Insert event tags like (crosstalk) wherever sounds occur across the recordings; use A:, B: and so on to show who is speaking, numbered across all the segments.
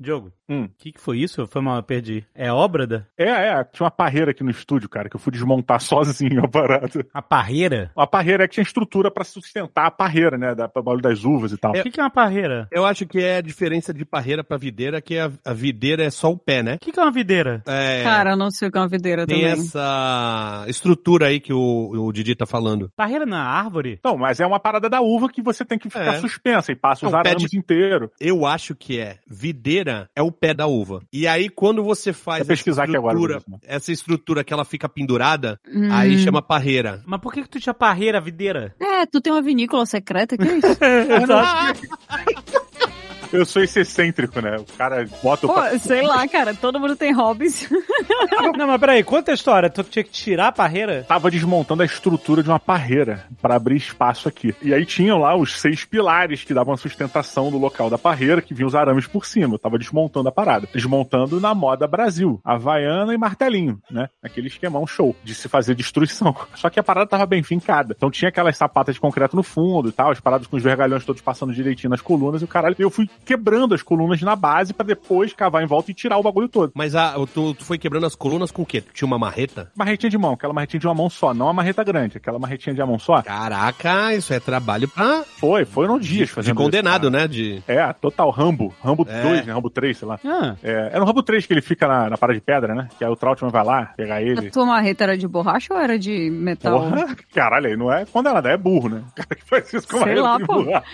A: Diogo, o
B: Hum.
A: que, que foi isso? Foi uma perdi. É obra da?
B: É, é, tinha uma parreira aqui no estúdio, cara, que eu fui desmontar (laughs) sozinho a parada.
A: A parreira?
B: A parreira é que tinha estrutura pra sustentar a parreira, né? Da, pra barulho das uvas e tal.
A: O que, que é uma parreira?
C: Eu acho que é a diferença de parreira pra videira, que a, a videira é só o pé, né?
A: O que, que é uma videira?
C: É,
D: Cara, eu não sei o que é uma videira
C: tem
D: também.
C: essa estrutura aí que o, o Didi tá falando.
A: Parreira na árvore?
B: Não, mas é uma parada da uva que você tem que ficar
C: É.
B: suspensa e passa
C: É um
B: os
C: pé de-
B: arames inteiro.
C: Eu acho que é. Videira é o pé da uva. E aí, quando você faz
B: Vou pesquisar aqui agora,
C: estrutura,
B: Luiz, né?
C: essa estrutura que ela fica pendurada, aí
D: Hum.
C: chama parreira.
A: Mas por que, que tu tinha parreira, (laughs) videira?
D: É, tu tem uma vinícola
B: (laughs)
D: secreta, que é isso?
B: Eu sou esse excêntrico, né? O cara bota o.
D: Pô, sei lá, cara, todo mundo tem hobbies.
A: (laughs) não, mas peraí, conta a história. Tu tinha que tirar a parreira?
B: Tava desmontando a estrutura de uma parreira pra abrir espaço aqui. E aí tinham lá os seis pilares que davam a sustentação do local da parreira, que vinham os arames por cima. Eu tava desmontando a parada. Desmontando na moda Brasil. Havaiana e martelinho, né? Aquele esquemão show de se fazer destruição. (laughs) Só que a parada tava bem fincada. Então tinha aquelas sapatas de concreto no fundo e tal, as paradas com os vergalhões todos passando direitinho nas colunas e o caralho. E eu fui quebrando as colunas na base pra depois cavar em volta e tirar o bagulho todo.
C: Mas a, tu, tu foi quebrando as colunas com o quê? Tu tinha uma marreta?
B: Marretinha de mão, aquela marretinha de uma mão só, não a marreta grande, aquela marretinha de uma mão só.
C: Caraca, isso é trabalho pra...
B: Foi, foram dias
C: De
B: fazendo
C: condenado, né? De...
B: né? É, total, Rambo. Rambo
C: É.
B: 2, né? Rambo 3, sei lá.
A: Ah,
B: É, era no Rambo 3 que ele fica na, na parada de pedra, né? Que aí o Trautmann vai lá pegar
D: A
B: ele.
D: (laughs) tua marreta era de borracha ou era de metal?
B: Porra, (laughs) caralho, aí não é condenado, é burro, né? O cara que faz isso com a
D: Sei
B: marreta
D: lá,
B: de
D: pô.
B: borracha.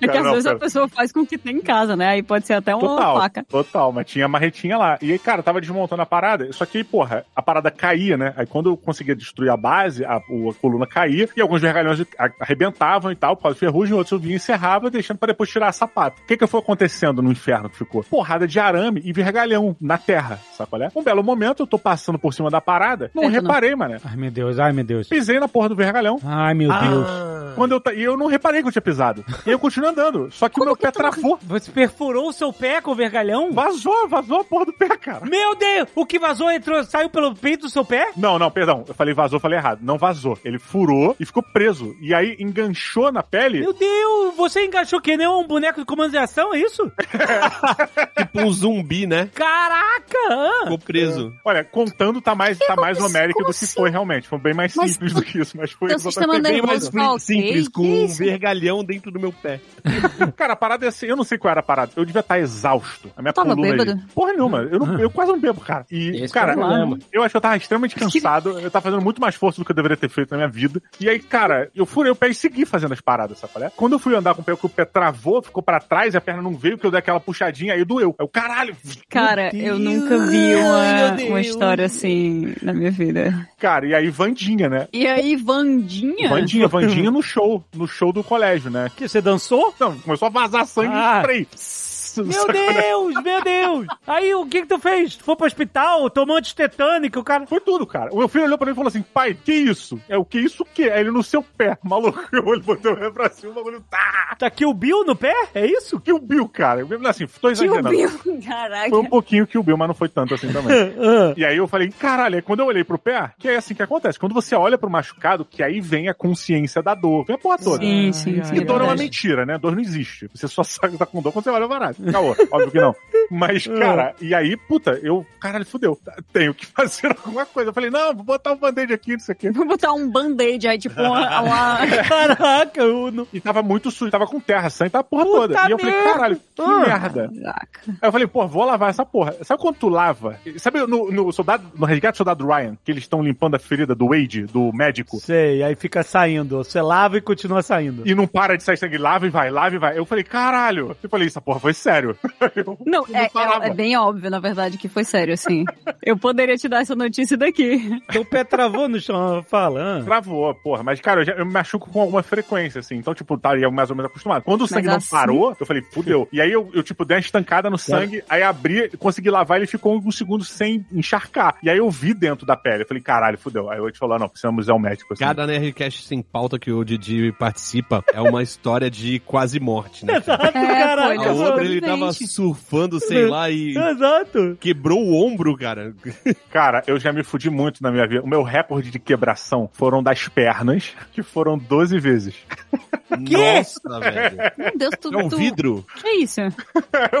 D: é que às
B: Não,
D: vezes
B: cara.
D: a pessoa faz com o que tem em casa, né? Aí pode ser até uma
B: Total,
D: faca.
B: total, mas tinha a marretinha lá. E aí, cara, tava desmontando a parada, só que, porra, a parada caía, né? Aí quando eu conseguia destruir a base, a, o- a coluna caía, e alguns vergalhões a- arrebentavam e tal, por causa de ferrugem, outros eu vinha e encerrava, deixando pra depois tirar a sapato. O que que foi acontecendo no inferno que ficou? Porrada de arame e vergalhão na terra, sabe qual é? Um belo momento, eu tô passando por cima da parada, não
D: Certo, não.
B: reparei, mané.
A: ai, meu Deus, ai, meu Deus.
B: Pisei na porra do vergalhão.
A: Ai, meu Deus.
C: Ah.
B: Quando eu ta- E eu não reparei que eu tinha pisado. E eu continuo andando. Só que o meu pé travou.
A: Você perfurou o seu pé com o vergalhão?
B: Vazou, vazou a porra do pé, cara.
A: Meu Deus! O que vazou entrou, saiu pelo peito do seu pé?
B: Não, não, perdão. Eu falei vazou, eu falei errado. Não vazou. Ele furou e ficou preso. E aí enganchou na pele.
A: Meu Deus! Você encaixou que nem um boneco de comando de ação, é isso?
C: Tipo um zumbi, né?
A: Caraca! ah.
C: Ficou preso.
B: Olha, contando tá mais, tá mais
D: aconteceu?
B: homérico do
D: Como
B: que
D: assim?
B: foi realmente. Foi bem mais
D: Mas Então,
B: simples
D: tu-
B: do que isso, mas foi
D: teu sistema
B: bem
D: nervoso
B: mais...
D: Mas, ah, ok,
C: simples, com
D: que
C: um
D: isso?
C: vergalhão dentro do meu pé.
B: (laughs) Cara, a parada é assim, eu não sei qual era a parada. Eu devia estar exausto. A minha
D: Tava
B: coluna...
D: bêbado?
B: ali- Porra nenhuma. Eu, não- eu quase não bebo, cara. E,
E: Ah. Esse
B: cara,
E: é o problema.
B: eu acho que eu tava
D: (laughs)
B: extremamente cansado. Eu tava fazendo muito mais força do que eu deveria ter feito na minha vida. E aí, cara, eu furei o pé e segui fazendo as paradas, sabe? qual é? Quando eu fui andar com o pé, que o pé travou, ficou pra trás, a perna não veio, que eu dei aquela puxadinha, aí doeu. Aí o caralho,
D: Cara, eu nunca vi uma, uma história assim na minha vida.
B: Cara, e aí Vandinha, né?
D: E aí, Vandinha?
B: Vandinha, Vandinha no show, no show do colégio, né?
A: Que você dançou?
B: Não, começou a vazar sangue
A: Ah.
B: e spray.
A: Meu Deus, meu Deus! Aí o que que tu fez? Tu foi pro hospital, tomou antitetânico, o cara.
B: Foi tudo, cara. O meu filho olhou pra mim e falou assim: pai, que isso? É o que isso o quê? Aí ele no seu pé, (laughs) maluco. Ele botou o pé pra cima, o bagulho. Tá!
A: Tá aqui o Bill no pé? É isso?
B: Que o Bill, cara. Eu mesmo assim, tô
D: (laughs) Tio
B: exagerando.
D: Bill. Caraca.
B: Foi um pouquinho que o Bill, mas não foi tanto
A: (laughs)
B: assim também.
A: Ah,
B: E aí eu falei, caralho, aí quando eu olhei pro pé, que é assim que acontece. Quando você olha pro machucado, que aí vem a consciência da dor. Vem a porra toda.
D: Sim, sim,
A: Ai,
D: sim.
A: ai,
B: Que dor é uma
D: verdade.
B: mentira, né? Dor não existe. Você só sabe que tá com dor quando você olha o varado. Caô, óbvio que não.
A: (laughs)
B: Mas,
A: É.
B: cara, e aí, puta, eu, caralho, fudeu. Tenho que (laughs) fazer alguma coisa. Eu falei, não, vou botar um band-aid aqui, não sei o quê.
D: Vou botar um band-aid aí, tipo,
B: (laughs)
D: uma. uma-
A: Caraca, Uno.
B: E tava muito sujo, tava com terra, sangue, tava a porra
A: Puta
B: toda. E eu falei,
A: merda.
B: caralho, que
A: Ah.
B: merda.
D: Caraca.
B: Aí eu falei, pô, vou lavar essa porra. Sabe quando tu lava? Sabe no, no soldado, no resgate do soldado Ryan, que eles estão limpando a ferida do Wade, do médico?
A: Sei, aí fica saindo. Você lava e continua saindo.
B: E não para de sair sangue, lava e vai, lava e vai. Eu falei, caralho. Eu falei, essa porra foi sério. Eu
D: Não, é,
B: parava.
D: é- é bem óbvio, na verdade, que foi sério, assim. (laughs) Eu poderia te dar essa notícia daqui.
A: Teu pé travou no chão, fala. ah.
B: Travou, porra. Mas, cara, eu, já, eu me machuco com alguma frequência, assim. Então, tipo, tá eu mais ou menos acostumado. Quando o sangue não
D: assim-
B: parou, eu falei, fudeu. E aí eu, eu, tipo, dei uma estancada no sangue, aí abri, consegui lavar, ele ficou alguns segundos sem encharcar. E aí eu vi dentro da pele. Eu falei, caralho, fudeu. Aí eu te falar, "Ah, não, precisamos ir ao médico, assim.
C: Cada Nerdcast sem pauta que o Didi participa é uma história de quase morte, né? cara?
A: Ah,
D: (laughs) É,
A: caraca,
D: foi,
C: A
D: Olha,
C: outra ele
D: exatamente.
C: tava assim, surfando sei lá, e
A: Exato.
C: quebrou o ombro,
D: (laughs)
C: cara.
B: Cara, eu já me fudi muito na minha vida. O meu recorde de quebração foram das pernas, que foram 12 vezes. (laughs)
C: Nossa, velho.
D: Meu Deus, tudo.
C: É um
D: tu-
C: vidro?
D: Que isso?
B: É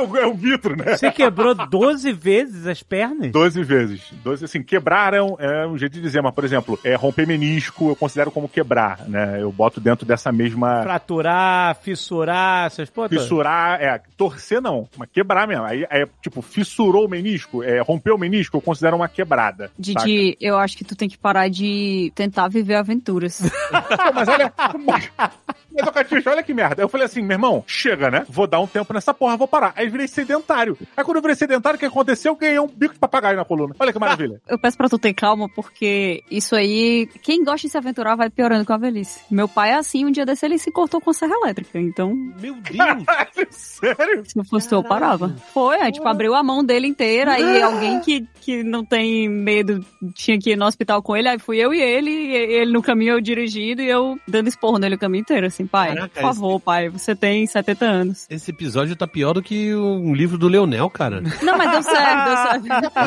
B: o, é o vidro, né?
A: Você quebrou 12 vezes as pernas?
B: 12 vezes. 12, assim, quebraram é um jeito de dizer, mas, por exemplo, é, romper menisco eu considero como quebrar, né? Eu boto dentro dessa mesma.
A: Fraturar, fissurar, essas porra. todas?
B: Fissurar, é, torcer não, mas quebrar mesmo. Aí é tipo, fissurou o menisco, é, rompeu o menisco, eu considero uma quebrada. saca?
D: Didi, eu acho que tu tem que parar de tentar viver
C: (laughs)
D: aventuras.
B: Pô, Ah, mas olha. Mas, mas, ô, Catiuxa, olha que merda. Eu falei assim, meu irmão, chega, né? Vou dar um tempo nessa porra, vou parar. Aí virei sedentário. Aí quando eu virei sedentário, o que aconteceu? Eu ganhei um bico de papagaio na coluna. Olha que
D: (laughs)
B: maravilha.
D: Eu peço pra tu ter calma, porque isso aí, quem gosta de se aventurar vai piorando com a velhice. Meu pai é assim, um dia desse ele se cortou com serra elétrica, então
C: Meu Deus!
B: Sério?
D: se eu fosse tu, eu parava. Foi, é, tipo, abriu a mão dele inteira, aí
B: Ah!
D: alguém que, que não tem medo tinha que ir no hospital com ele, aí fui eu e ele, e ele no caminho eu dirigindo e eu dando esporro nele o caminho inteiro, assim, pai,
C: Caraca,
D: por favor, pai, você tem 70 anos.
C: Esse episódio tá pior do que um livro do Leonel, cara.
D: Não, mas deu certo, deu certo.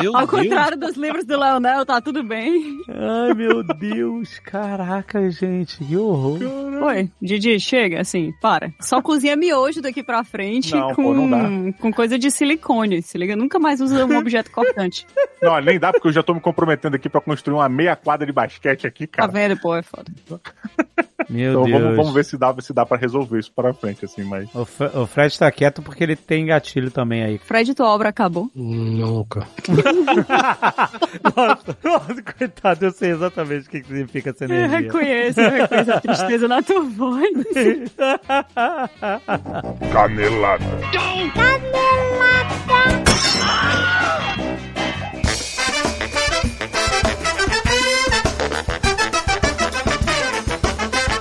B: (laughs)
C: Meu
D: Ao
C: Deus.
D: contrário dos livros do Leonel, tá tudo bem.
A: Ai, meu Deus. Caraca, gente. Que horror.
D: Oi, Didi, chega, assim, para. Só cozinha miojo daqui pra frente
B: Não,
D: com,
B: pô, não dá.
D: com coisa de silicone. Se liga, nunca mais usa um objeto cortante.
B: Não, nem dá, porque eu já tô me comprometendo aqui pra construir uma meia quadra de basquete aqui,
D: Tá
B: cara.
D: vendo, pô, é foda.
A: Meu
B: Então
A: Deus.
B: vamos, vamos ver se dá, se dá pra resolver isso pra frente, assim, mas.
A: O, Fre- o Fred tá quieto porque ele tem gatilho também aí.
D: Fred, tua obra acabou.
C: Nunca.
A: nossa, (laughs) nossa, coitado, eu sei exatamente o que que significa essa
D: Eu
A: energia. (laughs)
D: reconheço, eu reconheço a tristeza na tua voz.
B: (laughs) Canelada.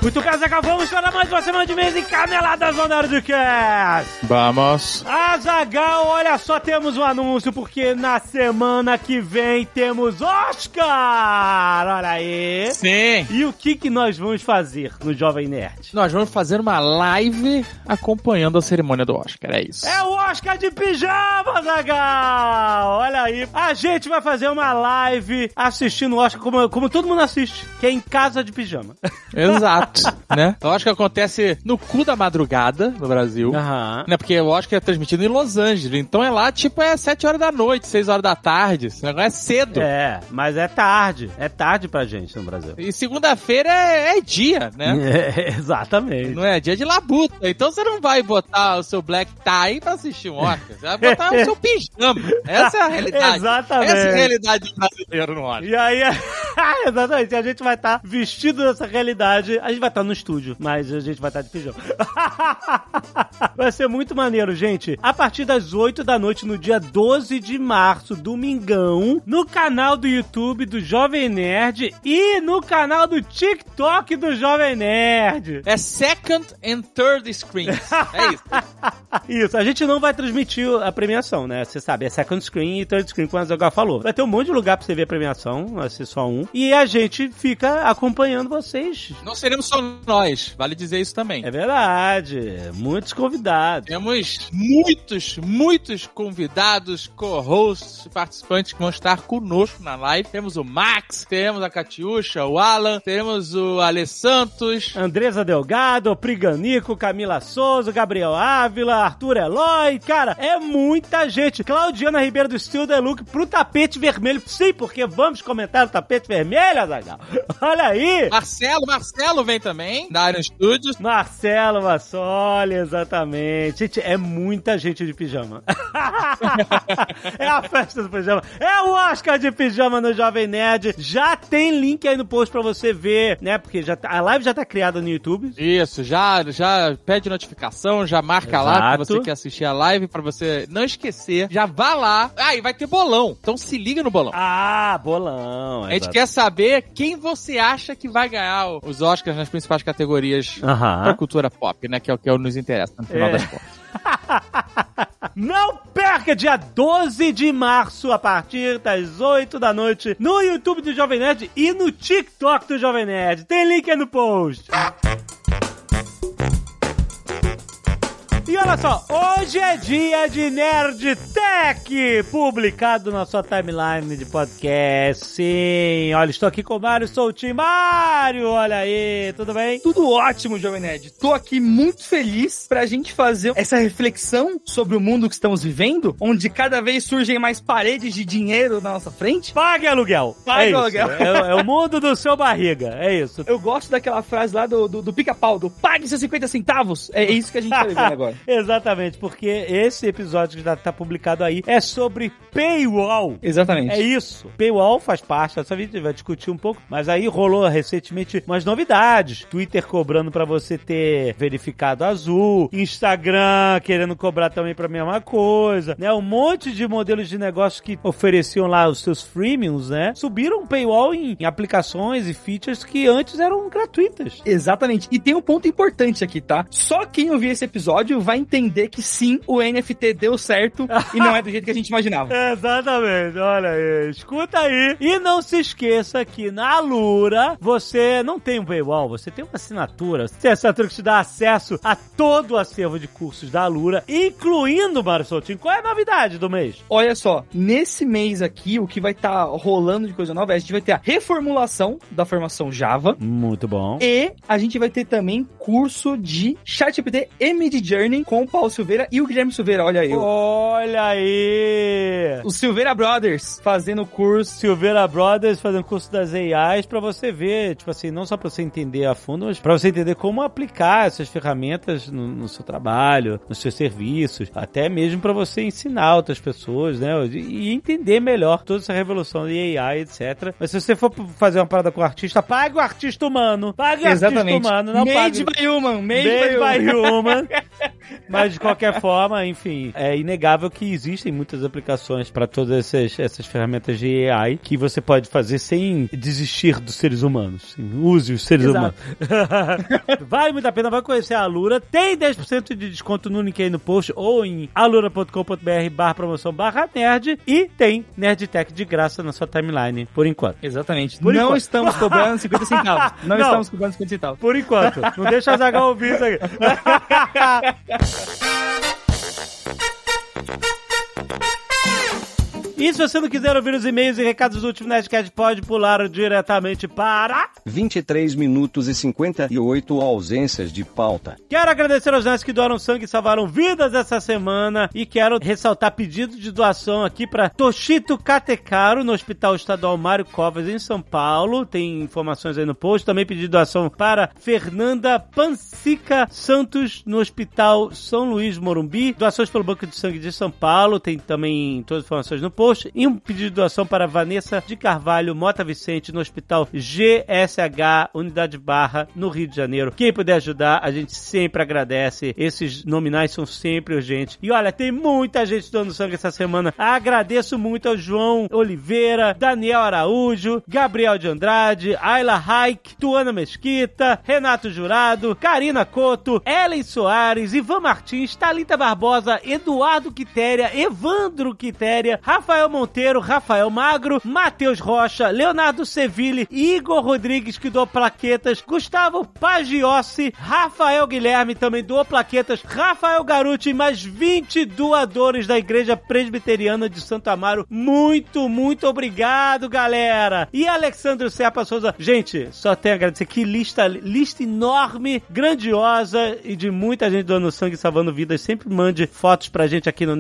A: Muito caso, acabamos para mais uma semana de mês em Caneladas no Horário do Cast.
E: Vamos.
A: Azagal, olha só, temos um anúncio, porque na semana que vem temos Oscar! Olha aí!
E: Sim.
A: E o que, que nós vamos fazer no Jovem Nerd?
E: Nós vamos fazer uma live acompanhando a cerimônia do Oscar, é isso.
A: É o Oscar de pijama, Zagal! Olha aí. A gente vai fazer uma live assistindo o Oscar como, como todo mundo assiste, que é em casa de pijama.
E: (laughs) Exato, né? O Oscar acontece no cu da madrugada no Brasil.
A: Aham.
E: Né, porque o Oscar é transmitido em Los Angeles, então é lá, tipo, é 7 horas da noite, 6 horas da tarde, esse negócio é cedo.
A: É, mas é tarde. É tarde pra gente no Brasil.
E: E segunda-feira é, é dia, né?
A: (laughs) É, exatamente.
E: Não é dia de labuta, então você não vai botar o seu black tie pra assistir um Oscar, você vai botar o seu
A: (laughs)
E: pijama. Essa é a realidade.
A: Exatamente.
E: Essa é a realidade do brasileiro no Oscar.
A: E aí, (laughs) ah, exatamente, a gente vai estar vestido nessa realidade. A gente vai estar no estúdio, mas a gente vai estar de pijama. (laughs) vai ser muito maneiro, gente. A partir das 8 da noite, no dia 12 de março, domingão, no canal do YouTube do Jovem Nerd e no canal do TikTok do Jovem Nerd.
E: É second and
A: (laughs)
E: third screens. É isso.
A: Isso, a gente não vai transmitir a premiação, né? Você sabe, é second screen e third screen, como a Zagal falou. Vai ter um monte de lugar pra você ver a premiação, vai ser só um. E a gente fica acompanhando vocês.
E: Não seremos só nós, vale dizer isso também.
A: É verdade, muitos convidados.
E: Temos muitos, muitos convidados, co-hosts, participantes que vão estar conosco na live. Temos o Max, temos a Catiuxa, o Alan, temos o Ale Santos.
A: Andresa Delgado, Priganico, Camila Souza, Gabriel Ávila, Arthur Eloy, cara, é muita gente. Claudiana Ribeiro do Steel Deluxe pro tapete vermelho. Sim, porque vamos comentar o tapete vermelho, Azagal. (laughs) Olha aí!
E: Marcelo, Marcelo vem também, da Iron Studios.
A: Marcelo Massoli, exatamente. Gente, é muita gente de pijama. (laughs) é a festa do pijama. É o Oscar de pijama no Jovem Nerd. Já tem link aí no post pra você ver, né? Porque já tá- a live já tá criada no YouTube.
E: Isso, já, já pede notificação, já marca lá que
A: Exato.
E: você quer assistir a live pra você não esquecer. Já vá lá. Ah, e vai ter bolão. Então se liga no bolão.
A: Ah, bolão.
E: A gente quer saber quem você acha que vai ganhar o- os Oscars nas principais categorias pra
A: Aham.
E: cultura pop, né? Que é o que nos interessa, no final
A: É.
E: das contas.
A: Não perca dia 12 de março, a partir das 8 da noite, no YouTube do Jovem Nerd e no TikTok do Jovem Nerd. Tem link aí no post. E olha só, hoje é dia de Nerd Tech, publicado na sua timeline de podcast. Sim, olha, estou aqui com o Mário, sou o Tim Mário, olha aí, tudo bem?
F: Tudo ótimo, Jovem Nerd. Tô aqui muito feliz pra gente fazer essa reflexão sobre o mundo que estamos vivendo, onde cada vez surgem mais paredes de dinheiro na nossa frente.
A: Pague aluguel.
F: Pague
A: é isso.
F: aluguel.
A: É, é o mundo do seu barriga, é isso.
F: Eu gosto daquela frase lá do, do, do pica-pau, do pague seus 50 centavos. É isso que a gente tá vivendo agora.
A: Exatamente, porque esse episódio que já tá publicado aí é sobre paywall.
F: Exatamente.
A: É isso. Paywall faz parte dessa vida, a gente vai discutir um pouco. Mas aí rolou recentemente umas novidades. Twitter cobrando pra você ter verificado azul, Instagram querendo cobrar também pra mesma coisa, né? Um monte de modelos de negócio que ofereciam lá os seus freemiums, né? Subiram o paywall em, em aplicações e features que antes eram gratuitas.
F: É, Exatamente. E tem um ponto importante aqui, tá? Só quem ouvir esse episódio vai entender que sim, o NFT deu certo e não é do jeito que a
A: (laughs)
F: gente imaginava.
A: Exatamente, olha aí, escuta aí. E não se esqueça que na Lura você não tem um paywall, você tem uma assinatura. Você tem a assinatura que te dá acesso a todo o acervo de cursos da Lura, incluindo, Mário Soutinho, qual é a novidade do mês?
F: Olha só, nesse mês aqui, o que vai estar rolando de coisa nova é a gente vai ter a reformulação da formação Java
A: Muito bom.
F: e a gente vai ter também curso de ChatGPT M de Journey com o Paulo Silveira e o Guilherme Silveira, olha aí.
A: Olha aí!
F: Os Silveira Brothers fazendo curso.
A: Silveira Brothers fazendo curso das AIs pra você ver, tipo assim, não só pra você entender a fundo, mas pra você entender como aplicar essas ferramentas no, no seu trabalho, nos seus serviços, até mesmo pra você ensinar outras pessoas, né? E e entender melhor toda essa revolução de AI, etc. Mas se você for p- fazer uma parada com o artista, pague o artista humano. Pague o artista
F: Exatamente.
A: humano, não pague.
F: Made by Human, made,
A: Made
F: by
A: by
F: Human.
A: human. (laughs) Mas de qualquer forma, enfim, é inegável que existem muitas aplicações para todas essas, essas ferramentas de AI que você pode fazer sem desistir dos seres humanos. Sim, Use os seres
F: Exato.
A: humanos. vale muito a pena, (laughs) vai conhecer a Alura. Tem 10% de desconto no link aí no post ou em alura.com.br barra promoção barra nerd e tem Nerdtech de graça na sua timeline, por enquanto.
F: Exatamente.
A: Por
F: não
A: enquanto.
F: estamos cobrando
A: (laughs)
F: 50 centavos. Não,
A: Não.
F: estamos cobrando
A: (laughs)
F: 50 centavos.
A: Por enquanto. Não deixa a Zagal ouvir isso aqui. (laughs) E se você não quiser ouvir os e-mails e recados do último Nerdcast, pode pular diretamente para...
G: 23 minutos e 58 ausências de pauta.
A: Quero agradecer aos nerds que doaram sangue e salvaram vidas essa semana. E quero ressaltar pedido de doação aqui para Toshito Katecaro, no Hospital Estadual Mário Covas, em São Paulo. Tem informações aí no post. Também pedido de doação para Fernanda Pancica Santos, no Hospital São Luís Morumbi. Doações pelo Banco de Sangue de São Paulo. Tem também todas as informações no post. E um pedido de doação para Vanessa de Carvalho Mota Vicente, no Hospital GSH, Unidade Barra, no Rio de Janeiro. Quem puder ajudar, a gente sempre agradece. Esses nominais são sempre urgentes. E olha, tem muita gente doando sangue essa semana. Agradeço muito ao João Oliveira, Daniel Araújo, Gabriel de Andrade, Ayla Haik, Tuana Mesquita, Renato Jurado, Karina Coto, Ellen Soares, Ivan Martins, Thalita Barbosa, Eduardo Quitéria, Evandro Quitéria, Rafael Monteiro, Rafael Magro, Matheus Rocha, Leonardo Seville, Igor Rodrigues, que doou plaquetas, Gustavo Pagiossi, Rafael Guilherme também doou plaquetas, Rafael Garuti, e mais 20 doadores da Igreja Presbiteriana de Santo Amaro. Muito, muito obrigado, galera! E Alexandre Serpa Souza, gente, só tenho a agradecer. Que lista, lista enorme, grandiosa e de muita gente doando sangue e salvando vidas. Sempre mande fotos pra gente aqui no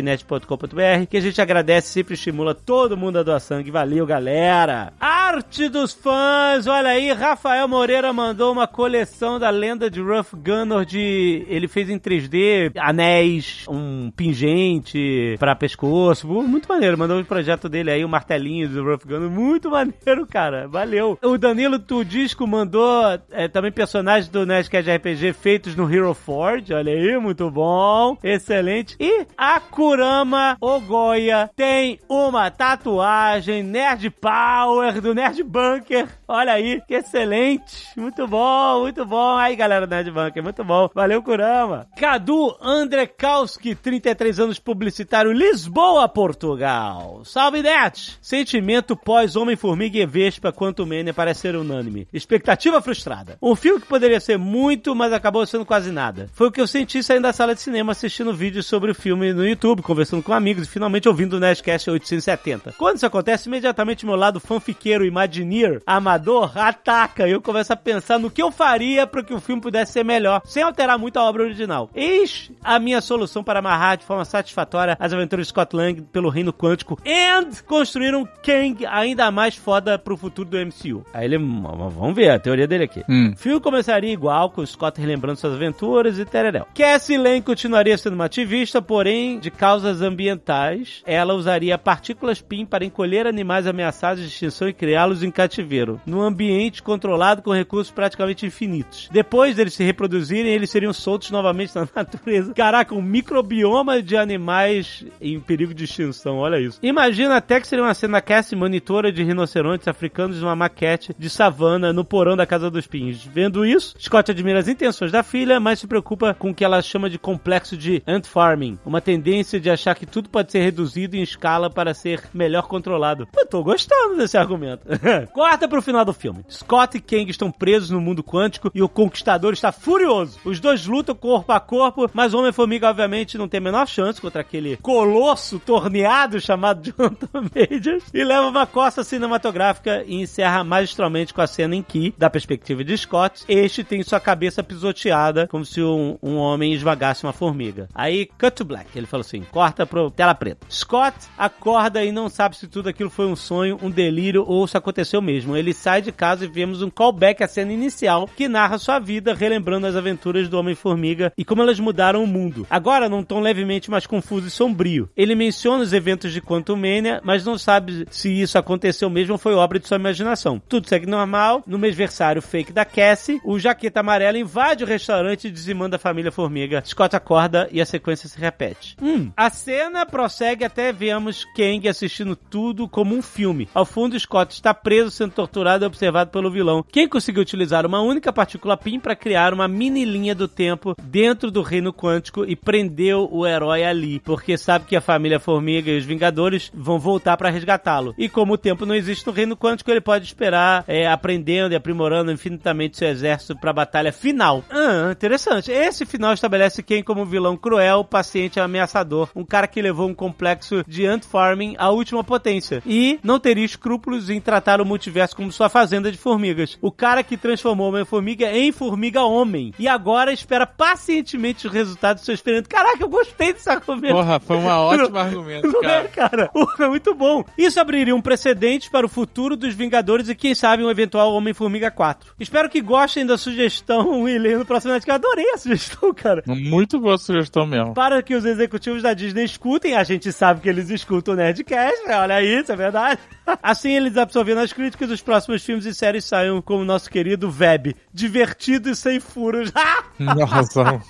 A: nerdcast.jovemnet.com.br que a gente agradece, sempre estimula todo mundo a doar sangue. Valeu, galera! Arte dos fãs! Olha aí, Rafael Moreira mandou uma coleção da lenda de Ruff Gunner de... Ele fez em 3D anéis, um pingente pra pescoço. Uh, Muito maneiro, mandou um projeto dele aí, o martelinho do Ruff Gunner. Muito (laughs) maneiro, cara. Valeu. O Danilo Tudisco mandou é, também personagens do Nerdcast RPG feitos no Hero Forge. Olha aí, muito bom. Excelente. E a Kurama Ogoia tem uma tatuagem Nerd Power do Nerd Bunker. Olha aí, que excelente. Muito bom, muito bom. Aí, galera do Nerd Bunker, muito bom. Valeu, Kurama. Cadu Andrekowski, 33 anos, publicitário, Lisboa, Portugal. Salve, Net. Sentimento pós-Homem-Formiga e Vespa quanto Mania parece ser unânime. Expectativa frustrada. Um filme que poderia ser muito, mas acabou sendo quase nada. Foi o que eu senti saindo da sala de cinema assistindo vídeos sobre o filme no YouTube, conversando com amigos e finalmente ouvindo o Nerdcast 870. Quando isso acontece, imediatamente meu lado fanfiqueiro, imagineer, amador, ataca e eu começo a pensar no que eu faria para que o filme pudesse ser melhor, sem alterar muito a obra original. Eis a minha solução para amarrar de forma satisfatória as aventuras de Scott Lang pelo Reino Quântico and construir um Kang ainda mais foda pro futuro do MCU. Aí ele, "Hum, vamos ver a teoria dele aqui. O filme começaria igual, com o Scott relembrando suas aventuras e tereréu. Cassie Lane continuaria sendo uma ativista, porém, de causas ambientais, ela usaria partículas PIN para encolher animais ameaçados de extinção e criá-los em cativeiro, num ambiente controlado com recursos praticamente infinitos. Depois deles se reproduzirem, eles seriam soltos novamente na (laughs) natureza. Caraca, um microbioma de animais em perigo de extinção, olha isso. Imagina até que seria uma cena Cassie monitora de rinocerontes africanos numa maquete de savana no porão da Casa dos Pinhos. Vendo isso, Scott admira as intenções da filha, mas se preocupa com o que ela chama de complexo de ant farming, uma tendência de achar que tudo pode ser reduzido em escala para ser melhor controlado. Eu tô gostando desse argumento. (laughs) Corta pro final do filme. Scott e Kang estão presos no mundo quântico e o conquistador está furioso. Os dois lutam corpo a corpo, mas Homem-Formiga obviamente não tem a menor chance contra aquele colosso torneado chamado Jonathan (laughs) Majors e leva uma costa cinematográfica e encerra magistralmente com a cena em que, da perspectiva de Scott, este tem sua cabeça pisoteada como se um, um homem esmagasse uma formiga. Aí, cut to black. Ele falou assim, corta pro tela preta. Scott acorda e não sabe se tudo aquilo foi um sonho, um delírio ou se aconteceu mesmo. Ele sai de casa e vemos um callback à cena inicial que narra sua vida relembrando as aventuras do Homem-Formiga e como elas mudaram o mundo. Agora num tom levemente mais confuso e sombrio. Ele menciona os eventos de Quantum Mania, mas não sabe se isso aconteceu mesmo ou foi obra de sua imaginação. Tudo segue normal. No mêsversário fake da Cassie, o Jaqueta Amarela invade o restaurante e dizimando a família Formiga. Scott acorda e a sequência se repete. Hum. A cena prossegue até vemos Kang assistindo tudo como um filme. Ao fundo, Scott está preso, sendo torturado e observado pelo vilão. Quem conseguiu utilizar uma única partícula PIN para criar uma mini linha do tempo dentro do reino quântico e prendeu o herói ali, porque sabe que a família Formiga e os Vingadores vão voltar para resgatá-lo. E como o tempo não existe no reino quântico, ele pode esperar é, aprendendo e aprimorando infinitamente seu exército para a batalha final. Ah, interessante. Esse final estabelece quem como vilão cruel, paciente e ameaçador, um cara que levou um complexo de ant-farming à última potência e não teria escrúpulos em tratar o multiverso como sua fazenda de formigas. O cara que transformou uma formiga em formiga homem e agora espera pacientemente os resultados do seu experimento. Caraca, eu gostei desse argumento.
E: Porra, foi
F: (laughs)
E: um ótimo argumento,
A: Não é,
E: cara.
A: cara? (laughs) É muito bom. Isso abriria um precedente para o futuro dos Vingadores e, quem sabe, um eventual Homem-Formiga 4. Espero que gostem da sugestão (laughs) e leiam no próximo Nerdcast. Eu adorei a sugestão, cara.
E: Muito boa sugestão mesmo.
A: Para que os executivos da Disney escutem, a gente sabe que eles escutam o Nerdcast, né? olha isso, é verdade. (laughs) Assim, eles absorvendo as críticas, os próximos filmes e séries saiam como o nosso querido Web, divertido e sem furos. (laughs) Ah,
E: Nossa.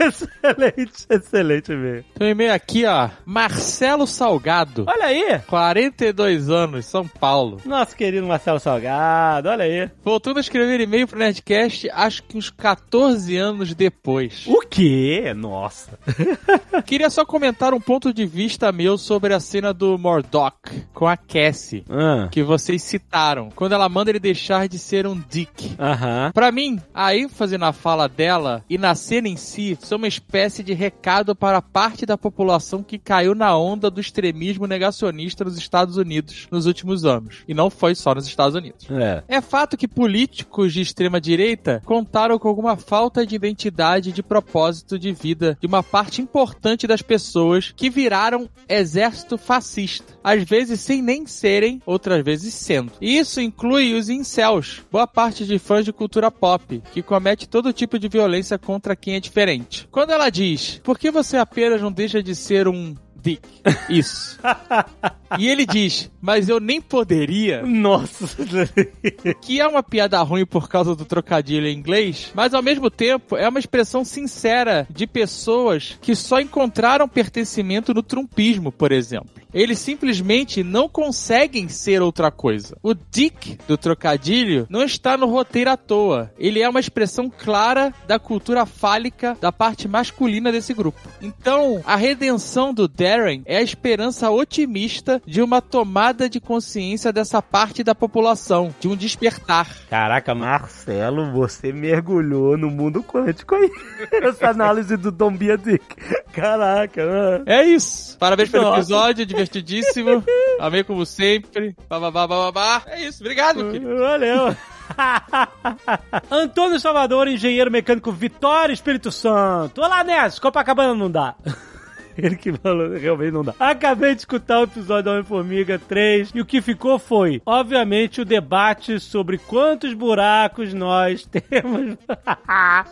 A: excelente, excelente mesmo.
E: (laughs) Tem um e-mail aqui, ó. Marcelo Salgado,
A: Olha aí,
E: 42 anos, São Paulo.
A: nosso querido Marcelo Salgado, olha aí.
E: Voltando a escrever e-mail pro Nerdcast, acho que uns 14 anos depois.
A: O quê? Nossa.
E: Queria só comentar um ponto de vista meu sobre a cena do Mordok com a Cassie,
A: Ah,
E: que vocês citaram, quando ela manda ele deixar de ser um dick.
A: Aham.
E: Pra mim, a ênfase na fala dela e na cena em si são uma espécie de recado para parte da população que caiu na onda do extremismo negacionista nos Estados Unidos nos últimos anos. E não foi só nos Estados Unidos.
A: É.
E: É fato que políticos de extrema direita contaram com alguma falta de identidade e de propósito de vida de uma parte importante das pessoas que viraram exército fascista, às vezes sem nem serem, outras vezes sendo. E isso inclui os incels, boa parte de fãs de cultura pop, que comete todo tipo de violência contra quem é diferente. Quando ela diz: "Por que você apenas não deixa de ser um dick?" Isso. e ele diz: "Mas eu nem poderia"
A: Nossa.
E: que é uma piada ruim por causa do trocadilho em inglês, mas ao mesmo tempo é uma expressão sincera de pessoas que só encontraram pertencimento no trumpismo, por exemplo. Eles simplesmente não conseguem ser outra coisa. O dick do trocadilho não está no roteiro à toa. Ele é uma expressão clara da cultura fálica da parte masculina desse grupo. Então, a redenção do Darren é a esperança otimista de uma tomada de consciência dessa parte da população, de um despertar.
A: Caraca, Marcelo, você mergulhou no mundo quântico aí. (laughs) Essa análise do Dom Biadic. Caraca, mano.
E: É isso. Parabéns pelo
A: Nossa.
E: episódio, divertidíssimo. Amei como sempre. Bababá, bababá. É isso, obrigado, querido.
A: Valeu. (laughs) Antônio Salvador, engenheiro mecânico Vitória Espírito Santo. Olá, Ness, Copacabana não dá. (laughs) Ele que falou, realmente não dá. Acabei de escutar o episódio da Homem-Formiga 3 e o que ficou foi, obviamente, o debate sobre quantos buracos nós (laughs) temos.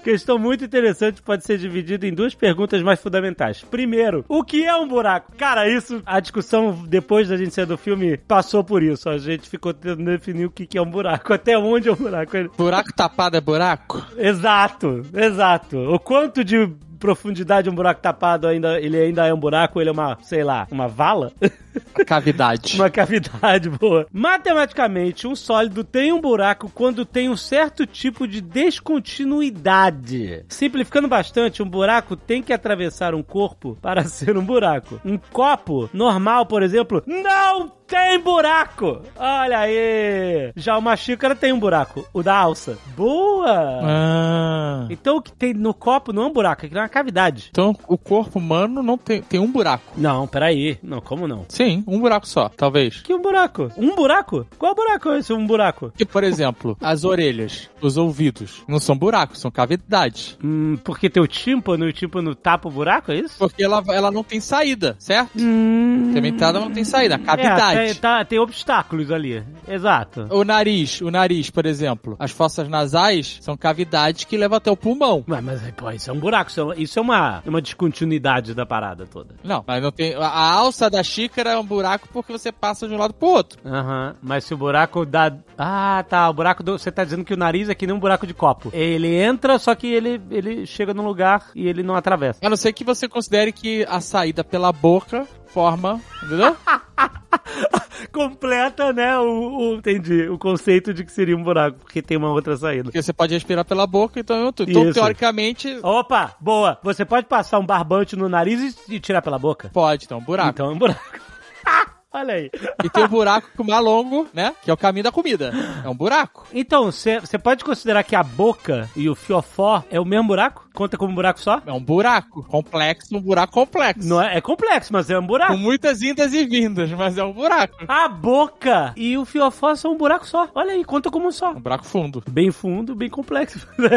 A: Questão muito interessante, pode ser dividida em duas perguntas mais fundamentais. Primeiro, o que é um buraco? Cara, isso, a discussão depois da gente sair do filme passou por isso. A gente ficou tentando definir o que que é um buraco, (laughs) até onde é um buraco.
E: Buraco tapado é buraco?
A: Exato, exato. O quanto de profundidade um buraco tapado ainda ele ainda é um buraco, ele é uma, sei lá, uma vala? (laughs)
E: Cavidade.
A: Uma cavidade (laughs) boa. Matematicamente, um sólido tem um buraco quando tem um certo tipo de descontinuidade. Simplificando bastante, um buraco tem que atravessar um corpo para (laughs) ser um buraco. Um copo normal, por exemplo, não tem buraco. Olha aí. Já uma xícara tem um buraco, o da alça. Boa.
E: Ah.
A: Então o que tem no copo não é um buraco, aquilo é uma cavidade.
E: Então, o corpo humano não tem, tem um buraco.
A: Não, peraí. Não, como não?
E: Sim, um buraco só, talvez.
A: Que um buraco? Um buraco? Qual buraco é esse um buraco?
E: Que, por exemplo, as orelhas, os ouvidos, não são buracos, são cavidades.
A: Hum, porque teu tímpano e o tímpano tapa o buraco, é isso?
E: Porque ela, ela não tem saída, certo?
A: Hum.
E: Também tá, não tem saída,
A: É, tem,
E: cavidade.
A: tá- tem obstáculos ali. Exato.
E: O nariz, o nariz, por exemplo, as fossas nasais são cavidades que levam até o pulmão.
A: Mas, mas pô, isso é um buraco, isso é, uma- isso é uma, uma descontinuidade da parada toda.
E: Não, mas não tem. A, a alça da xícara é um buraco porque você passa de um lado pro outro.
A: Aham, mas se o buraco dá. Ah, tá. O buraco do. Você tá dizendo que o nariz é que nem um buraco de copo. Ele entra, só que ele, ele chega num lugar e ele não atravessa.
E: A não ser que você considere que a saída pela boca forma. Entendeu?
A: Completa, né? O, o- entendi. O conceito de que seria um buraco, porque tem uma outra saída.
E: Porque você pode respirar pela boca, então é outro. Então,
A: Isso.
E: teoricamente,
A: Opa, boa. Você pode passar um barbante no nariz e, e tirar pela boca?
E: pode, então, um buraco.
A: Então é um buraco. (laughs) Ah, Olha aí.
E: E tem o buraco mais longo, né? Que é o caminho da comida. É um buraco.
A: Então, você pode considerar que a boca e o fiofó é o mesmo buraco? Conta como um buraco só?
E: É um buraco. Complexo, um buraco complexo.
A: Não é, é complexo, mas é um buraco.
E: (laughs) Com muitas indas e vindas, mas é um buraco.
A: A boca e o fiofó são um buraco só. Olha aí, conta como um só.
E: Um buraco fundo.
A: Bem fundo, bem complexo. (laughs)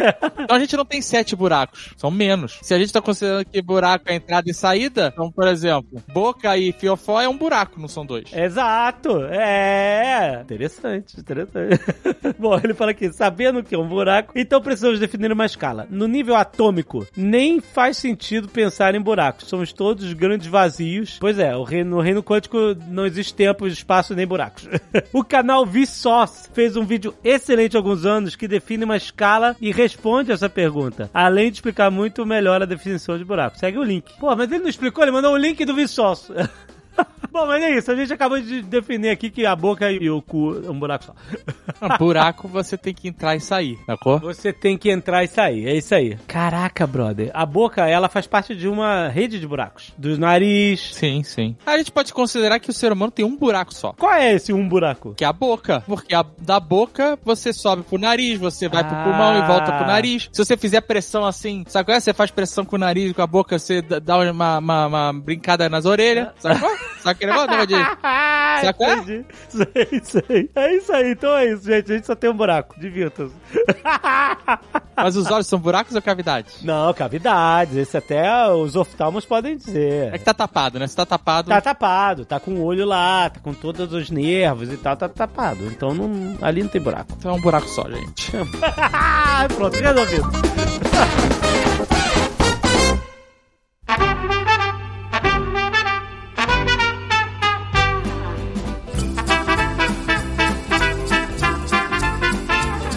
E: Então a gente não tem sete buracos, são menos. Se a gente tá considerando que buraco é entrada e saída, então, por exemplo, boca e fiofó é um buraco, não são dois.
A: Exato, é. Interessante, interessante. (laughs) Bom, ele fala aqui, sabendo que é um buraco, então precisamos definir uma escala. No nível atômico, nem faz sentido pensar em buracos. Somos todos grandes vazios. Pois é, o reino- no reino quântico não existe tempo, espaço nem buracos. (laughs) o canal Vsauce fez um vídeo excelente há alguns anos que define uma escala e responde essa pergunta. Além de explicar muito melhor a definição de buraco. Segue o link. Pô, mas ele não explicou, ele mandou o link do Vsauce. (laughs) Bom, mas é isso. A gente acabou de definir aqui que a boca e o cu é um buraco só.
E: (laughs) Um buraco você tem que entrar e sair, sacou?
A: Você tem que entrar e sair. É isso aí. Caraca, brother. A boca, ela faz parte de uma rede de buracos. Dos nariz.
E: Sim, sim. A gente pode considerar que o ser humano tem um buraco só.
A: Qual é esse um buraco? (laughs)
E: Que é a boca. Porque a- da boca você sobe pro nariz, você vai pro
A: Ah.
E: pulmão e volta pro nariz. Se você fizer pressão assim, sabe qual é? Você faz pressão com o nariz e com a boca, você dá- dá uma, uma- uma brincada nas orelhas.
H: (laughs)
E: Sabe qual? é? Sabe aquele negócio? Negócio de- Sabe qual é?
A: Entendi. Sei, sei. É isso aí. Então é isso, gente. A gente só tem um buraco. Divirtam-se.
E: Mas os olhos são buracos ou cavidades?
A: Não, cavidades. Esse até os oftalmos podem dizer.
E: É que tá tapado, né? Se tá tapado.
A: Tá tapado, tá com o olho lá, tá com todos os nervos e tal, tá tapado. Então não, ali não tem buraco.
E: Então é um buraco só, gente.
A: (laughs) Ah, pronto, resolvido.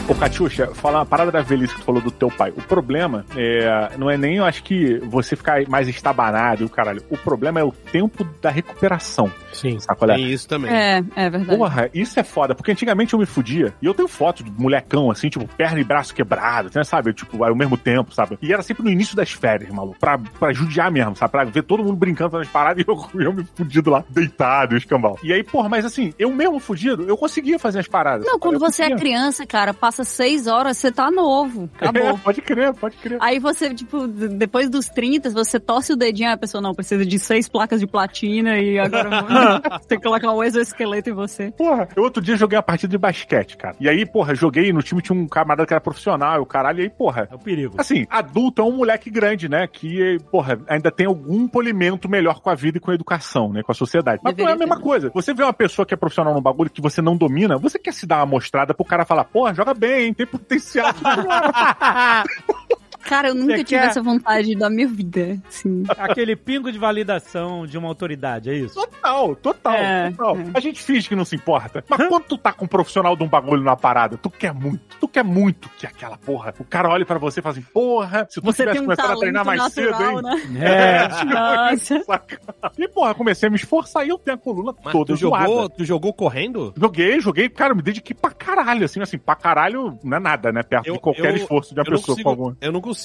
B: O Catiuxa, fala uma parada da velhice que tu falou do teu pai. O problema é, não é nem, eu acho que você ficar mais estabanado e o caralho. O problema é o tempo da recuperação.
C: Sim.
B: Sacolé?
C: Tem isso também.
D: É, é verdade.
B: Porra, isso é foda, porque antigamente eu me fudia e eu tenho foto de molecão, assim, tipo, perna e braço quebrado, né, sabe? Tipo, ao mesmo tempo, sabe? E era sempre no início das férias, maluco, pra, pra judiar mesmo, sabe? Pra ver todo mundo brincando fazendo as paradas (laughs) e eu, eu me fudido lá, deitado, escambau. E aí, porra, mas assim, eu mesmo fudido, eu conseguia fazer as paradas.
D: Não, quando
B: Eu
D: você é
B: conseguia.
D: criança, cara, passa seis horas, você tá novo.
B: (laughs) É,
D: Acabou.
B: pode crer, pode crer.
D: Aí você, tipo, d- depois dos 30, você torce o dedinho, aí a pessoa não precisa de seis placas de platina e agora (laughs) você tem que colocar um exoesqueleto em você.
B: Porra, eu outro dia joguei uma partida de basquete, cara. E aí, porra, joguei no time, tinha um camarada que era profissional, e o caralho, e aí, porra.
A: É o perigo.
B: Assim, adulto é um moleque grande, né? Que, porra, ainda tem algum polimento melhor com a vida e com a educação, né? Com a sociedade. Mas não é a
D: Deveria
B: mesma coisa. Você vê uma pessoa que é profissional num bagulho que você não domina, você quer se dar uma mostrada pro cara falar, porra, joga bem, hein? Tem potencial.
D: Cara, eu nunca
A: Você
D: tive
A: quer?
D: essa vontade da minha vida, assim.
A: Aquele pingo de validação de uma autoridade, é isso?
B: total, total,
D: É,
B: total.
D: é.
B: A gente finge que não se importa. Mas quando tu tá com um profissional de um bagulho na parada, tu quer muito. Tu quer muito que aquela porra. O cara olha pra você e fala assim, porra, se tu
D: Você
B: tivesse
D: tem um
B: começado a
D: talento
B: treinar mais cedo,
D: natural,
B: hein? (laughs)
D: né? É.
A: É.
D: Nossa.
B: Saca? E, porra, comecei a me esforçar e eu tenho a coluna
C: Mas
B: toda
C: tu
B: zoada.
C: jogou, tu jogou correndo?
B: Joguei, joguei, cara, me dediquei pra caralho, assim, assim, pra caralho não é nada, né? Perto
C: Eu-
B: de qualquer
C: eu-
B: esforço de uma
C: Eu não
B: pessoa com
C: consigo,
B: alguma.
C: eu não consigo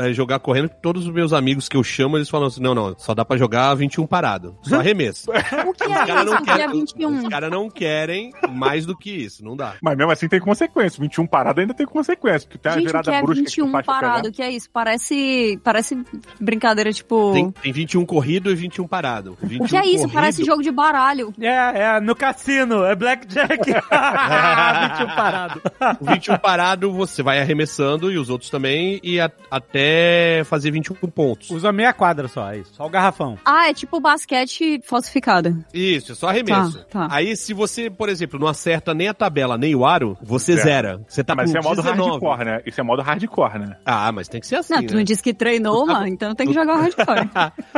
C: é, jogar correndo, porque todos os meus amigos que eu chamo, eles falam assim, não, não, só dá pra jogar 21 parado,
B: (laughs)
C: só arremesso.
D: O que
C: Os
D: é
C: caras
D: isso?
C: não,
D: Dia
C: querem-
D: 21.
C: os cara não querem mais do que isso, não dá.
B: Mas mesmo assim tem consequência. 21 parado ainda tem consequência, porque tem uma
D: Gente, o
B: virada
D: que é
B: brusca que tu
D: 21
B: faz pra pegar.
D: parado? O que é isso? Parece, parece brincadeira, tipo...
C: Tem, tem 21 corrido e 21 parado. 21
D: O que é isso? Parece
C: corrido-
D: jogo de baralho.
A: É, é, no cassino, é blackjack. 21 Ah. parado.
C: O 21 parado, você vai arremessando e os outros também, e a- até fazer 21 pontos.
A: Usa meia quadra só, é isso. Só o garrafão.
D: Ah, é tipo basquete falsificada.
C: Isso, é só arremesso.
D: Tá, tá.
C: Aí, se você, por exemplo, não acerta nem a tabela, nem o aro, você
B: É.
C: zera. Você tá
B: Mas
C: com
B: isso é modo
C: 19.
B: hardcore, né? Isso é modo hardcore, né?
C: Ah, mas tem que ser assim,
D: Não, tu não
C: né?
D: disse que treinou,
C: Tu tá-
D: mano, então tem que
C: tu-
D: jogar o
C: (laughs)
D: hardcore.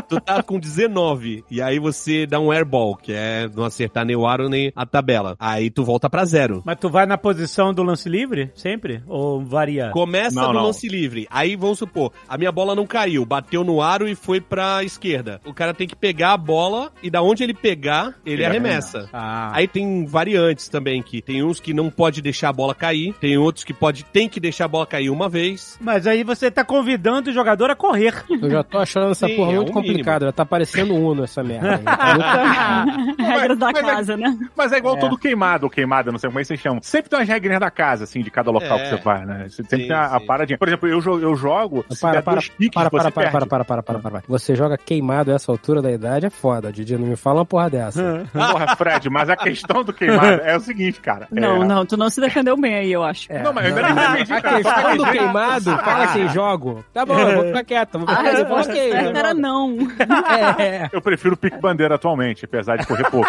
C: tu tá com 19, e aí você dá um airball, que é não acertar nem o aro, nem a tabela. Aí tu volta pra zero.
A: Mas tu vai na posição do lance livre? Sempre? Ou varia?
C: Começa
B: Não,
C: no
B: não.
C: lance livre. Aí vamos supor, a minha bola não caiu, bateu no aro e foi pra esquerda. O cara tem que pegar a bola e da onde ele pegar, ele,
B: Ele
C: arremessa.
A: Ah.
C: Aí tem variantes também que tem uns que não pode deixar a bola cair, tem outros que pode tem que deixar a bola cair uma vez.
A: Mas aí você tá convidando o jogador a correr.
H: Eu já tô achando essa
C: Sim,
H: porra
C: é
H: muito
C: um
H: complicada. Tá parecendo Uno essa merda. né? aí.
D: Regra da
B: mas é-
D: casa, né?
B: Mas é igual todo queimado, ou queimada, não sei como é que vocês chamam. Sempre tem umas regrinhas da casa, assim, de cada local
C: É.
B: que você vai, né? Você sempre
C: Sim,
B: tem a, a
C: sim.
B: paradinha. Por exemplo, eu, jo- eu jogo, se
H: Para,
B: der
H: para,
B: dois kicks,
H: para,
B: você
H: para, para,
B: perde.
H: para, para, para, para, para, para. Você joga queimado a essa altura da idade, é foda, Didi. Não me fala uma porra dessa.
B: Porra, Fred, mas a questão do queimado é o seguinte,
H: (laughs)
B: cara.
D: Não,
B: é...
D: não, tu não se defendeu bem aí, eu acho.
H: É,
B: Não, mas eu ainda não
H: (laughs)
B: entendi,
H: A
B: cara. Só
D: Ah,
H: questão do
B: peguei-
H: queimado, fala quem jogo. Tá bom, eu vou
A: (laughs)
H: ficar quieto. Vou
D: A
E: Ah,
H: ficar
D: (laughs)
H: quieto.
D: resposta
H: Ok, eu
D: certa era
H: jogo.
D: não.
H: (laughs) É,
B: Eu prefiro pique-bandeira atualmente, apesar de correr
H: (laughs)
B: pouco.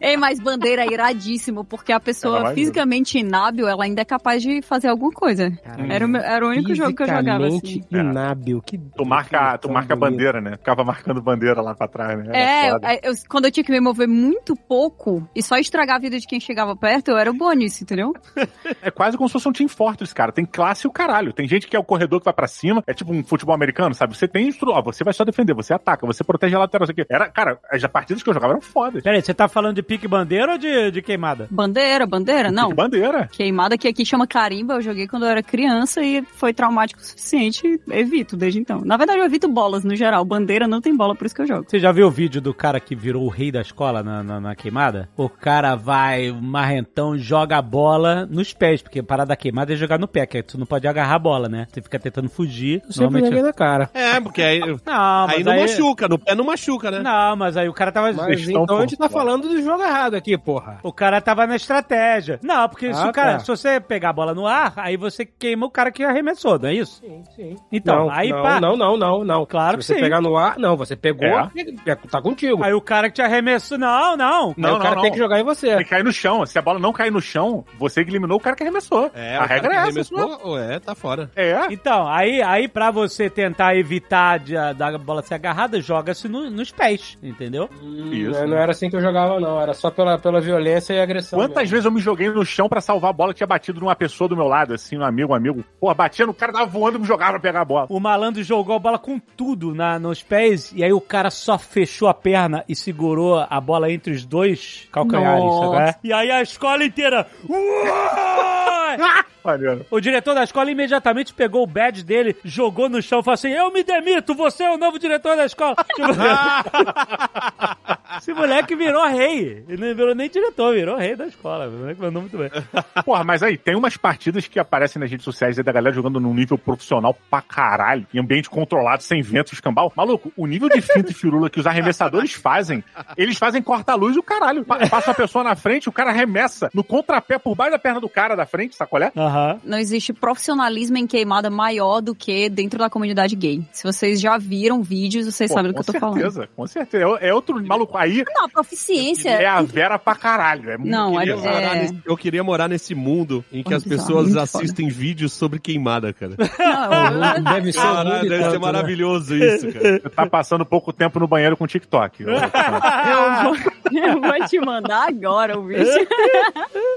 D: Ei, mas bandeira é iradíssimo, porque a
B: Ela
D: pessoa
B: vai-
D: fisicamente inábil, ela ainda é capaz de fazer alguma coisa. Era o, meu- era o único jogo que eu jogava assim.
H: Fisicamente inábil. Que
B: Tu marca, tu
H: que
B: marca a
H: bonito.
B: bandeira, né? Ficava marcando bandeira lá pra trás, né?
D: É,
B: Era foda.
D: eu- eu- quando eu tinha que me mover muito pouco e só estragar a vida de quem chegava perto, eu era o bom nisso, entendeu?
B: É quase como se fosse um Team Fortress, cara. Tem classe e o caralho. Tem gente que é o corredor que vai pra cima. É tipo um futebol americano, sabe? Você tem instru... ó, você vai só defender, você ataca, você protege a lateral. Isso aqui. Era, cara, as partidas que eu jogava eram fodas.
A: Peraí, você tá falando de pique bandeira ou de, de queimada?
D: Bandeira,
H: É,
D: bandeira, não.
B: Que bandeira.
D: Queimada que aqui chama carimba, eu joguei quando eu era criança e foi traumático o suficiente, evito desde então. Na verdade, eu evito bolas no geral, bandeira não tem bola, por isso que eu jogo.
A: Você já viu o vídeo do cara que virou o rei da escola na, na, na queimada? O cara vai, o marrentão, joga a bola nos pés, porque parar da queimada é jogar no pé, que aí tu não pode agarrar a bola, né? Você fica tentando fugir. assim.
H: Eu sempre joguei na cara.
C: É, porque aí,
A: Não, mas é
C: aí não machuca, no pé não machuca, né?
A: Não, mas aí o cara tava.
H: Mas
B: estão
H: então a gente tá
B: fofos.
H: falando do jogo errado aqui, porra.
A: O cara tava na estratégia. Não, porque se
H: Ah,
A: o cara,
H: tá.
A: se você pegar a bola no ar, aí você queima o cara que arremessou, não é isso?
H: Sim, sim.
A: Então, aí
H: não,
A: pá.
H: não, não, não, não.
A: Claro que
H: Se você
A: sim.
H: pegar no ar, não, você pegou,
B: É.
H: é, tá contigo. Aí,
A: Aí o cara que te arremessou. Não, não.
B: Não,
H: É, o cara
B: não, não. É
H: tem que jogar em
B: Tem
H: você.
B: que cair no chão. Se a bola não cair no chão, você que eliminou o cara que arremessou.
C: É,
B: a
C: o cara
B: regra
C: que
B: é essa.
C: arremessou,
B: senão-
C: ou é, tá fora.
B: É.
A: Então, aí, aí pra você tentar evitar de, a- da bola ser agarrada, joga-se no- nos pés, entendeu?
H: Hum,
B: Isso,
H: eu
B: né?
H: Não era assim que eu jogava, não. Era só pela, pela violência e agressão.
B: Quantas vezes eu me joguei no chão pra salvar a bola que tinha batido numa pessoa do meu lado, assim, um amigo, um amigo. Porra, batia no cara, tava voando e me jogava pra pegar a bola.
A: O malandro jogou a bola com tudo na, nos pés e aí o cara só fechou a perna e segurou a bola entre os dois calcanhares,
H: Nossa.
A: sabe? E aí a escola inteira. "Uai!"
B: Maneiro.
A: O diretor da escola imediatamente pegou o badge dele, jogou no chão e falou assim: Eu me demito, você é o novo diretor da escola. Tipo, esse moleque virou rei. Ele não virou nem diretor, virou rei da escola. O moleque mandou muito bem.
B: Porra, mas aí, tem umas partidas que aparecem nas redes sociais aí da galera jogando num nível profissional pra caralho, em ambiente controlado, sem vento, escambau. Maluco, o nível de finta e firula que os arremessadores fazem, eles fazem corta-luz e o caralho. Pa- passa a pessoa na frente, o cara arremessa no contrapé por baixo da perna do cara da frente, é? sacolé?
A: Aham.
D: Não existe profissionalismo em queimada maior do que dentro da comunidade gay. Se vocês já viram vídeos, vocês
B: Pô,
D: sabem do que
B: com
D: eu tô falando.
B: certeza, com certeza. É- É outro maluco. Aí
D: Não, a proficiência.
B: é a Vera pra caralho. É muito
D: Não, é,
C: Eu queria morar
D: é-
C: nesse- eu queria morar nesse mundo em que
D: Olha
C: as
D: que bizarro,
C: pessoas
D: muito
C: assistem vídeos sobre queimada,
D: (laughs)
C: cara.
D: é- não, eu-
H: Deve ser, um
C: Caralho,
H: mundo e
C: deve ser
H: tanto, né?
C: maravilhoso isso, cara.
B: Você tá passando pouco tempo no banheiro com TikTok.
D: (laughs) Eu vou te mandar agora o vídeo.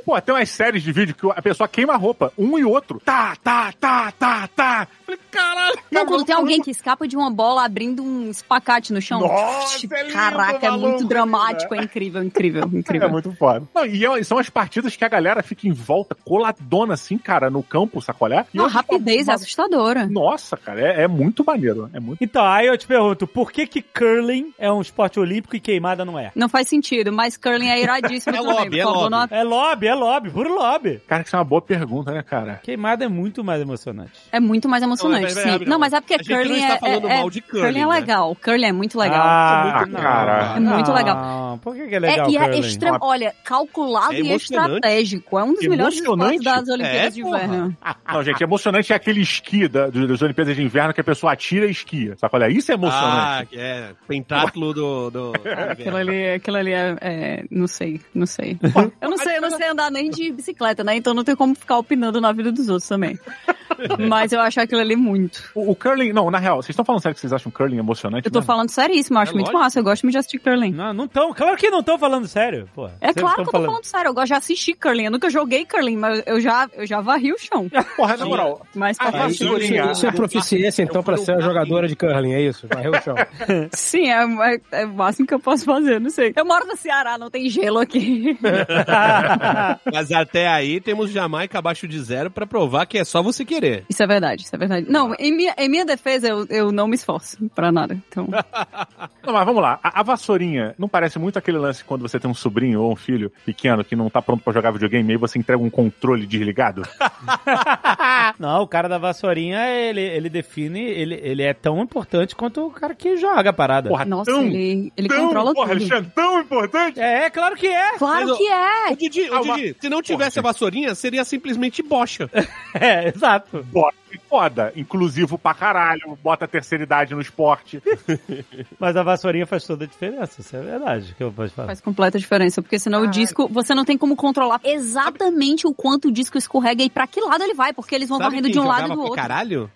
B: Pô, tem umas séries de vídeo que a pessoa queima a roupa, um e outro. Tá, tá, tá, tá, tá. Falei, caralho. tá
D: Não, quando
B: cara,
D: tem alguém que escapa de uma bola abrindo um espacate no chão.
B: Nossa, é lindo,
D: Caraca, é muito
B: maluco,
D: dramático, é incrível, incrível,
B: É
D: incrível.
B: muito foda. Não, e é- são as partidas que a galera fica em volta, coladona assim, cara, no campo, sacolé. E
D: Não, a
B: hoje tá
D: rapidez é
B: uma-
D: assustadora.
B: Nossa, cara, é, é muito maneiro. É muito...
A: Então, aí eu te pergunto, por que que curling é um esporte olímpico e queimada não é?
D: Não faz sentido, mas curling é iradíssimo
C: É
D: também.
C: lobby,
D: por
C: é
D: favor,
C: lobby.
D: não-
A: É lobby, é lobby, puro lobby.
B: Cara, isso é uma boa pergunta, né, cara?
A: Queimada é muito mais emocionante.
D: É muito mais emocionante,
C: Não, mas- mas-
D: sim.
C: abre,
D: não,
C: não.
D: mas é porque
C: A gente não
D: curling
C: está
D: é,
C: falando
D: é-
C: mal de curling,
D: curling é
C: né?
D: legal. Curling é muito legal.
A: Ah,
B: muito cara.
D: É muito legal.
A: Não, Por que, que é
D: É,
A: legal
D: e é
A: curling?
D: extra... Olha, calculado
C: É
D: e
C: emocionante.
D: estratégico. É um dos melhores
B: Emocionante?
D: esportes das Olimpíadas
C: É,
D: de
C: porra.
D: Inverno.
B: Não,
D: ah.
B: gente, emocionante é aquele esqui da, do- das Olimpíadas de Inverno que a pessoa atira e esquia. Sacolé, isso é emocionante.
C: Ah, é. Pentáculo do.
D: (laughs)
C: do...
D: Aquilo ali, aquilo ali é, é- Não sei,
C: (laughs)
D: não sei. Eu não sei, eu não sei andar nem de bicicleta, né? Então não tem como ficar opinando na vida dos outros
C: (laughs)
D: também. Mas eu acho aquilo ali muito.
B: O, o curling, não, na real, vocês estão falando sério que vocês acham curling emocionante?
D: Eu tô
B: mesmo?
D: falando seríssimo, eu acho
C: É
D: muito
C: lógico.
D: massa. Eu gosto muito de assistir curling.
A: Não, não tão. Claro que não estão falando sério, pô.
D: É claro que eu tô falando. sério, eu gosto de assistir curling. Eu nunca joguei curling, mas eu já, eu já varri o chão.
B: Porra, na moral,
D: Mas
B: Ah,
D: pra-
B: mas-
H: Isso, isso- isso é proficiência, então, pra ser a jogadora de curling, é isso? Varreu o chão.
D: sim, é, é- é o máximo que eu posso fazer, não sei. Eu moro no Ceará, não tem gelo aqui.
C: Mas até aí temos Jamaica abaixo de zero pra provar que é só você querer.
D: Isso é verdade, isso é verdade. Não, em minha, em minha defesa, eu, eu não me esforço pra nada. Então,
B: Não, mas vamos lá. A, a vassourinha não parece muito aquele lance quando você tem um sobrinho ou um filho pequeno que não tá pronto pra jogar videogame e aí você entrega um controle desligado?
A: Não, o cara da vassourinha, ele, ele define, ele, ele é tão importante quanto o cara que joga a parada.
B: Porra,
D: nossa,
B: tão,
D: ele, ele
B: tão,
D: controla
B: porra,
D: tudo.
B: Alexandre, tão importante.
A: É, é, claro que é.
D: Claro
C: Mas,
D: que é!
C: Ô, Didi, ô,
B: Ah, uma-
C: Didi, se não tivesse a vassourinha, seria simplesmente bocha.
A: É, (laughs) exato.
B: Bora, que foda. Inclusivo pra caralho, bota a terceira idade no esporte.
A: Mas a vassourinha faz toda a diferença, isso é verdade. Que eu posso falar.
D: Faz completa diferença, porque senão o disco, você não tem como controlar exatamente o quanto o disco escorrega e pra que lado ele vai, porque eles vão
C: Sabe
D: varrendo
C: quem
D: de um lado e
C: jogava
D: do
C: pra
D: outro.
C: Caralho?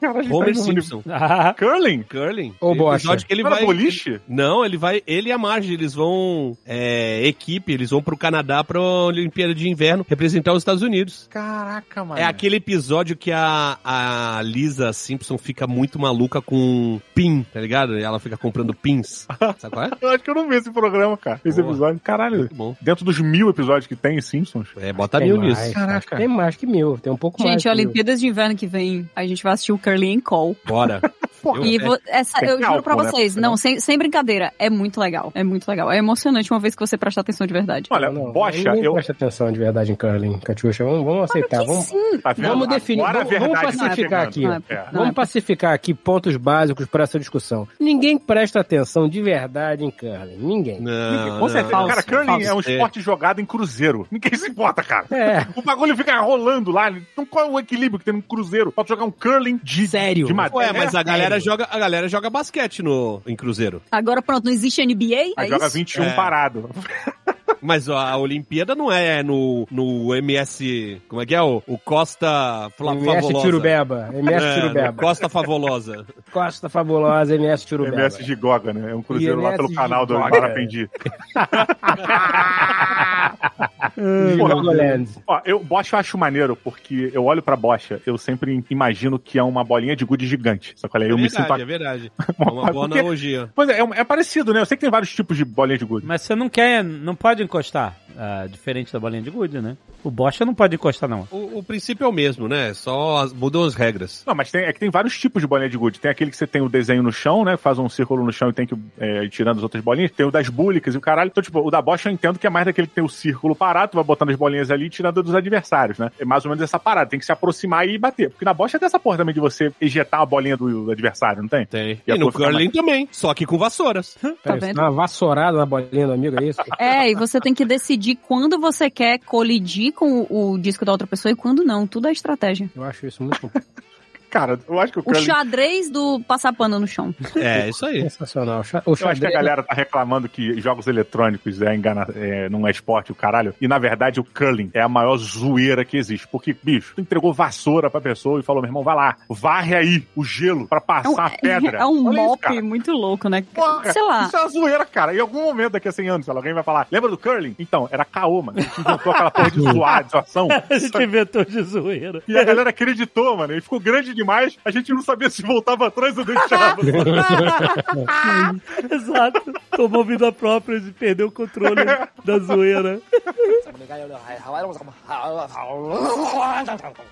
B: Caralho,
C: Homer
B: tá no nível-
C: assim, Simpson.
A: Ah,
B: Curling?
C: Curling.
H: Ou
C: Tem episódio
H: bocha.
C: que ele
B: Não era
C: vai.
B: boliche?
C: Não, ele vai. Ele e a Marge, eles vão. É, equipe, eles vão pro Canadá pra Olimpíada de Inverno representar os Estados Unidos.
B: Caraca, mano.
C: É aquele episódio que a, a Lisa Simpson fica muito maluca com pin, tá ligado? Ela fica
B: (laughs)
C: comprando pins. Sabe qual é?
B: Eu acho que eu não vi esse programa, cara. Esse
C: Boa.
B: episódio. Caralho.
C: Muito bom.
B: Dentro dos mil episódios que tem em Simpsons.
C: É, bota
H: Tem
C: mil
H: mais,
C: nisso.
H: cara.
B: Caraca.
H: Tem mais que mil, tem um pouco mais.
D: Gente,
H: que mil.
D: Olimpíadas de Inverno que vem, a gente vai assistir o Curling em Call.
C: Bora.
B: Porra.
D: E vo- essa,
B: Tem
D: eu juro pra
B: cálculo, é né?
D: vocês, não, sem, sem brincadeira, é muito legal. É muito legal. É emocionante uma vez que você prestar atenção de verdade.
B: Olha,
H: Não,
B: bocha,
H: ninguém
B: eu.
H: presta atenção de verdade em curling, Catiuxa. Vamos, vamos aceitar. Vamos,
B: Tá vendo?
H: Vamos definir,
B: Agora a
H: vamos- vamos
B: verdade tá
H: pacificar
B: chegando.
D: aqui.
B: É.
D: Não,
H: vamos
D: é-
H: pacificar aqui pontos básicos para essa discussão. Ninguém presta atenção de verdade em curling. Ninguém.
C: Ah, Não,
B: (laughs) Com certeza.
C: não.
B: cara, curling é um
C: Falso.
B: esporte jogado em cruzeiro. Ninguém se importa, cara.
H: É.
B: O bagulho fica rolando lá. Então qual é o equilíbrio que tem no cruzeiro? Pode jogar um curling de,
H: Sério?
B: de madeira.
C: É, Ué, mas a galera joga, a galera joga basquete no em cruzeiro.
D: Agora pronto, não existe NBA?
B: Aí
D: é
B: joga
D: isso?
B: 21
C: É.
B: parado.
C: Mas ó, a Olimpíada não é no, no MS. Como é que é? O, o Costa Fla
B: é
H: MS
C: Favolosa.
H: Tirubeba. MS
C: É, no
H: Tirubeba.
C: Costa Favolosa.
H: Costa Fabulosa, MS Tirubeba.
B: MS de Goga, né? É um cruzeiro lá
H: MS
B: pelo canal do
H: Goga.
B: Marapendi.
H: Gogoland.
D: Tá
B: Ó, eu, bocha eu acho maneiro, porque eu olho pra bocha, eu sempre imagino que é uma bolinha de gude gigante. Só que olha aí, eu
C: é
B: me
C: verdade,
B: sinto...
C: é
B: a-
C: verdade.
B: (laughs)
C: É uma boa
B: Porque-
C: analogia.
B: Pois é, é, um- é parecido, né? Eu sei que tem vários tipos de bolinha de gude.
A: Mas você não quer, não pode encostar. Ah, diferente da bolinha de gude, né? O bocha não pode encostar, não.
C: O, o princípio é o mesmo, né? Só as- mudam as regras.
B: Não, mas tem, é que tem vários tipos de bolinha de gude. Tem aquele que você tem o desenho no chão, né? Faz um círculo no chão e tem que é, ir tirando as outras bolinhas. Tem o das búlicas e o caralho. Então, tipo, o da bocha eu entendo que é mais daquele que tem o círculo parado, tu vai botando as bolinhas ali e tirando dos adversários, né? É mais ou menos essa parada. Tem que se aproximar e bater. Porque na bocha é dessa porra também de você ejetar a bolinha do, do adversário, não tem?
C: Tem.
B: E
C: E,
B: a
C: no
B: cor fica
C: curling também, só que
B: (laughs)
C: com vassouras.
H: Peraí,
D: Tá vendo?
H: você dá uma vassourada na bolinha do amigo, é isso?
D: É, e você tem que decidir quando você quer colidir com o, o disco da outra pessoa e quando não. Tudo é estratégia.
H: Eu acho isso muito (laughs)
B: Cara, eu acho que o
D: O
B: curling...
D: xadrez do passar pano no chão.
C: É, isso aí.
H: sensacional. O xa- O
B: Eu acho que a
H: xadrez
B: galera tá reclamando que jogos eletrônicos é engana, é, não é esporte, o caralho. E na verdade o curling é a maior zoeira que existe. Porque, bicho, tu entregou vassoura pra pessoa e falou: meu irmão, vai lá, varre aí o gelo pra
D: É um,
B: passar a pedra.
D: (laughs) é um
B: Olha isso,
D: mop
B: cara.
D: muito louco, né?
B: Porra,
D: Sei lá.
B: Isso é uma zoeira, cara. Em algum momento daqui a 100 anos, sei lá, alguém vai falar: lembra do curling? Então, era caô, mano. A gente inventou aquela
D: (laughs)
B: porra de zoar, de zoação.
A: A gente inventou de zoeira.
B: E a galera acreditou, mano. E ficou grande demais. A gente não sabia se voltava atrás ou deixava.
A: Exato. Tomou vida própria e perdeu o controle da zoeira.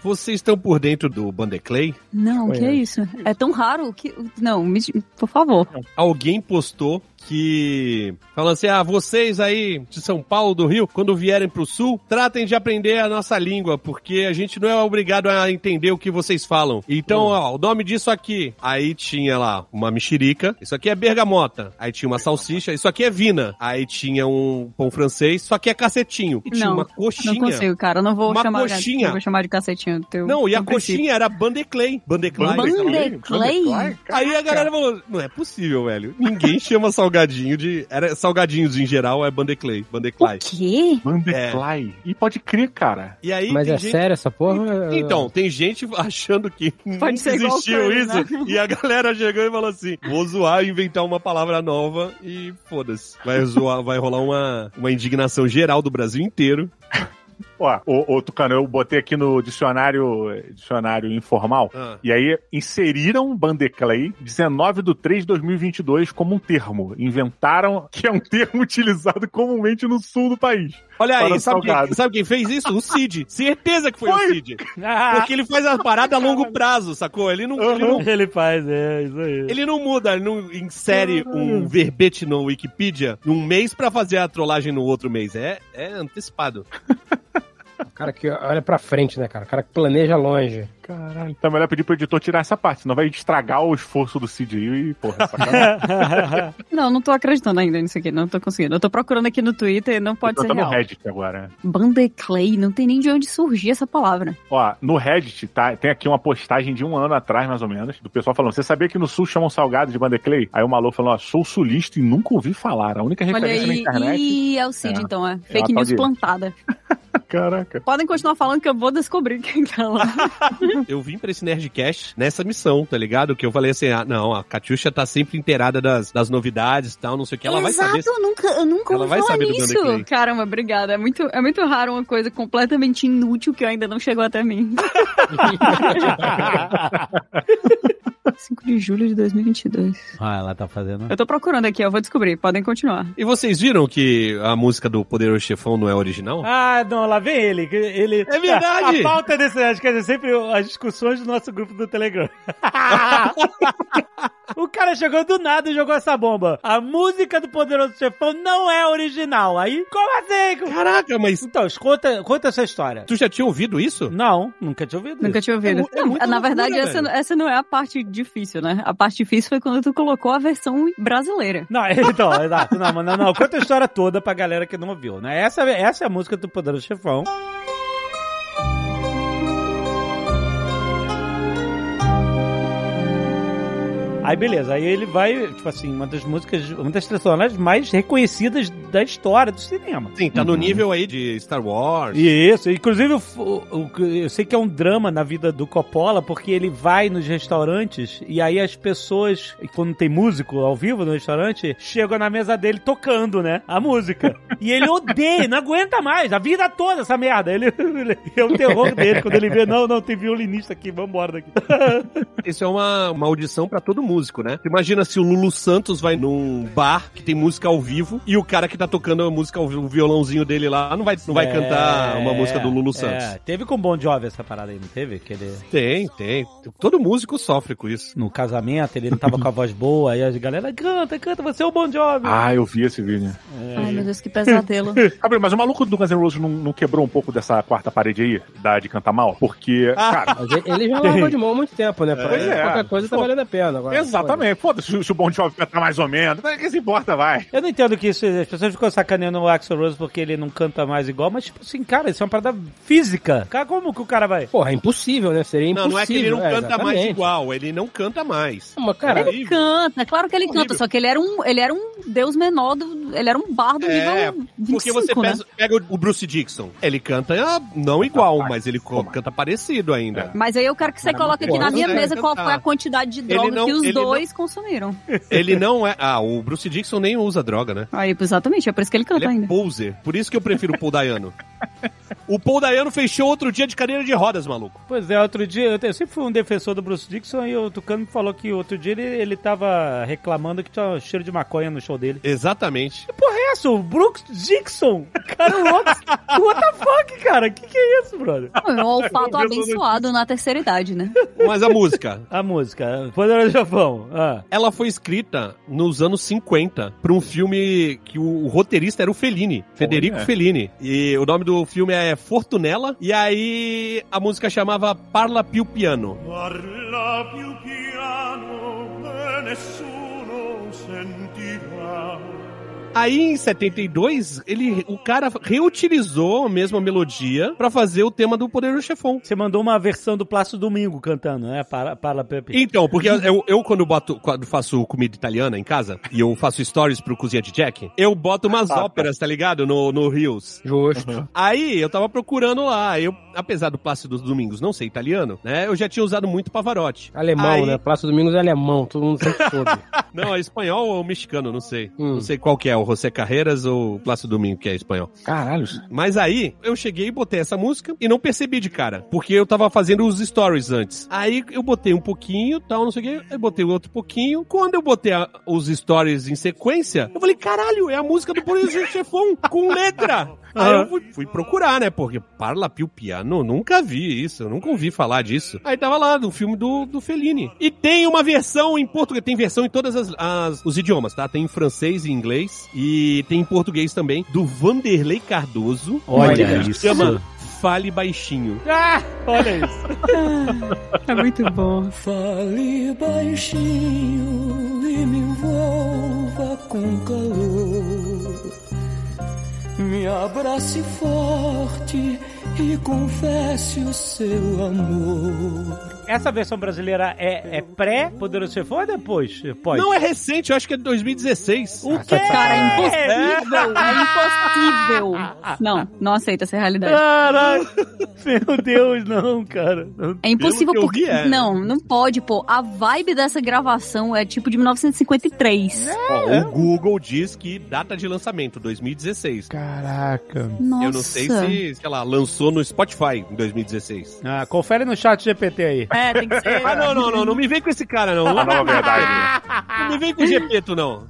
C: Vocês estão por dentro do Bandeclay?
D: Não, que é isso? É tão raro que. Não, me- por favor.
C: Alguém postou que. Falando assim: ah, vocês aí de São Paulo, do Rio, quando vierem pro Sul, tratem de aprender a nossa língua, porque a gente não é obrigado a entender o que vocês falam. Então, ó, o nome disso aqui. Aí tinha lá uma mexerica, isso aqui é bergamota. Aí tinha uma salsicha, isso aqui é vina. Aí tinha um pão francês, isso aqui é cacetinho. E tinha
D: Não,
C: uma
D: Não
C: coxinha.
D: consigo, cara. Não vou
C: Uma
D: chamar.
C: coxinha.
D: Não vou chamar de cacetinho teu.
C: Não, e a
D: teu princípio.
C: coxinha era Bandeclay. Bandeclay.
D: Bandeclay?
C: Aí a galera falou, não é possível, velho. Ninguém (laughs) chama salgadinho de... Era, salgadinhos em geral é Bandeclay, Bandeclay.
D: O quê?
B: Bandeclay. E pode crer, cara.
C: E aí
H: Mas
C: tem
H: é
C: gente...
H: sério essa porra?
C: Então, tem gente achando que nunca
D: ser igual né?
C: existiu
D: Curry,
C: isso. E a galera chegou e falou assim: vou zoar, inventar uma palavra nova e foda-se. Vai, zoar, vai rolar uma, uma indignação geral do Brasil inteiro.
B: Ó, ô, ô, Tucano, eu botei aqui no dicionário, dicionário informal.
C: Ah.
B: E aí inseriram o Bandeclay 19 de 3 de 2022 como um termo. Inventaram que é um termo (laughs) utilizado comumente no sul do país.
C: Olha
B: Para
C: aí,
B: o
C: sabe quem,
B: salgado.
C: sabe quem fez isso? O Cid. Certeza que foi,
B: Foi. Ah.
C: o Cid. Porque ele faz a parada a longo prazo, sacou? Ele não, ele não
A: Ele faz, é, isso aí.
C: Ele não muda, ele não insere um verbete no Wikipedia num mês pra fazer a trollagem no outro mês. É, é antecipado.
H: O cara que olha pra frente, né, cara? O cara que planeja longe.
B: Caralho. Então é melhor pedir pro editor tirar essa parte, senão vai estragar o esforço do Cid aí, e, porra, tá sacanagem.
D: Não, não tô acreditando ainda nisso aqui. Não tô conseguindo. Eu tô procurando aqui no Twitter, não pode
B: eu
D: ser
B: tô no
D: real.
B: Reddit agora, né?
D: Bandeclay, não tem nem de onde surgir essa palavra.
B: Ó, no Reddit, tá? Tem aqui uma postagem de um ano atrás, mais ou menos, do pessoal falando: Você sabia que no sul chamam salgado de Bandeclay? Aí o maluco falou: Ó, sou sulista e nunca ouvi falar. A única
D: Olha
B: referência na
D: aí.
B: internet.
D: Ih, é o Cid, então, é.
B: uma
D: Fake
B: tal
D: news
B: tá de-
D: plantada.
B: Caraca.
D: Podem continuar falando que eu vou descobrir quem é ela.
C: Eu vim pra esse Nerdcast nessa missão, tá ligado? Que eu falei assim, ah, não, a Catiuxa tá sempre inteirada das, das novidades e tal, não sei o que. Ela vai
D: Exato,
C: saber... se-
D: eu nunca, eu nunca
C: Ela
D: ouvi
C: vai
D: falar
C: saber do
D: nisso.
C: Bandeclay.
D: Caramba, obrigada. É muito, é muito raro uma coisa completamente inútil que ainda não chegou
C: (laughs)
D: até mim. 5 de julho de 2022.
A: Ah, ela tá fazendo.
D: Eu tô procurando aqui, eu vou descobrir. Podem continuar.
C: E vocês viram que a música do Poderoso Chefão não é original?
A: Ah, não, lá vem ele. que ele...
C: É verdade!
A: A, pauta desse acho que é sempre as discussões do nosso grupo do Telegram. (laughs) o cara chegou do nada e jogou essa bomba. A música do Poderoso Chefão não é original. Aí, como assim?
C: Caraca, mas
A: Então, conta, conta essa história.
C: tu já tinha ouvido isso?
A: Não, nunca tinha ouvido.
D: Nunca tinha ouvido.
C: É mu- é muita
D: Na
C: loucura,
D: verdade, essa,
C: velho.
D: essa não é a parte difícil, né? A parte difícil foi quando tu colocou a versão brasileira.
A: (laughs) Não, então, exato. Não, mas não, não. Conta a história toda pra galera que não ouviu, né? Essa, essa é a música do Poderoso Chefão. Aí beleza, aí ele vai, tipo assim, uma das músicas, uma das trilhas sonoras mais reconhecidas da história do cinema.
C: Sim, tá no nível aí de Star Wars.
A: E Isso, inclusive o- o- o- eu sei que é um drama na vida do Coppola, porque ele vai nos restaurantes e aí as pessoas, quando tem músico ao vivo no restaurante, chegam na mesa dele tocando, né? A música. E ele odeia, não aguenta mais, a vida toda essa merda. Ele, ele- é o terror dele quando ele vê, não, não, tem violinista aqui, vambora daqui.
C: Isso é uma, uma audição pra todo músico, né? Imagina se o Lulu Santos vai num bar que tem música ao vivo e o cara que tá tocando a música, ao vivo, o violãozinho dele lá, não vai, não vai cantar uma música do Lulu Santos.
A: É, teve com o Bon Jovi essa parada aí, não teve? Que ele,
C: Tem, tem. Todo músico sofre com isso.
A: no casamento, ele não tava com a voz boa, aí a galera, canta, canta, você é o Bon Jovi.
B: Ah, eu vi esse vídeo.
C: É.
D: Ai, meu Deus, que pesadelo.
B: (laughs) Gabriel, mas o maluco do Guns N' Roses não, não quebrou um pouco dessa quarta parede aí, da de cantar mal? Porque, cara,
H: Mas ele- ele já largou de mão há muito tempo, né? Pra
B: Pois
H: ele,
B: é.
H: Qualquer coisa tá
B: Pô,
H: valendo a pena agora.
B: exatamente. Foda-se se o Bon Jovi cantar mais ou menos. Quem se importa, vai.
A: Eu não entendo que isso. As pessoas ficam sacaneando o Axel Rose porque ele não canta mais igual, mas, tipo assim, cara, isso é uma parada física. Cara, como que o cara vai?
H: Porra, é impossível, né? Seria
C: Não,
H: impossível.
C: não é que ele não canta mais
H: exatamente.
C: igual, ele não canta mais.
H: Não, mas, cara,
C: Ele- É
D: Ele canta, claro que ele
C: Horrível.
D: canta, só que ele era um, ele era um deus menor, do, ele era um bardo
C: É,
D: nível 25,
C: Porque você
D: né?
C: pesa- pega o- o Bruce Dixon. Ele canta ah, não igual, mas ele co- canta parecido ainda.
D: Mas aí eu quero que você coloque aqui na
C: pode
D: minha
C: cantar.
D: mesa qual foi a quantidade de droga
C: não-
D: que os
C: ele não-
D: dois consumiram.
C: Ele não é. Ah, o Bruce Dixon nem usa droga, né?
D: Aí, exatamente, é por isso que ele canta
C: Ele é
D: ainda.
C: poser. Por isso que eu prefiro o Paul Dayano. O Paul Dayano fechou outro dia de cadeira de rodas, maluco.
A: Pois é, outro dia, eu, te- eu sempre fui um defensor do Bruce Dixon e o Tucano me falou que outro dia ele, ele tava reclamando que tinha um cheiro de maconha no show dele.
C: Exatamente.
A: Porra, é essa? O Brooks Dixon? (laughs) Cara, o Rocks. What the fuck, cara? Que que é isso, brother?
C: (laughs)
D: É um olfato abençoado na terceira idade, né?
C: Mas a música.
A: A música, Poderoso Japão. Ah.
C: Ela foi escrita nos anos 50 para um filme que o, o roteirista era o Fellini, Federico
B: Olha.
C: Fellini. E o nome do filme é Fortunella. E aí a música chamava Parla Più Piano.
I: Parla più piano che nessuno sentirà.
C: Aí em 72, ele, o cara reutilizou a mesma melodia pra fazer o tema do Poderoso Chefão.
A: Você mandou uma versão do Plácido Domingo cantando, né? Para, para Pepe.
C: Então, porque eu, eu quando, boto, quando faço comida italiana em casa, e eu faço stories pro Cozinha de Jack, eu boto umas óperas, tá ligado? No, no Reels.
H: justo.
C: Uhum. Aí eu tava procurando lá, eu, apesar do Plácido dos Domingos não ser italiano, né? Eu já tinha usado muito Pavarotti.
H: Alemão,
C: Aí-
H: né? Plácido Domingos é alemão, todo mundo
C: (laughs)
H: sempre soube.
C: Não, é espanhol ou mexicano, não sei.
H: Hum.
C: Não sei qual que é, o José Carreiras ou o Plácido Domingo, que é espanhol.
B: Caralho.
C: Mas aí, eu cheguei e botei essa música e não percebi de cara, porque eu tava fazendo os stories antes. Aí eu botei um pouquinho, tal, não sei o quê, aí botei outro pouquinho. Quando eu botei a- os stories em sequência, eu falei, caralho, é a música do Boris Chefão, com letra! Aí eu fui, fui procurar, né? Porque Parla Piu Piano, nunca vi isso, eu nunca ouvi falar disso. Aí tava lá, do filme do, do Fellini. E tem uma versão em português, tem versão em todos os idiomas, tá? Tem em francês e inglês, e tem em português também, do Vanderlei Cardoso,
A: Olha isso.
C: Chama Fale Baixinho. É,
A: Ah, olha isso.
D: É muito bom.
I: Fale baixinho e me envolva com calor. Me abrace forte e confesse o seu amor.
A: Essa versão brasileira é, é pré-Poderoso Chefão ou é depois? Pode.
C: Não é recente, eu acho que é de 2016.
A: O quê?
D: Cara, é impossível, é impossível. Não, não aceito essa realidade.
A: Caraca! (laughs) Meu Deus, não, cara. Não.
D: É impossível
C: que eu
D: porque...
C: vi, é.
D: Não, não pode, pô. A vibe dessa gravação é tipo de 1953.
A: Ah,
C: Ó,
A: é?
C: o Google diz que data de lançamento, 2016.
B: Caraca.
D: Nossa.
C: Eu não sei (laughs) se, sei lá, lançou no Spotify em 2016.
A: Ah, confere no chat GPT aí.
D: É, tem que ser...
C: Ah, não, não, não, não me vem com esse cara, (laughs) não.
B: A nova verdade.
C: Não me vem com o Gepeto, não.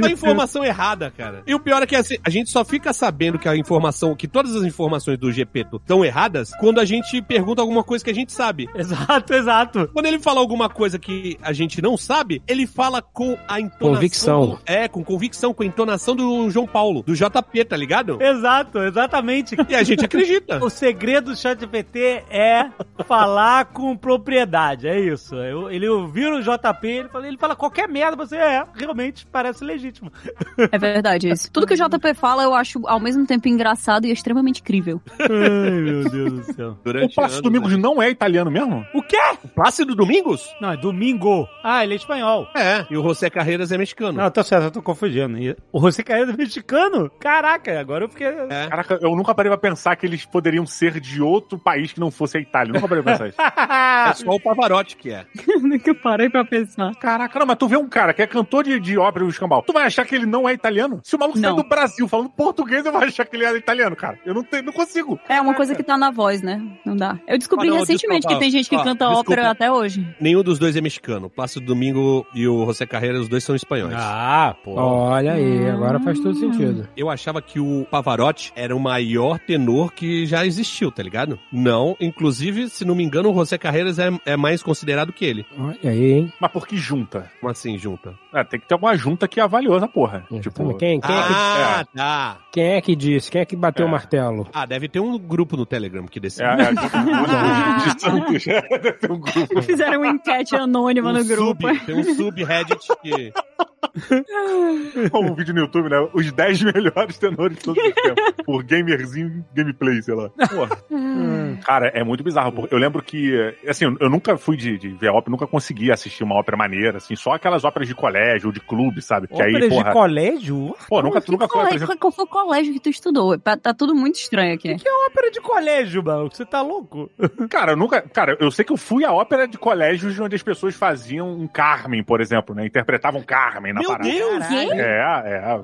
C: Só informação errada, cara. E o pior é que assim, a gente só fica sabendo que a informação, que todas as informações do Gepeto estão erradas quando a gente pergunta alguma coisa que a gente sabe.
A: Exato, exato.
C: Quando ele fala alguma coisa que a gente não sabe, ele fala com a entonação.
H: Convicção.
C: do- é, com convicção, com a entonação do João Paulo, do JP, tá ligado?
A: Exato, exatamente. (laughs)
C: E a gente acredita.
A: O segredo do chat GPT é falar com propriedade, é isso. Eu- ele vira o JP, ele fala, ele fala qualquer merda, você é, realmente parece legítimo.
D: É verdade isso. Tudo que o JP fala, eu acho ao mesmo tempo engraçado e extremamente (laughs) crível.
A: Ai, meu Deus do céu.
B: O Plácido Domingos não é italiano mesmo?
A: O quê?
C: O Plácido Domingos?
A: Não, é domingo. Ah, ele é espanhol.
C: É. E o José Carreiras é mexicano.
A: Não, tá certo, eu tô confundindo. E O José Carreira é mexicano? Caraca, agora eu fiquei.
C: É.
B: Caraca, eu nunca parei pra pensar que eles poderiam ser de outro país que não fosse a Itália. Eu nunca parei pra pensar isso.
C: É só o Pavarotti que é.
D: Nunca parei pra pensar.
B: Caraca, não, mas tu vê um cara que é cantor de, de ópera e escambau, tu vai achar que ele não é italiano? Se o maluco sai
D: Não.
B: do Brasil falando português, eu vou achar que ele é italiano, cara. Eu não, tenho, não consigo.
D: É uma coisa que tá na voz, né? Não dá. Eu descobri
C: Ah, não,
D: recentemente
C: desculpa,
D: que tem gente que
C: ó,
D: canta
C: desculpa.
D: ópera até hoje.
C: Nenhum dos dois é mexicano. O Plácido Domingo e o José Carreiras, os dois são espanhóis.
A: Ah, pô.
H: Olha aí, agora faz todo sentido.
C: Eu achava que o Pavarotti era o maior tenor que já existiu, tá ligado? Não, inclusive, se não me engano, o José Carreiras é, é mais considerado que ele.
H: Olha aí, hein?
B: Mas por que junta?
C: Como assim, junta?
B: Ah, tem que ter alguma junta que avaliou essa porra.
H: Então,
B: Tipo,
H: quem, quem, é que,
C: ah, tá.
H: quem é que disse? Quem é que bateu
B: É.
H: o martelo?
C: Ah, deve ter um grupo no Telegram que
B: é,
C: decide. Um
B: é
C: (laughs)
B: a junta de (laughs) Santos. tem um grupo.
D: Fizeram
H: (laughs)
D: uma enquete anônima no
C: um
D: grupo.
C: sub, tem um subreddit que...
B: um vídeo no YouTube, né? Os 10 melhores tenores de todo o tempo. Por gamerzinho, gameplay, sei lá. Porra. Cara, é muito bizarro. porque Eu lembro que, assim, eu- eu nunca fui de, de ver ópera, nunca consegui assistir uma ópera maneira, assim, só aquelas óperas de colégio ou de clube, sabe? Que aí,
A: Óperas de
B: porra.
A: colégio?
B: Pô, nunca, nunca foi, por
D: Colégio,
B: exemplo.
D: qual foi o colégio que tu estudou? Tá tá tudo muito estranho aqui.
A: Ópera de colégio, maluco. Você tá louco?
B: Cara, eu nunca. Cara, eu sei que eu fui a ópera de colégios onde as pessoas faziam um Carmen, por exemplo, né? Interpretavam Carmen na parada.
C: Deus!
D: Quê?
B: É, é.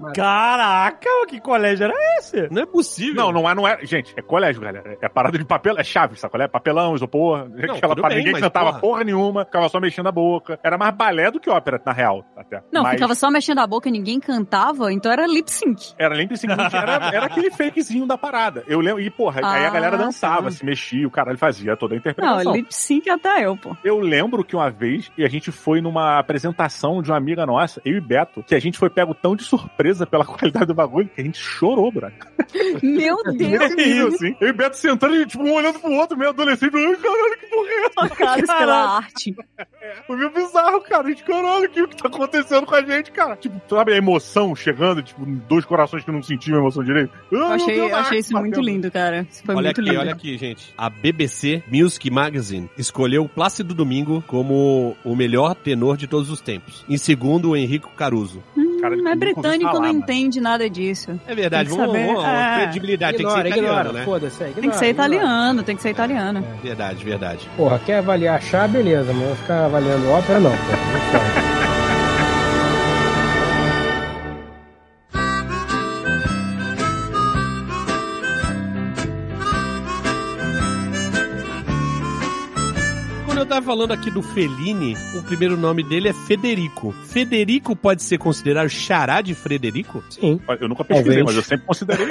A: Caraca, que colégio era esse?
C: Não é possível.
B: Não, não é, não é. Gente, é colégio, galera. É parada de papel, é chave, sacolé? É papelão, isopor. aquela
C: tudo
B: parada.
C: bem,
B: Ninguém
C: mas
B: cantava
C: porra.
B: porra. nenhuma, ficava só mexendo a boca. Era mais balé do que ópera, na real, até.
D: Não,
B: Mas
D: ficava só mexendo a boca e ninguém cantava, então era lip sync.
B: Era nem esse era, era aquele fakezinho da parada. Eu lembro. E, porra, aí a
D: Ah,
B: galera dançava,
D: tá.
B: se mexia, o caralho fazia toda a interpretação.
D: Não, lip sync até eu, pô.
B: Eu lembro que uma vez e a gente foi numa apresentação de uma amiga nossa, eu e Beto, que a gente foi pego tão de surpresa pela (laughs) qualidade do bagulho que a gente chorou, bro.
C: (laughs)
D: Meu Deus,
B: Eu, assim, eu e Beto sentando, a gente, tipo, um olhando pro outro, meio adolescente, ai, caralho, que porra é essa?
D: tocados pela arte.
B: Foi meio bizarro, cara. A gente, caralho, o que, o que tá acontecendo com a gente, cara? Tipo, sabe a emoção chegando, tipo, dois corações que não sentiam a emoção direito? "Ah,
D: Eu achei, eu achei isso muito lindo, cara. Isso foi
C: olha
D: muito
C: aqui,
D: lindo.
C: olha aqui, gente. A BBC Music Magazine escolheu Plácido Domingo como o melhor tenor de todos os tempos. Em segundo, o Henrico Caruso.
B: Cara,
D: Não é
B: nunca ouvi
D: britânico,
B: falar,
D: não
B: mano.
D: entende nada disso.
C: É verdade,
D: Tem que
C: vamos,
D: saber. Ah,
C: vamos, vamos.
A: É.
C: Credibilidade, tem que
H: Ignora,
C: ser italiano,
H: ignora,
C: né?
H: foda-se. aí,
D: Tem que ser
H: ignora, ignora.
D: italiano, tem que ser italiano.
C: Verdade, verdade.
H: Porra, quer avaliar chá, beleza, mas eu vou ficar avaliando ópera, não. Porra. Não pode.
C: Quando eu tava falando aqui do Fellini, o primeiro nome dele é Federico. Federico pode ser considerado xará de Frederico?
H: Sim.
B: Olha, Eu nunca pesquisei,
H: Talvez.
B: mas eu sempre considerei.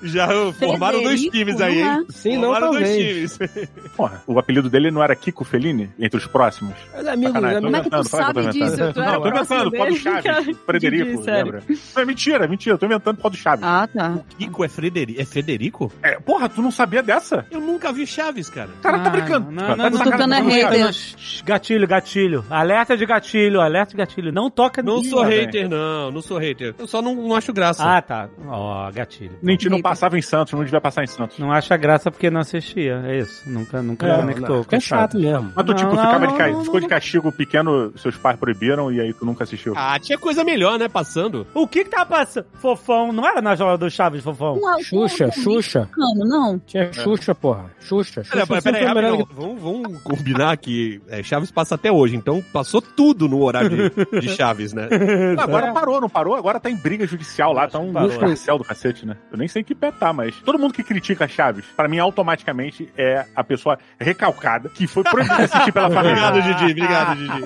C: (laughs) Já formaram dois
D: Federico,
C: times aí, hein?
D: né?
H: Sim, não,
C: Formaram dois
H: talvez.
C: times.
B: Porra, o apelido dele não era Kiko Fellini? Entre os próximos?
H: Mas amigos,
B: Sacanagem,
H: amigos.
D: Como é que tu
B: inventando, fala que eu
D: sabe
B: tô
D: disso?
H: inventando.
D: Tu
B: Não,
D: era
B: eu tô
D: próximo
B: inventando, por causa do
D: dele, cara?
B: Chaves. Frederico,
D: Didi, sério.
B: lembra? Não, é mentira, é mentira, eu tô inventando por causa do Chaves.
D: Ah, tá.
C: Kiko é Frederico. É
D: Ah.
C: Federico?
B: É, porra, tu não sabia dessa?
C: Eu nunca vi Chaves, cara.
B: O cara tá
A: Ah,
B: brincando.
A: não,
B: Tá
A: não, não,
B: de sacanagem
D: não,
B: com
D: não,
B: o
D: não,
B: cara.
D: não.
A: Shh, Gatilho, gatilho. Alerta de gatilho, alerta de gatilho. Não toca
C: Não
A: nisso,
C: sou
A: velho.
C: hater, não. Não sou hater. Eu só não, não acho graça.
A: Ah, tá. Ó, gatilho.
B: Mentira, não passava em Santos, não devia passar em Santos.
A: Não acha graça porque não assistia. É isso. Nunca, nunca
H: Não,
A: conectou.
H: não, fica chato mesmo.
B: Mas tu,
A: Não,
B: tipo,
A: não,
B: ficava
A: não,
B: de ca...
A: não,
B: ficou
A: não.
B: de castigo pequeno, seus pais proibiram e aí tu nunca assistiu.
C: Ah, tinha coisa melhor, né? Passando.
A: O que que tava passando? Fofão. Não era na Jola do Chaves, Fofão?
D: Um- um-
H: Xuxa,
D: um-
H: Xuxa.
D: Mano, não.
H: Tinha Xuxa, porra. Xuxa. Xuxa
C: Olha, É. peraí,
H: sempre foi melhor
C: rapidão. Vamos, vamos combinar que é, Chaves passa até hoje, então passou tudo no horário de, de Chaves, né?
A: é.
B: Agora parou, não parou? Agora tá em briga judicial lá, tá um
A: Parou.
B: escarcel do cacete, né? Eu nem sei que pé tá, mas todo mundo que critica a Chaves, pra mim, automaticamente é a pessoa recalcada que foi proibida de assistir pela família.
C: (laughs) obrigado, Didi. Obrigado, (laughs) Didi.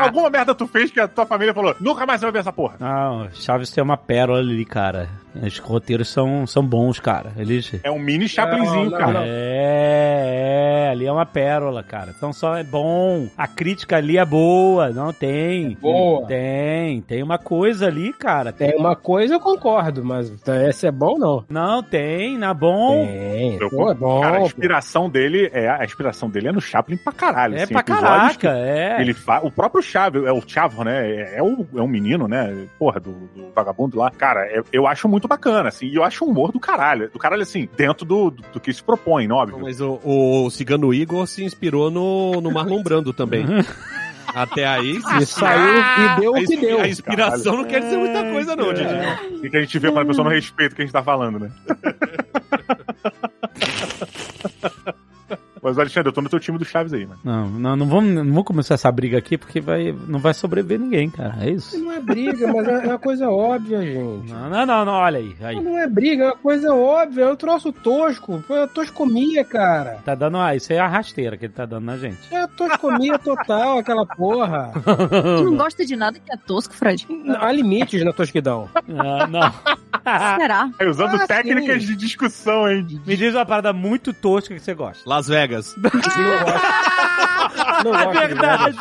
B: Alguma merda tu fez que a tua família falou, nunca mais você vai ver essa porra.
A: Não, Chaves tem uma pérola ali, cara. Os roteiros são, são bons, cara. Eles...
B: É um mini Chaplinzinho,
H: não,
B: cara.
H: não.
A: É, é, ali é uma pérola, cara. Então só é bom. A crítica ali é boa, não tem.
E: boa.
A: Tem, tem uma coisa ali, cara.
H: Tem uma coisa, eu concordo, mas essa é bom, não.
A: Não, tem, na bom.
H: Tem.
B: Eu
H: Pô, é bom.
B: Cara, a
H: pô.
B: inspiração dele é a inspiração dele é no Chaplin pra caralho.
A: É
B: assim,
A: pra
B: episódios que
A: caraca, é.
B: Ele fa... O próprio Chavo, é o Chavo, né? É, é o, é um menino, né? Porra, do, do vagabundo lá. Cara, é- eu acho muito bacana, assim. E eu acho um humor do caralho. Do caralho, assim, dentro do, do, do que se propõe, né? Óbvio.
C: Mas o, o Cigano Igor se inspirou no, no Marlon Brando (laughs) também. Até aí, sim.
H: E saiu e
C: a,
H: deu o que
C: inspi-
H: deu.
C: a inspiração
B: Caralho.
C: não quer dizer muita coisa, não, Didi.
B: E que a gente vê quando a pessoa não respeita o que a gente tá falando, né? Mas, Alexandre, eu tô no teu time do Chaves aí, mano.
A: Não, não, não vamos, não vou começar essa briga aqui porque vai, não vai sobreviver ninguém, cara. É isso.
H: Não é briga, mas é uma coisa óbvia, gente.
A: Não, não, não, não, olha aí, aí.
H: Não é briga, é uma coisa óbvia. É um troço tosco. É uma toscomia, cara.
A: Tá dando, ah, isso aí é a rasteira que ele tá dando na gente.
H: É uma toscomia total, aquela porra.
D: Tu não gosta de nada que é tosco, Fred?
H: Há limites na (laughs) tosquidão.
A: Ah, não.
D: Será?
B: Aí, usando
H: Ah,
B: técnicas de discussão, hein? de-
A: Me diz uma parada muito tosca que você gosta.
C: Las Vegas.
H: Não gosto. Não gosto de
A: Verdade.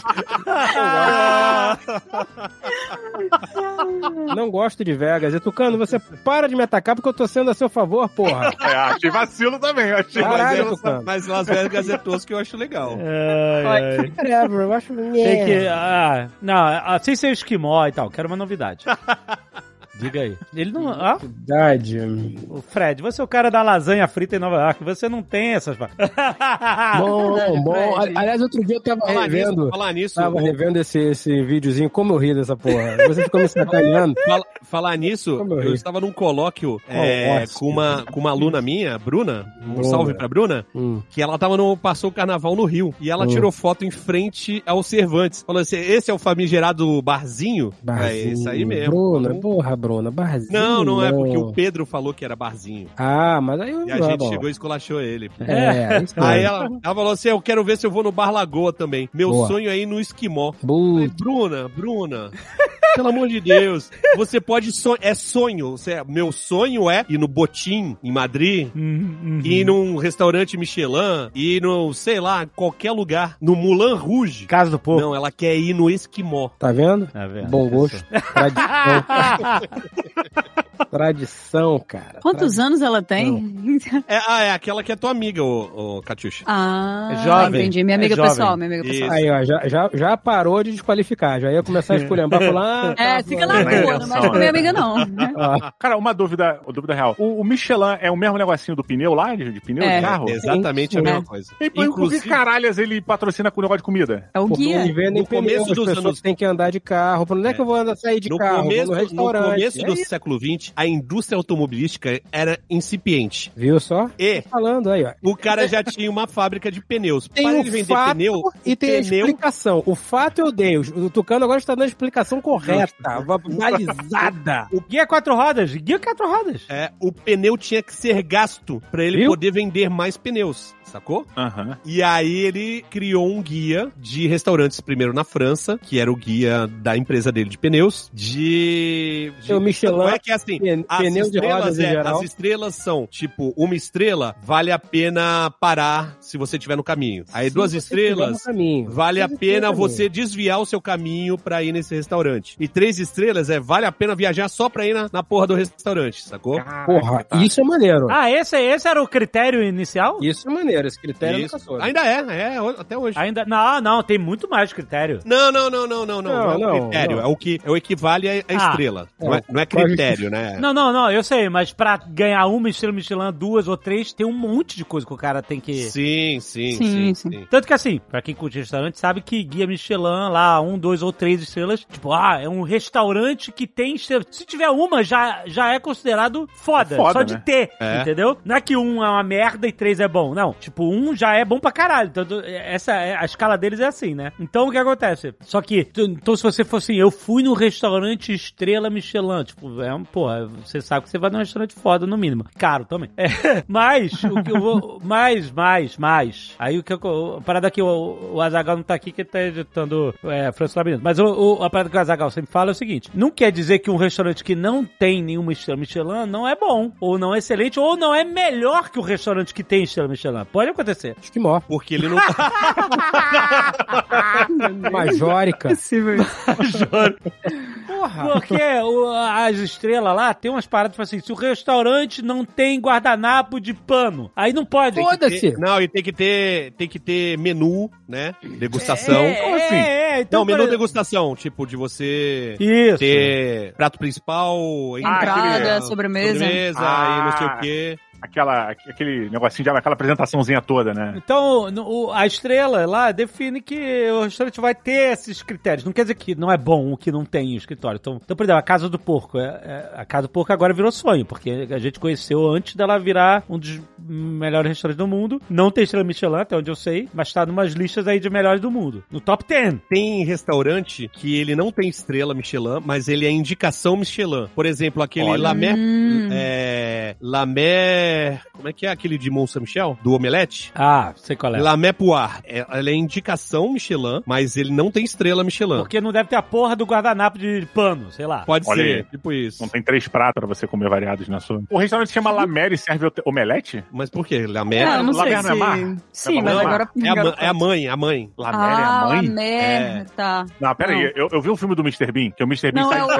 H: Vegas. Não gosto de Vegas. E Tucano, você para de me atacar porque eu tô sendo a seu favor, porra.
B: É, achei vacilo também, achei
H: Caralho,
B: vacilo.
H: Tucano.
C: Mas Las Vegas é tosco que eu acho legal.
A: Ai, ai.
H: Whatever, eu acho.
A: Tem que. Ah, não, assim ser esquimó e tal. Quero uma novidade. Diga aí. Ele não. Ah,
H: Verdade.
A: o Fred, você é o cara da lasanha frita em Nova York. Você não tem essas. pa-
F: Ah,
H: Bom, bom.
D: Fred.
H: Aliás, outro dia eu tava
C: Falar nisso,
H: revendo.
C: falar nisso,
H: Tava revendo esse, esse videozinho, como eu ri dessa porra. Você ficou me sacaneando.
C: Fala- falar nisso,
H: Como eu
C: eu
H: ri.
C: estava num colóquio é,
H: Colóquio.
C: com, uma, com uma aluna minha, Bruna, um
H: Bruna.
C: salve pra Bruna,
H: (laughs) Hum.
C: que ela tava no, passou o carnaval no Rio. E ela
H: Hum.
C: tirou foto em frente ao Cervantes. Falou assim: esse é o famigerado barzinho? É isso aí mesmo.
H: Bruna, porra, Bruna, barzinho.
C: Não, não é porque o Pedro falou que era barzinho.
H: Ah, mas aí
C: E a
H: não,
C: gente
H: bom.
C: chegou e esculachou ele. (laughs)
H: É, isso
C: Aí
H: aí.
C: ela, ela falou assim: Eu quero ver se eu vou no Bar Lagoa também. Meu
H: Boa.
C: sonho é ir no Esquimó. Falei,
H: Bu-
C: Bruna, Bruna, pelo amor de Deus, você pode sonhar. É sonho. Você, meu sonho é ir no Botim, em Madrid,
A: Hum, hum.
C: ir num restaurante Michelin, ir no, sei lá, qualquer lugar, no Moulin Rouge.
A: Casa do povo.
C: Não, ela quer ir no Esquimó.
H: Tá vendo?
A: Tá vendo?
H: Bom gosto.
C: (laughs)
H: Tradição. Tradição, cara.
D: Quantos anos ela tem?
C: É, ah, é aquela que é tua amiga, ô, ô Catiuxa.
D: (laughs) Ah,
A: É jovem.
D: entendi. Minha
A: É
D: amiga
A: jovem.
D: pessoal, minha amiga
C: Isso.
D: pessoal.
H: Aí, ó, já, já, já parou de desqualificar. Já ia começar a
C: (laughs)
H: esculhambar falar. ah,
D: É,
H: tá,
D: fica lá
H: fulano.
B: Não é
D: boa, não mexe com minha amiga, não. né?
H: Ó,
B: Cara, uma dúvida, uma dúvida real. O, o Michelin é o mesmo negocinho do pneu lá, de, de pneu
D: É.
B: de carro?
C: Exatamente a
D: Sim.
C: mesma coisa.
B: E
H: um
B: por por que um caralhas ele patrocina com o negócio de comida?
D: É o
H: Porque
D: guia. (laughs)
H: não vendem
C: No começo
H: pneu, as
C: dos
H: pessoas
C: anos-
H: têm que andar de carro. Pra Onde é que eu vou andar, sair de
C: no
H: carro? Vou
C: começo,
H: no
C: no
H: restaurante.
C: começo do
H: É,
C: século XX, a indústria automobilística era incipiente.
H: Viu só?
C: E
H: Falando aí, ó.
C: o cara já tinha uma fábrica de pneus.
H: Tem
C: Para
H: o
C: ele vender
H: fato
C: pneu,
H: e tem
C: pneu-
H: a explicação. O fato eu dei. O Tucano agora está dando a explicação correta, analisada.
A: O guia quatro rodas. Guia quatro rodas.
C: É, o pneu tinha que ser gasto pra ele
H: Viu?
C: poder vender mais pneus, sacou?
B: Aham.
C: E aí ele criou um guia de restaurantes, primeiro na França, que era o guia da empresa dele de pneus, de... de-
H: Seu Michelin,
C: Não é que é assim,
H: Pne-
C: as
H: Pneu de rodas
C: estrelas,
H: em
C: é,
H: geral.
C: as estrelas são, tipo, uma estrela vale a pena parar se você estiver no caminho. Aí
H: Se
C: duas
H: você
C: estrelas,
H: tiver no caminho.
C: Vale a
H: Mas
C: pena
H: explica,
C: você desviar o seu caminho pra ir nesse restaurante. E três estrelas é vale a pena viajar só pra ir na, na porra do restaurante, sacou?
H: Porra, isso é maneiro.
A: (laughs) Ah, esse, esse era o critério inicial?
H: Isso é maneiro, esse critério
C: Isso.
H: nunca soube.
C: Ainda é, é ho- até hoje.
A: Ainda. Não, não, tem muito mais critério.
C: Não, não, não, não, não, não.
H: Não,
C: Não é o
H: não,
C: critério.
H: não.
C: É o que é o equivale à à
A: Ah,
C: estrela. Não é,
H: é.
C: não é critério, né?
A: Não, não, não, eu sei, mas pra ganhar uma estrela Michelin, duas ou três, tem um monte de coisa que o cara tem que.
C: Sim, sim, sim,
D: Sim,
C: sim.
D: sim.
A: Tanto que assim, pra quem curte restaurante, sabe que guia Michelin lá, um, dois ou três estrelas, tipo, ah, é um restaurante que tem estrela. Se tiver uma, já, já é considerado foda,
B: É foda,
A: só de
B: né?
A: ter,
C: É.
A: entendeu? Não é que um é uma merda e três é bom, não. Tipo, um já é bom pra caralho, tanto, essa, é- a escala deles é assim, né? Então, o que acontece? Só que, t- então se você fosse assim, eu fui no restaurante estrela Michelin, tipo, é um, pô, porra, você sabe que você vai num restaurante foda, no mínimo. Caro também. É, mas, o que eu vou. Mais, mais, mais. Aí o que eu. A parada que o, o Azagal não tá aqui, que ele tá editando é, Franço Labirinto. Mas o, o- a parada que o Azagal sempre fala é o seguinte: não quer dizer que um restaurante que não tem nenhuma estrela Michelin não é bom, ou não é excelente, ou não é melhor que o restaurante que tem estrela Michelin. Pode acontecer.
H: Acho que mó.
C: Porque
A: (laughs)
C: ele não.
H: Majórica.
D: Possível.
H: Porra.
A: Porque o- as estrelas lá tem umas paradas, tipo assim, se o restaurante não tem guardanapo de pano, aí não pode.
H: Foda-se.
C: Não, e tem que ter, tem que ter menu, né? Degustação.
A: É,
B: Como assim?
A: é, é, então,
C: não, menu
A: por-
C: degustação, tipo de você
A: Isso.
C: ter prato principal,
D: Entrada,
B: queria.
D: sobremesa.
C: sobremesa e não sei
D: Ah.
C: o quê.
B: Aquela, aquele negocinho de aquela apresentaçãozinha toda, né?
A: Então, no- o- a estrela lá define que o restaurante vai ter esses critérios. Não quer dizer que não é bom o que não tem em escritório. Então, então, por exemplo, a Casa do Porco. é- é- a Casa do Porco agora virou sonho, porque a gente conheceu antes dela virar um dos melhores restaurantes do mundo. Não tem estrela Michelin, até onde eu sei, mas tá numas listas aí de melhores do mundo. No top 10.
C: Tem restaurante que ele não tem estrela Michelin, mas ele é indicação Michelin. Por exemplo, aquele
B: Olha.
C: Lamer.
D: Hum.
C: É, Lamer. Como é que é aquele de Mont Saint-Michel? Do Omelete?
A: Ah, sei qual é.
C: Lamé Poir. É, ela é indicação Michelin, mas ele não tem estrela Michelin.
A: Porque não deve ter a porra do guardanapo de pano, sei lá.
C: Pode
B: Olha
C: ser,
B: aí.
C: tipo isso.
B: Não tem três pratos pra você comer variados na sua. O restaurante se chama La Mer e serve ote- omelete?
C: Mas por quê? Lamé
D: Ah, eu não sei
B: Laverna é mar?
D: se... Sim,
B: Não,
D: mas
C: não,
D: agora...
C: é, a, ma- é a mãe, a mãe.
B: La Mer
D: Ah,
B: é a mãe? É.
D: merda. Tá.
B: Não, pera
D: Não.
B: aí, eu, eu vi um filme do Mr. Bean, que o Mr. Bean
D: Não,
B: sai
D: é
B: de
D: o- (laughs)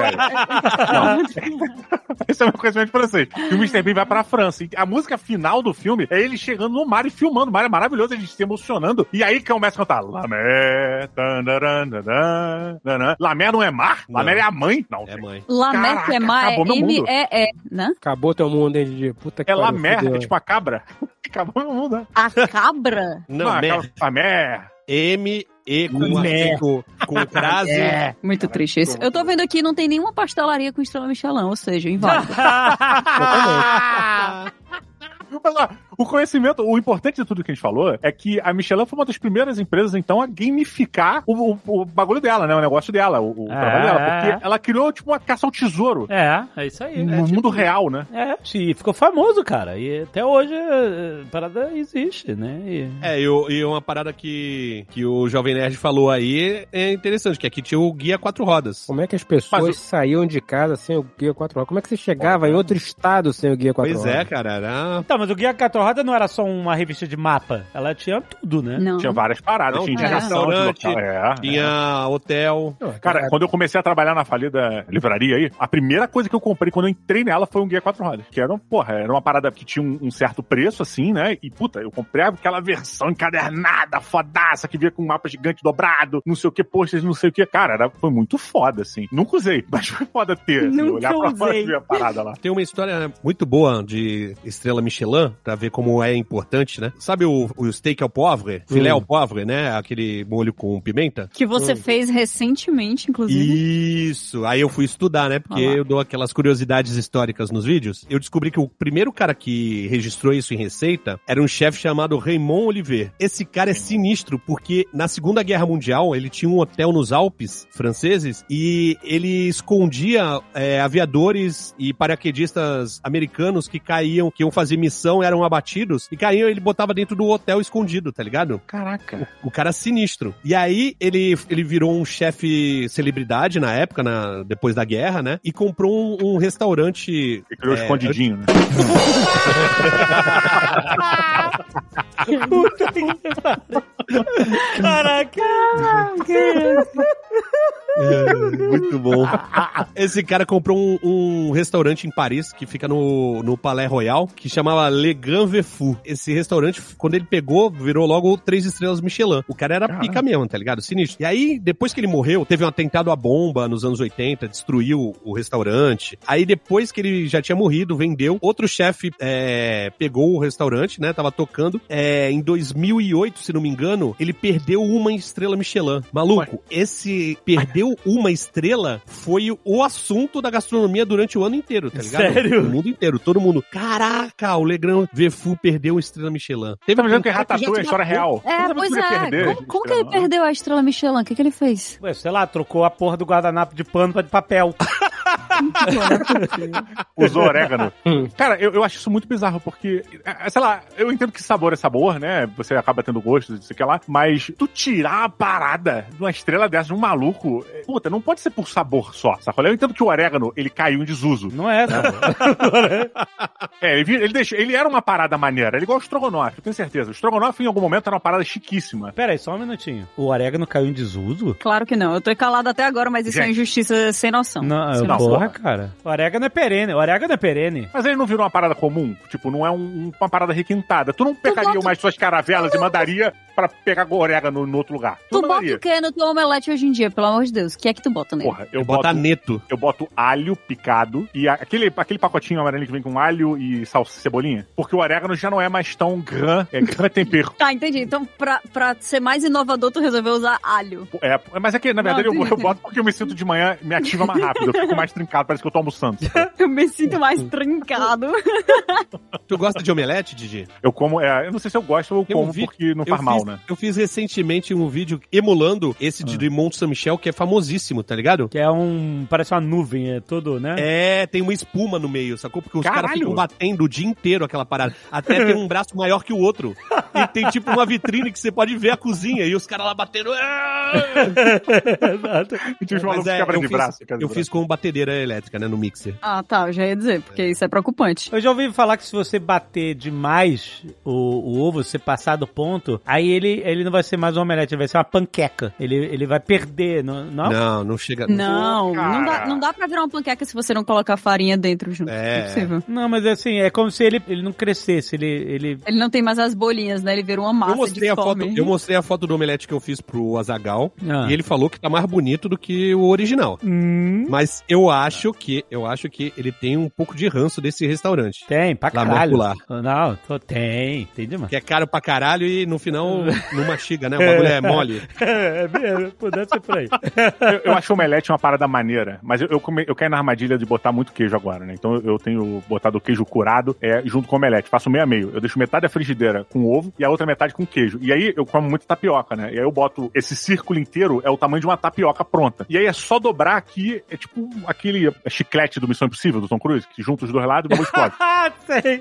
B: férias. (laughs) Isso é um conhecimento francês. E o Mr. Bean vai pra França. E a música final do filme é ele chegando no mar e filmando. O mar é maravilhoso, ele se emocionando. E aí que começa a cantar. Lamé, tandaran, dadan, dadan. Lamé não é mar?
C: Não.
B: Lamé é a mãe? Não.
C: É a mãe.
D: Lamec
B: Caraca,
D: é má, é
B: acabou meu mundo.
D: M-E-E, né?
H: Acabou teu mundo, hein, Didi? Puta que
B: É
H: pariu,
B: Lamé,
H: fudeu,
B: é
H: hein.
B: tipo a cabra. (laughs) Acabou meu mundo, né? Ah,
D: A cabra?
C: Não, Mer.
B: aquela- Lamé.
C: M, E com
B: Mer.
C: acento, com crase.
D: (laughs)
A: É.
D: (laughs) Muito triste isso. Eu tô
B: é?
D: vendo aqui, não tem nenhuma pastelaria com estrela Michelin, ou seja, inválido.
B: (laughs) Mas, ó, o conhecimento, o importante de tudo que a gente falou é que a Michelin foi uma das primeiras empresas, então, a gamificar o, o- o bagulho dela, né? O negócio dela, o, o
A: É.
B: trabalho
C: Ah.
B: dela. Porque ela criou, tipo, uma caça ao tesouro
A: É, é isso aí.
B: no
C: tipo
B: mundo real, né?
A: É, e ficou famoso, cara. E até hoje é, a parada existe, né? E-
C: É, e, o- e uma parada que, que o Jovem Nerd falou aí é interessante, que aqui tinha o guia quatro rodas.
H: Como é que as pessoas
B: Mas
H: saíam de casa sem o guia 4 horas? Como é que você chegava em outro estado sem o guia 4
C: Pois é,
H: horas?
C: cara. Era...
A: Tá, mas o Guia Catorrada não era só uma revista de mapa. Ela tinha tudo, né?
D: Não.
B: Tinha várias paradas,
C: Não, é.
B: tinha
D: tinha
B: indicação de
C: restaurante,
B: local. É, é.
C: Tinha hotel.
H: Não, é.
B: Cara, quando eu comecei a trabalhar na falida livraria aí, a primeira coisa que eu comprei quando eu entrei nela foi um guia quatro rodas. Que era, um- porra, era uma parada que tinha um, um certo preço, assim, né? E, puta, eu comprei aquela versão encadernada, fodaça, que via com um mapa gigante dobrado, não sei o que, posters, não sei o que. Cara, era, foi muito foda, assim. Nunca usei, (laughs) mas foi foda ter, assim,
A: Nunca
B: olhar pra fora
A: usei.
B: e ver a parada lá.
C: Tem uma história né, muito boa de Estrela Michelin, pra ver como é importante, né? Sabe o, o steak ao poivre? Filé ao poivre, né? Aquele molho com pimenta?
D: Que você
B: um-
D: fez recentemente, inclusive.
C: Isso. Aí eu fui estudar, né? Porque
D: Ah lá.
C: eu dou aquelas curiosidades históricas nos vídeos. Eu descobri que o primeiro cara que registrou isso em receita era um chefe chamado Raymond Oliver. Esse cara é sinistro porque na Segunda Guerra Mundial ele tinha um hotel nos Alpes franceses e ele escondia é, aviadores e paraquedistas americanos que caíam, que iam fazer missão, eram abatidos e caíam. Ele botava dentro do hotel escondido, tá ligado?
B: Caraca.
C: O cara é sinistro. E aí ele, ele virou um chefe celebridade na época, na, depois da guerra, né? E comprou um, um restaurante.
B: E criou
C: É,
B: escondidinho, né?
A: Puta que pariu. Caraca.
C: muito bom. Esse cara comprou um, um restaurante em Paris que fica no, no Palais Royal, que chamava Le Grand Vefu. Esse restaurante, quando ele pegou, virou logo três estrelas Michelin. O cara era
B: Caralho.
C: pica mesmo, tá ligado? Sinistro. E aí, depois que ele morreu, teve um atentado à bomba nos anos 80, destruiu o restaurante. Aí, depois que ele já tinha morrido, vendeu. Outro chefe é, pegou o restaurante, né? Tava tocando. É, em 2008, se não me engano, ele perdeu uma estrela Michelin. Maluco, esse perdeu uma estrela foi o assunto da gastronomia durante o ano inteiro, tá ligado?
A: Sério?
C: O mundo inteiro, todo mundo. Caraca, o Legrand Vefu perdeu uma estrela Michelin. Teve
B: Tá me dizendo que
C: um cara já
B: Ratatouille é
C: tinha
B: história real.
D: É,
B: Como
D: pois
B: você ia
D: é.
B: perder,
D: como
B: gente,
D: como que ele
B: não?
D: perdeu a estrela Michelin? O que, que ele fez?
A: Ué, sei lá, trocou a porra do guardanapo de pano pra de papel.
B: Usou
A: (laughs)
B: orégano.
A: Hum.
B: Cara, eu, eu acho isso muito bizarro, porque, eh, sei lá, eu entendo que sabor é sabor, né? Você acaba tendo gosto, não sei o que lá, mas tu tirar a parada de uma estrela dessa, de um maluco, eh, puta, não pode ser por sabor só, sacou? Eu entendo que o orégano, ele caiu em desuso.
A: Não
B: (laughs)
A: é, não.
B: É, ele, vi- ele, deixou- ele era uma parada maneira, era igual o estrogonofe, eu tenho certeza. O estrogonofe, em algum momento, era uma parada chiquíssima.
A: Pera aí, só um minutinho. O orégano caiu em desuso?
D: Claro que não. Eu tô calada até agora, mas isso é
B: Gente.
D: injustiça sem noção.
A: Não,
D: sem
B: não,
D: noção.
A: porra, cara. O orégano é perene. O orégano é perene.
B: Mas ele não virou uma parada comum? Tipo, não é um- um- uma parada requintada. Tu não pegaria mais suas caravelas e mandaria pra pegar orégano no outro lugar. Tu,
D: Tu
B: não
D: bota
B: mandaria.
D: o que é no teu omelete hoje em dia, pelo amor de Deus? O que é que tu bota nele?
B: Porra, eu
C: Bota
B: boto,
C: neto.
B: eu boto alho picado e a- aquele, aquele pacotinho amarelinho que vem com alho e salsa e cebolinha. Porque o orégano já não é mais tão gran,
D: (laughs)
B: é gran tempero.
D: Tá, entendi. Então, pra, pra ser mais inovador, tu resolveu usar alho.
B: É, mas é que, na verdade,
D: Não,
B: eu,
D: sim.
B: eu boto porque eu me sinto de manhã, me ativa mais rápido, eu fico mais trincado, parece que eu tô almoçando.
D: (laughs) Eu me
B: (laughs)
D: sinto mais trincado.
C: Tu gosta de omelete, Didi?
B: Eu como, é, eu não sei se eu gosto ou eu
C: Eu
B: como
C: vi-
B: porque não faz mal,
C: fiz,
B: né?
C: eu fiz recentemente um vídeo emulando esse de de Monte São Michel, que é famosíssimo, tá ligado?
A: Ah. Que é um. Parece uma nuvem, é todo, né?
C: É, tem uma espuma no meio, sacou? Porque os caras
B: Caralho!
C: ficam batendo o dia inteiro aquela parada. Até tem um braço maior que o outro. E tem tipo uma vitrine que você pode ver a cozinha e os caras lá batendo.
B: (laughs)
C: Ah!
A: Exato.
B: Tinha os malucos
C: Mas é,
B: quebra
C: eu
B: de
C: fiz-
B: braço. quebra de
C: Eu
B: braço.
C: fiz com batedeira elétrica, né, no mixer.
D: Ah, tá. Eu já ia dizer, porque isso é preocupante.
A: Eu já ouvi falar que se você bater demais o, o ovo, se você passar do ponto, aí ele, ele não vai ser mais um omelete, ele vai ser uma panqueca. Ele, ele vai perder, não? não?
C: Não, não chega.
D: Não,
B: cara.
D: não dá, não dá pra virar uma panqueca se você não colocar farinha dentro junto.
C: É.
D: É. Impossível.
A: Não, mas assim, é como se ele, ele não crescesse, ele, ele...
D: Ele não tem mais as bolinhas, né? Ele virou uma massa
C: Eu mostrei, a foto,
D: disforme.
C: eu mostrei a foto do omelete que eu fiz pro Azagal
A: Ah.
C: e ele falou que tá mais bonito do que o original.
A: Hum,
C: Mas eu acho que eu acho que ele tem um pouco de ranço desse restaurante.
A: tem, pra
C: Lá,
A: caralho.
C: molecular.
A: Não, tô- tem, tem demais.
C: Que é caro pra caralho e no final
D: (laughs)
C: não mastiga, né? O bagulho é mole.
A: É, mesmo, pudesse ser por aí.
B: Eu, eu acho omelete uma parada maneira, mas eu, eu, come- eu caí na armadilha de botar muito queijo agora, né? Então eu tenho botado o queijo curado é, junto com o omelete. Faço meio a meio. Eu deixo metade da frigideira com ovo e a outra metade com queijo. E aí eu como muito tapioca, né? E aí eu boto esse círculo inteiro, é o tamanho de uma tapioca pronta. E aí é só dobrar aqui, é tipo aquele chiclete do Missão Impossível, do Tom Cruise, que junta os dois lados e o bagulho explode.
A: Ah, sei.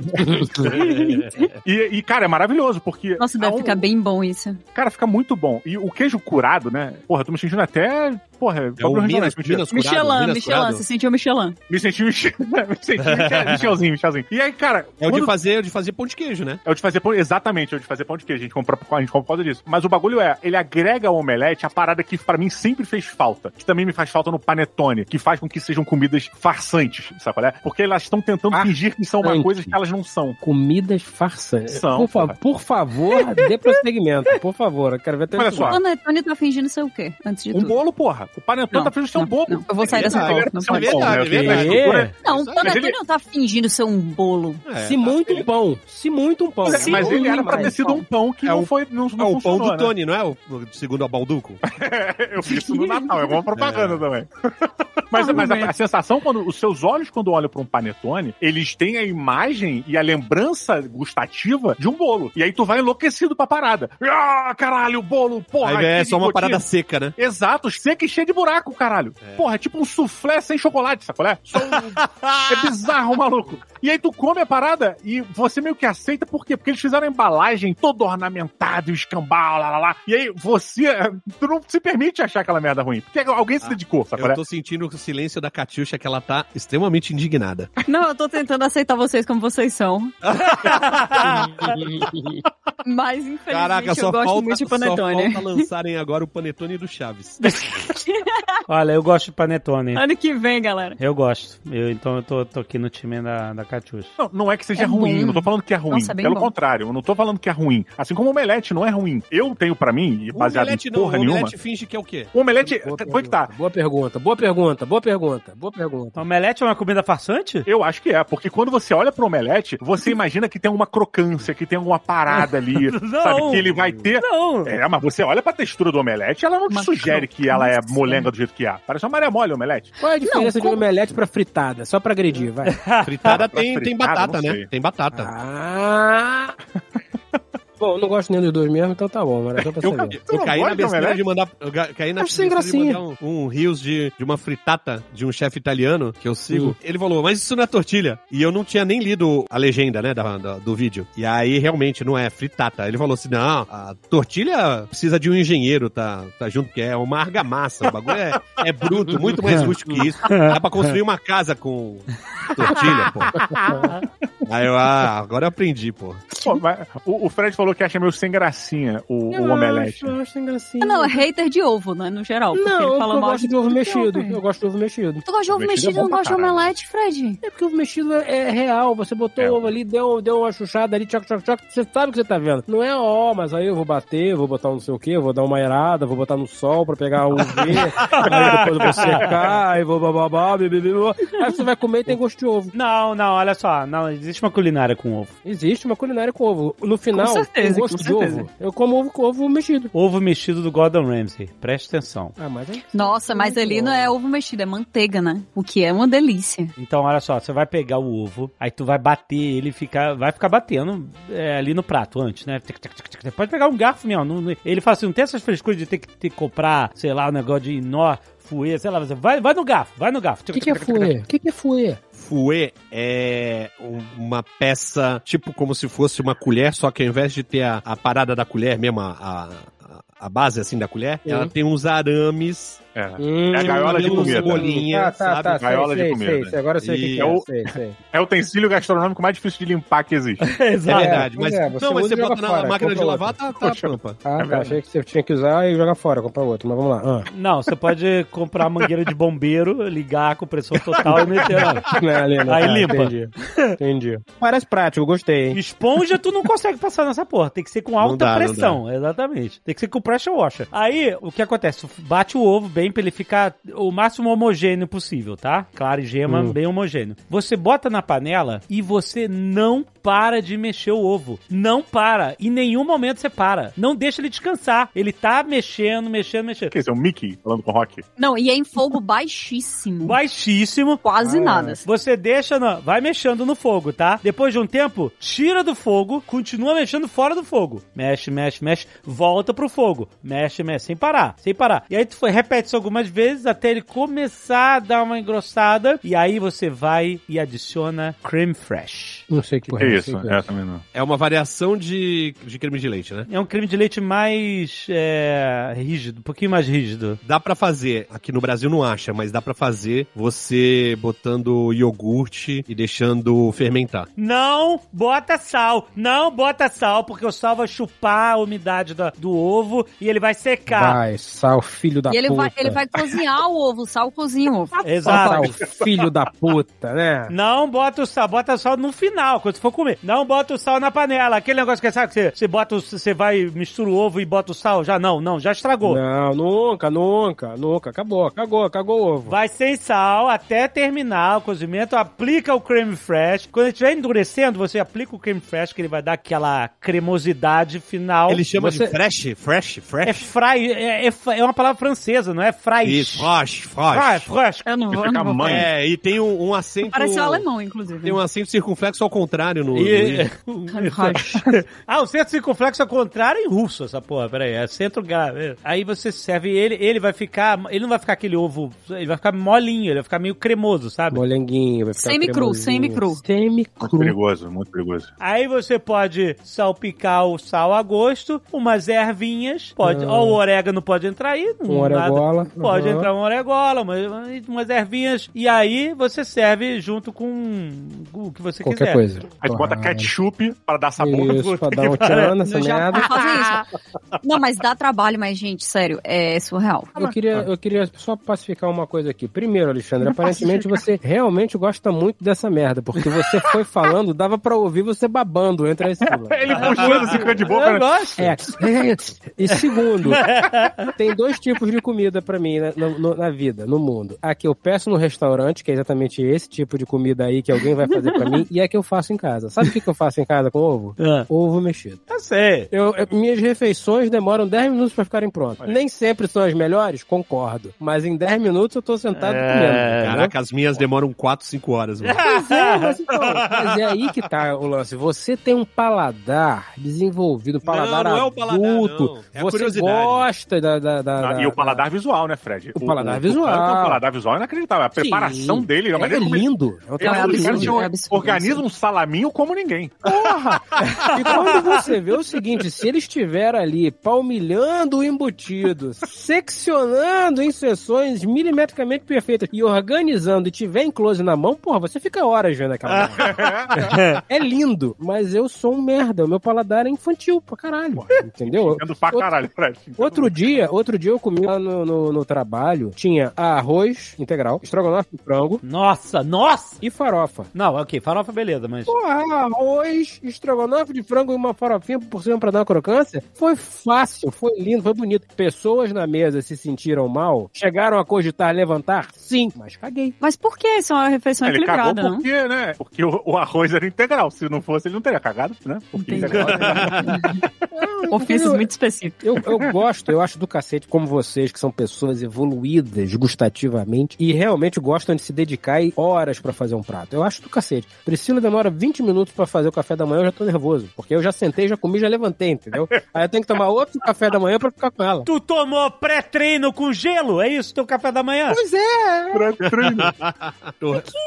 B: E, e, cara, é maravilhoso, porque.
D: Nossa,
B: há
D: deve
B: um-
D: ficar bem bom isso.
B: Cara, fica muito bom. E o queijo curado, né? Porra, eu tô me sentindo até. Porra,
C: É o
B: Pablo
C: Minas,
B: Restaurante, mentira.
C: Minas
D: Michelin,
C: curado, Minas
D: Michelin,
C: curado.
D: você sentiu Michelin.
B: Me senti (laughs) Michel, me senti
C: (laughs)
B: Michel, Michelzinho, Michelzinho. E aí, cara,
C: É o de
B: quando-
C: fazer, é o de fazer pão de queijo, né?
B: é o de fazer pão, exatamente, é o de fazer pão de queijo, a gente compra, a gente compra por causa disso. Mas o bagulho é, ele agrega ao omelete a parada que pra mim sempre fez falta, que também me faz falta no panetone, que faz com que sejam comidas farsantes, sabe qual é? Porque elas estão tentando fingir que são uma
H: Farsantes.
B: coisa que elas não são.
H: Comidas farsantes.
B: São,
H: por, fa-
B: cara.
H: por favor,
B: (laughs)
H: dê prosseguimento. Por favor, eu quero ver até o
B: Olha
H: final.
B: só.
D: O Panetone tá fingindo ser o quê, antes de
B: Um
D: tudo?
B: bolo, porra. O panetone
D: Não,
B: tá
C: um
B: fazendo o seu
D: não,
B: bolo.
D: não. Eu vou sair dessa
B: Ele era
D: pauta, não
B: seu
D: pode.
B: pão, né?
C: É
B: Eu tenho
C: verdade,
B: mais
A: é
B: cultura.
A: verdade.
D: Não, o
C: Mas
D: Panetone
B: ele-
D: não tá fingindo ser um bolo.
C: É,
H: Se muito um pão. Se muito um pão.
B: Mas,
H: Se
B: mas ele
H: muito
B: era pra ter
H: mais
B: sido um pão que
C: É
B: não
C: o-
B: foi. Não,
C: É
B: não
C: o pão
B: funcionou,
C: do
B: né?
C: Tony, não é? O, segundo a Balduco.
B: (laughs) Eu fiz isso no Natal, é uma propaganda também. (laughs) Mas, mas a, a sensação, quando os seus olhos, quando olham pra um panetone, eles têm a imagem e a lembrança gustativa de um bolo. E aí tu vai enlouquecido pra parada. Ah, caralho, bolo, porra.
C: Aí é
B: que
C: só uma
B: nicotina.
C: parada seca, né?
B: Exato, seca e cheia de buraco, caralho. Porra, é tipo um soufflé sem chocolate, sacolé? Só
C: (laughs)
B: um- é bizarro, maluco. E aí tu come a parada e você meio que aceita, por quê? Porque eles fizeram a embalagem toda ornamentada e o escambau, lá, lá, lá. E aí você, (laughs) eh, tu não se permite achar aquela merda ruim, porque alguém se dedicou, é? sacolé?
C: Ah, Eu tô sentindo o silêncio da Catiuxa que ela tá extremamente indignada.
D: Não, eu tô tentando aceitar vocês como vocês
C: (laughs)
D: são. Mas, infelizmente,
C: Caraca,
D: eu
C: só
D: gosto
C: falta,
D: muito de
C: só
D: Panetone.
C: falta lançarem agora o Panetone do Chaves.
A: Olha, eu gosto de panetone.
D: Ano que vem, galera.
A: Eu gosto. Eu, então eu tô, tô aqui no time da, da Catiuxa.
B: Não, não é que seja
D: É
B: ruim,
D: bom.
B: não tô falando que é ruim.
D: Nossa, é bem
B: Pelo
D: bom.
B: contrário, eu não tô falando que é ruim. Assim como o omelete não é ruim. Eu tenho pra mim, e baseado em
C: não, o
B: porra nenhuma,
C: omelete finge que é
B: (laughs)
C: o quê?
B: o omelete,
H: Boa
B: foi que tá,
H: pergunta, Boa pergunta, boa pergunta, boa
B: é-
H: pergunta, boa pergunta.
A: Omelete é uma comida farsante?
B: Eu acho que é, porque quando você olha pro omelete, você imagina que tem uma crocância, que tem alguma parada ali,
A: Não.
B: sabe? Que ele vai ter.
A: Não.
B: É, mas você olha pra textura do omelete, ela não te
D: Uma
B: sugere que ela é molenga do jeito que é. Parece uma maré mole o omelete.
H: Qual é a diferença de
D: como-
H: omelete pra fritada? Só pra agredir,
B: (laughs)
H: vai.
C: Fritada
B: pra
C: tem, tem
B: fritada,
C: batata,
B: não
C: né?
B: sei.
C: Tem batata.
H: Ah, Bom, eu não gosto nem dos dois mesmo, então tá bom, era só pra
B: Eu
H: saber.
B: Tu
C: Eu
B: não um
C: caí na
B: gosta de
C: besteira
B: omelete?
C: de mandar. Eu ga- caí na
H: Acho sem
C: besteira de
H: gracinha.
C: mandar um, um rios de, de uma fritata de um chefe italiano que eu sigo. Ele falou, mas isso não é tortilha. E eu não tinha nem lido a legenda, né, da, da- do vídeo. E aí realmente não é fritata. Ele falou assim: não, a tortilha precisa de um engenheiro, tá, tá junto, que é uma argamassa. O bagulho é, é bruto,
B: (laughs)
C: muito mais rústico que isso. Dá pra construir uma casa com
B: (laughs)
C: tortilha, pô. Aí eu, ah, agora eu aprendi, pô.
B: Pô, mas o, o Fred falou que acha meio sem gracinha o, o omelete.
H: Eu acho, eu acho sem gracinha.
D: Ah, não, é hater de ovo, né? No geral. Porque
H: Não,
D: ele
H: eu,
D: fala
H: eu
D: mal
H: gosto
D: de. é
H: de ovo mexido. Eu gosto de ovo mexido.
D: Tu gosta de ovo
B: Mexido é
D: mexido,
B: bom
D: não
B: pra
D: gosta de
B: caralho.
D: omelete, Fred?
H: É porque ovo mexido é, é real. Você botou
B: É.
H: o ovo ali, deu, deu uma chuchada ali, tchoc, tchoc, tchoc. Você sabe o que você tá vendo. Não é ó, mas aí eu vou bater, vou botar um não sei o quê, vou dar uma aerada, vou botar no sol pra pegar
B: (laughs)
H: o UV, aí depois eu vou secar, e vou bababá, bibibibó. Aí você vai comer e tem gosto de ovo.
A: Não, não, olha só. Não, existe uma culinária com ovo.
H: Existe uma culinária com ovo. No final,
D: certeza,
H: tem gosto
D: com
H: de
D: certeza.
H: ovo. Eu como ovo com ovo mexido.
A: Ovo mexido do Gordon Ramsay. Presta atenção.
H: Ah, mas aí...
D: Nossa, mas ali não é ovo mexido, é manteiga, né? O que é uma delícia.
A: Então, olha só, você vai pegar o ovo, aí tu vai bater ele, e ficar, vai ficar batendo é, ali no prato antes, né? Tic, tic, tic, tic. Pode pegar um garfo mesmo. não- não- ele fala assim, não tem essas frescuras de ter que ter que comprar, sei lá, um negócio de nó, fuê, sei lá. você Vai, vai no garfo, vai no garfo.
H: O que, que é fuê? O que, que é fuê?
C: Fouet é um- uma peça, tipo como se fosse uma colher, só que ao invés de ter a, a parada da colher mesmo, a, a- a base assim da colher,
H: Uhum.
C: ela tem uns arames.
B: É.
H: Hum,
B: É a gaiola de
C: menos
B: comida.
C: bolinha,
H: tá, tá,
C: sabe?
H: tá, sei,
B: Gaiola de
H: sei,
B: comida. né?
H: sei, sei, agora eu sei o que,
C: E-
H: que é, sei, sei.
B: É o utensílio gastronômico mais difícil de limpar que
H: (laughs)
B: existe.
C: É verdade,
H: pois
C: mas.
H: é,
C: não, mas
H: usa
C: você
H: e joga
C: bota na
H: fora,
C: máquina de
H: compra
C: lavar,
H: outra.
C: tá, tá a tampa.
H: Ah, tá, achei que você tinha que usar e jogar fora, comprar outro, mas vamos lá.
A: Não, você pode comprar a mangueira de bombeiro, ligar com pressão total e meter lá.
H: Ah, (laughs) não, ali não,
A: Aí
H: tá,
A: limpa.
H: Entendi. Entendi. Parece prático, gostei, hein?
A: Esponja, tu não consegue passar nessa porra. Tem que ser com alta
C: dá, não
A: pressão. Exatamente. Tem que ser com pressure washer. Aí, o que acontece? Tu Bate o ovo bem pra ele ficar o máximo homogêneo possível, tá? Claro e gema,
H: Hum.
A: bem homogêneo. Você bota na panela e você não para de mexer o ovo. Não para. Em nenhum momento você para. Não deixa ele descansar. Ele tá mexendo, mexendo, mexendo.
B: Que esse é o Mickey falando com o Rock.
D: Não, e é em fogo baixíssimo.
A: Baixíssimo.
D: Quase
B: é.
H: Ah,
D: nada. assim.
A: Você deixa, na, vai mexendo no fogo, tá? Depois de um tempo, tira do fogo, continua mexendo fora do fogo. Mexe, mexe, mexe, volta pro fogo. Mexe, mexe, sem parar, sem parar. E aí tu foi, repete isso algumas vezes até ele começar a dar uma engrossada. E aí você vai e adiciona cream fresh.
H: Não sei o que
B: Que
H: porra
B: isso,
H: não sei o que
B: é, também não.
C: É uma variação de, de creme de leite, né?
A: É um creme de leite mais é, rígido, um pouquinho mais rígido.
C: Dá pra fazer, aqui no Brasil não acha, mas dá pra fazer você botando iogurte e deixando fermentar.
A: Então, Não bota sal, não bota sal, porque o sal vai chupar a umidade da- do, ovo e ele vai secar.
H: Vai, sal, filho da
D: E ele
H: puta.
D: vai, ele vai cozinhar o ovo, o sal cozinha o ovo.
A: Exato.
H: Sal,
D: (laughs)
H: filho da puta, né?
A: Não bota o sal, bota sal no final, quando você for comer. Não bota o sal na panela. Aquele negócio que é, sabe que você, você bota, o- você vai, mistura o ovo e bota o sal. Já não, não, já estragou.
H: Não, nunca, nunca, nunca. Acabou, cagou, cagou o ovo.
A: Vai sem sal até terminar o cozimento, aplica o creme fresh. Quando ele estiver endurecendo, você aplica o creme fresh, que ele vai dar aquela cremosidade final.
C: Ele chama
H: você-
C: de fresh, fresh,
A: É
C: fresh.
A: fry, é, é, é uma palavra francesa, não é fry.
C: Isso, fresh,
A: Fry,
C: fresh.
A: fresh.
D: Eu não vou.
B: Fica
D: Não
B: a
D: vou.
B: mãe.
C: É, e tem um, um acento...
D: Parece um alemão, inclusive.
C: Tem um acento circunflexo ao contrário no. no- (laughs)
A: (laughs) E- ah, o centro circunflexo ao contrário em russo, essa porra, peraí. É centro grave. Aí você serve ele, ele vai ficar. Ele não vai ficar aquele ovo. Ele vai ficar molinho, ele vai ficar meio cremoso, sabe?
H: Molenguinho, vai ficar
B: é
D: Semi-cru,
H: cremosinho.
D: semi-cru.
B: Muito
H: Semi-cru.
B: perigoso, muito perigoso.
A: Aí você pode salpicar o sal a gosto, umas ervinhas. Pode,
H: Ah.
A: Ó, o orégano pode entrar aí.
H: Um
A: nada.
H: oregola.
A: Pode
H: aham.
A: entrar uma oregola, umas, umas ervinhas. E aí você serve junto com o que você
H: Qualquer
A: quiser.
H: coisa.
B: Aí tu bota
H: Torrada.
B: ketchup pra dar sabor. (laughs)
H: Isso, pra
A: puta
H: dar
A: que
H: um
A: pariu.
H: tchan nessa
A: Eu já-
H: merda.
D: Vou fazer isso. Não, mas dá trabalho, mas, gente, sério, é surreal.
H: Eu queria, eu queria só pacificar uma coisa aqui. Primeiro, Alexandre, aparentemente você realmente gosta muito dessa merda, porque você foi falando, dava pra ouvir você babando entre as sílabas.
B: Ele puxando assim com a de
A: Eu
B: boca. né?
A: gosto.
H: É. E segundo, tem dois tipos de comida pra mim na, no- no- na vida, no mundo. A que eu peço no restaurante, que é exatamente esse tipo de comida aí que alguém vai fazer pra mim, e a que eu faço em casa. Sabe o que, que eu faço em casa com ovo?
A: Ah,
H: Ovo mexido.
A: eu sei.
H: Eu- eu- minhas refeições demoram 10 minutos pra ficarem prontas. Nem sempre são as melhores, concordo. Mas em 10 minutos eu tô sentado
B: É.
H: comendo. entendeu?
C: Caraca, as minhas demoram 4, 5 horas, mano.
H: Pois é, mas,
B: (laughs)
H: então, mas é aí que tá o lance. Você tem um paladar desenvolvido, um paladar
C: não é o
H: adulto.
C: paladar, não. É a
H: você
C: curiosidade.
H: gosta da... da, da-
B: Ah,
H: da-
B: e o paladar visual, né, Fred?
H: O paladar visual.
B: cara tem um paladar visual inacreditável. A
H: Sim.
B: preparação dele, a
H: É
B: maneira como ele-
H: lindo. É um
B: Ele,
H: trabalho
B: ele,
D: absurdo,
B: cara,
H: lindo.
B: tinha-
D: é absurdo,
B: organiza um salaminho como ninguém. (laughs)
H: Porra! E quando você vê o seguinte, se ele estiver ali palmilhando o embutido, seccionando em seções milimetricamente perfeitas e organizando e tiver em close na mão, porra, você fica horas vendo aquela mão. É lindo, mas eu sou um merda. O meu paladar é infantil pra caralho. Entendeu?
B: Sendo pra
H: Outro-
B: caralho, Fred.
H: Outro dia, outro dia eu comi lá no, no, no trabalho, tinha arroz integral, estrogonofe de frango
A: Nossa, nossa!
H: e farofa.
A: Não, ok, farofa beleza, mas...
H: Porra, arroz, estrogonofe de frango e uma farofinha por cima pra dar uma crocância? Foi fácil, foi lindo, foi bonito. Pessoas na mesa se sentiram mal? Chegaram a cogitar levantar? Sim, mas caguei.
D: Mas por que isso é uma refeição
B: Ele cagou
D: equilibrada, não?
B: porque, né? Porque o, o arroz era integral. Se não fosse, ele não teria cagado, né? Porque
D: Entendi.
B: integral
D: (laughs) Ofensas
H: Eu-
D: muito específicas.
H: Eu, eu gosto, eu acho do cacete, como vocês, que são pessoas evoluídas gustativamente e realmente gostam de se dedicar e horas pra fazer um prato. Eu acho do cacete. Priscila demora 20 minutos pra fazer o café da manhã, eu já tô nervoso. Porque eu já sentei, já comi, já levantei, entendeu? Aí eu tenho que tomar outro café da manhã pra ficar com ela.
A: Tu tomou pré-treino com gelo? É isso, teu café da manhã?
H: Pois é!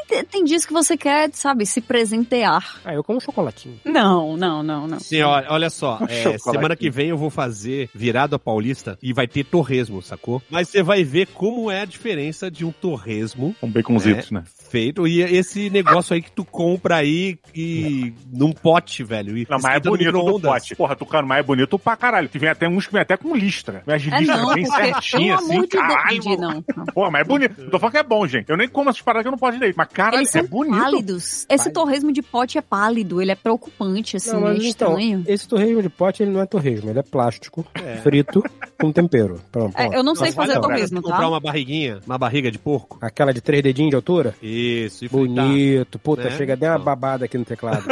D: Tem- Tem dias que você quer, sabe, se presentear.
H: Ah, eu como um chocolatinho.
D: Não, não, não, não.
C: Senhora, olha só, é,
B: chocolate.
C: semana que vem eu vou fazer virado a paulista e vai ter torresmo, sacou? Mas você vai ver como é a diferença de um torresmo
B: (laughs) Um baconzitos, né?
C: feito e esse negócio aí que tu compra aí e num pote, velho. E
B: Não, mas é
C: esquenta no
B: bonito do
C: micro-ondas.
B: pote. Porra, Tucano, mas é bonito pra caralho. Que vem até uns que vem até com listra. Mas
D: É
B: listra
D: não,
B: bem
D: porque, pelo
B: certinha,
D: amor
B: assim,
D: de
B: caralho.
D: Deus, Didi, não. não.
B: Porra, mas é bonito. Não tô falando que é bom, gente. Eu nem como essas paradas que eu não posso direito. Mas caralho,
D: Eles
B: é
D: são
B: bonito.
D: pálidos. Esse torresmo de pote é pálido, ele é preocupante, assim,
H: Não,
D: é
H: mas então,
D: estranho.
H: esse torresmo de pote, ele não é torresmo, ele é plástico, frito, com tempero. Pronto,
D: É, eu não sei
C: Mas vale
D: fazer
C: a pena
D: torresmo,
C: tu comprar
D: tá?
C: uma barriguinha, uma barriga de porco.
H: Aquela de três dedinhos de altura?
C: Isso, e fritar.
H: Bonito, puta,
C: Né?
H: chega até uma
C: Não.
H: babada aqui no teclado.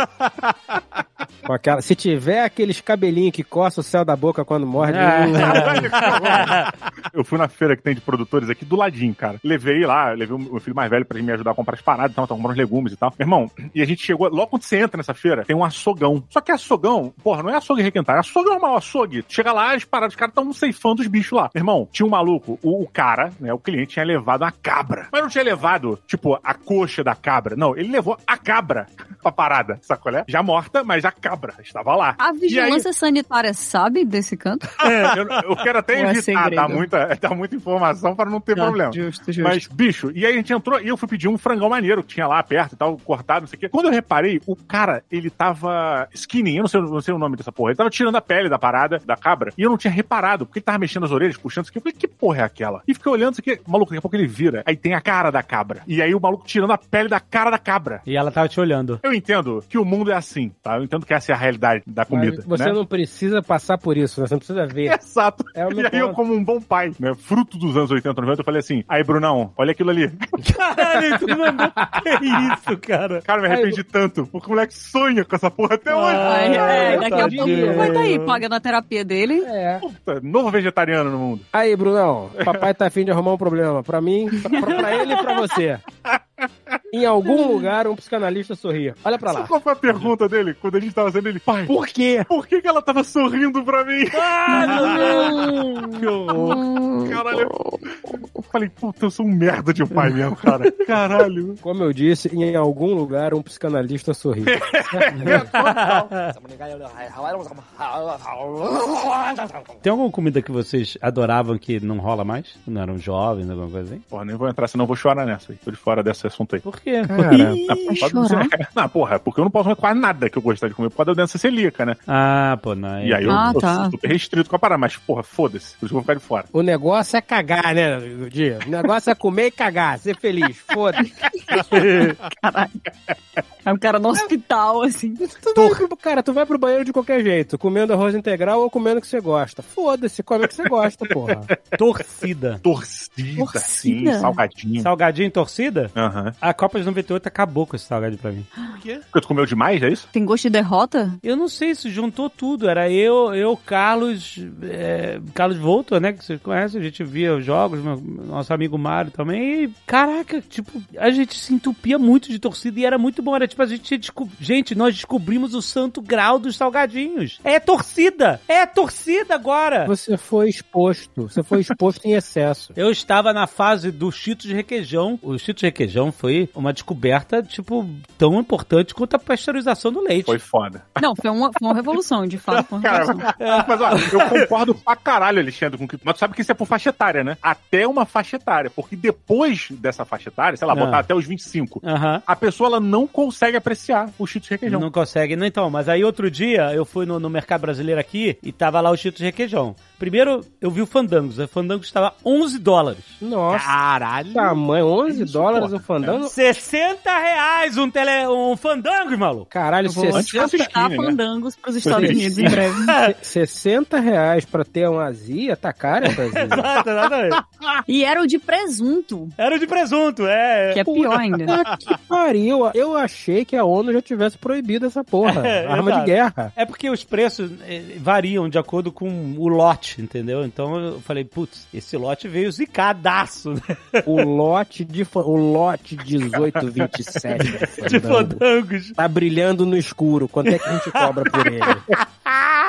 H: Com aquela, se tiver aqueles cabelinhos que coça o céu da boca quando morde, hum,
B: (laughs) Eu fui na feira que tem de produtores aqui do ladinho, cara. Levei lá, levei o meu filho mais velho pra ele me ajudar a comprar as paradas, então, comprando uns legumes e tal. Meu irmão, e a gente chegou, logo quando você entra nessa feira, tem um açogão. Só que açogão, porra, não é açougue requentado, é açougue normal, açougue. Chega lá, as paradas, os caras tão ceifando os bichos lá. Meu irmão, tinha um maluco, o, o cara, né, o cliente tinha levado uma cabra. Mas não tinha levado, tipo, a coxa da cabra. Não, ele levou a cabra pra parada, sacolé? Já morta, mas a cabra estava lá.
D: A
B: um- E aí-
D: vigilância sanitária sabe desse canto?
B: é, eu, eu quero até
D: (laughs) Não é
B: evitar
D: segredo.
B: dar muita, (laughs) dar muita informação para não ter problema.
D: Justo, justo.
B: Mas, bicho, e aí a gente entrou e eu fui pedir um frangão maneiro que tinha lá perto e tal, cortado, não sei o quê. Quando eu reparei, o cara, ele tava skinny, eu não sei, não sei o nome dessa porra. Ele tava tirando a pele da parada, da cabra, e eu não tinha reparado, porque ele tava mexendo as orelhas, puxando isso aqui. Eu falei, que porra é aquela? E fiquei olhando isso aqui, maluco, daqui a pouco ele vira. Aí tem a cara da cabra. E aí o maluco tirando a pele da cara da cabra.
A: E ela tava te olhando.
B: Eu entendo que o mundo é assim, tá? Eu entendo que essa é a realidade da comida.
H: mas você
B: né?
H: não precisa passar por isso, né? você não precisa
B: (laughs)
H: ver.
B: Exato.
H: É o
B: e
H: meu
B: aí eu,
H: ponto.
B: como um bom pai, né, fruto dos anos 80, 90, eu falei assim, aí, Brunão, olha aquilo
H: (laughs)
B: ali.
A: Caralho, tu
B: (laughs)
A: mandou. Que isso, cara?
B: Cara, me arrependi tanto, porque o moleque sonha com essa porra até hoje.
D: Ai,
H: Ah,
D: é, daqui a
H: tadinho.
D: pouco vai tá aí, paga na terapia dele.
H: É.
B: Puta, novo vegetariano no mundo.
H: Aí, Brunão, papai tá afim de arrumar um problema. Pra mim, pra, pra ele e pra você. Em algum lugar, um psicanalista sorria. Olha pra
B: Sabe
H: lá.
B: qual foi a pergunta dele quando a gente tava sendo ele? Pai,
H: Por quê? Ah,
B: por que, que ela tava sorrindo pra mim? (laughs)
A: Que horror.
B: Caralho. Eu falei, puta, eu sou um merda de pai mesmo,
H: (laughs)
B: cara. Caralho.
H: Como eu disse, em algum lugar, um psicanalista (laughs) sorri.
A: Tem alguma comida que vocês adoravam que não rola mais? Quando eram jovens, alguma coisa assim?
B: Porra, nem vou entrar, senão eu vou chorar nessa aí. Tô de fora desse assunto aí.
A: Por quê?
B: Cara,
D: Vai chorar?
B: Não, porra, é porque eu não posso comer quase nada que eu gostar de comer por causa da doença celíaca, né?
A: Ah, pô, não.
B: E aí eu
D: Ah,
B: tô
D: tá.
B: super restrito com a parada, mas porra, foda-se, por isso que eu vou ficar de fora.
H: O negócio é cagar, né, do dia? O negócio é comer e cagar, ser feliz, foda-se.
D: Aí o cara no hospital, assim.
H: (laughs) Tu vai pro- cara, tu vai pro banheiro de qualquer jeito, comendo arroz integral ou comendo o que você gosta. Foda-se, come o que você gosta, porra.
B: (laughs)
A: Torcida.
B: Torcida,
D: Torcida?
B: sim, salgadinho.
A: Salgadinho e torcida?
B: Aham.
A: A Copa de 98 acabou com esse salgado pra mim.
B: Porque tu comeu demais, é isso?
D: Tem gosto de derrota?
A: Eu não sei se juntou tudo. Era eu, eu, Carlos, é, Carlos Volta, né? Que vocês conhecem, a gente via os jogos, meu- nosso amigo Mário também. E, caraca, tipo, a gente se entupia muito de torcida e era muito bom. Era tipo, a gente tinha desco- Gente, nós descobrimos o santo grau dos salgadinhos. É torcida! É torcida agora!
H: Você foi exposto, você foi exposto em excesso.
A: Eu estava na fase do Cheetos Requeijão. O Cheetos Requeijão foi uma descoberta, tipo, tão importante quanto a pasteurização do leite.
B: Foi foda.
D: Não, foi uma, foi uma revolução, de fato. Foi uma
B: Cara,
D: revolução.
B: mas ó, eu concordo pra caralho, Alexandre, com o que. Mas tu sabe que isso é por faixa etária, né? Até uma faixa etária. Porque depois dessa faixa etária, sei lá,
A: Não.
B: botar até os 25,
A: Aham.
B: a pessoa ela não consegue apreciar o Cheetos requeijão.
A: Não consegue, não então. Mas aí outro dia eu fui no, no mercado brasileiro aqui e tava lá o Cheetos Requeijão. Primeiro eu vi o Fandangos. O Fandangos estava 11 dólares.
H: Nossa,
E: Caralho.
H: tamanho, 11 dólares o fandango.
A: 60 reais um, tele, um Fandangos, maluco.
H: Caralho,
D: Vou
H: 60
D: exportar
B: né?
D: fandangos pros Estados Unidos em breve.
H: Se- 60 reais pra ter uma azia, tá (laughs) caro essa azia.
A: (laughs) Exato, exatamente.
D: E era o de presunto,
A: Era o de presunto, é.
D: que é pior ainda.
H: Puta que pariu, eu achei que a ONU já tivesse proibido essa porra.
A: É,
H: arma
A: exato.
H: de guerra.
A: É porque os preços eh, variam de acordo com o lote, entendeu? Então eu falei, putz, esse lote veio zicadaço né, (laughs)
H: O lote de fa- o lote 1827 do
A: de
H: fandango
A: fandangos.
H: tá brilhando no escuro. Quanto é que a gente cobra por ele?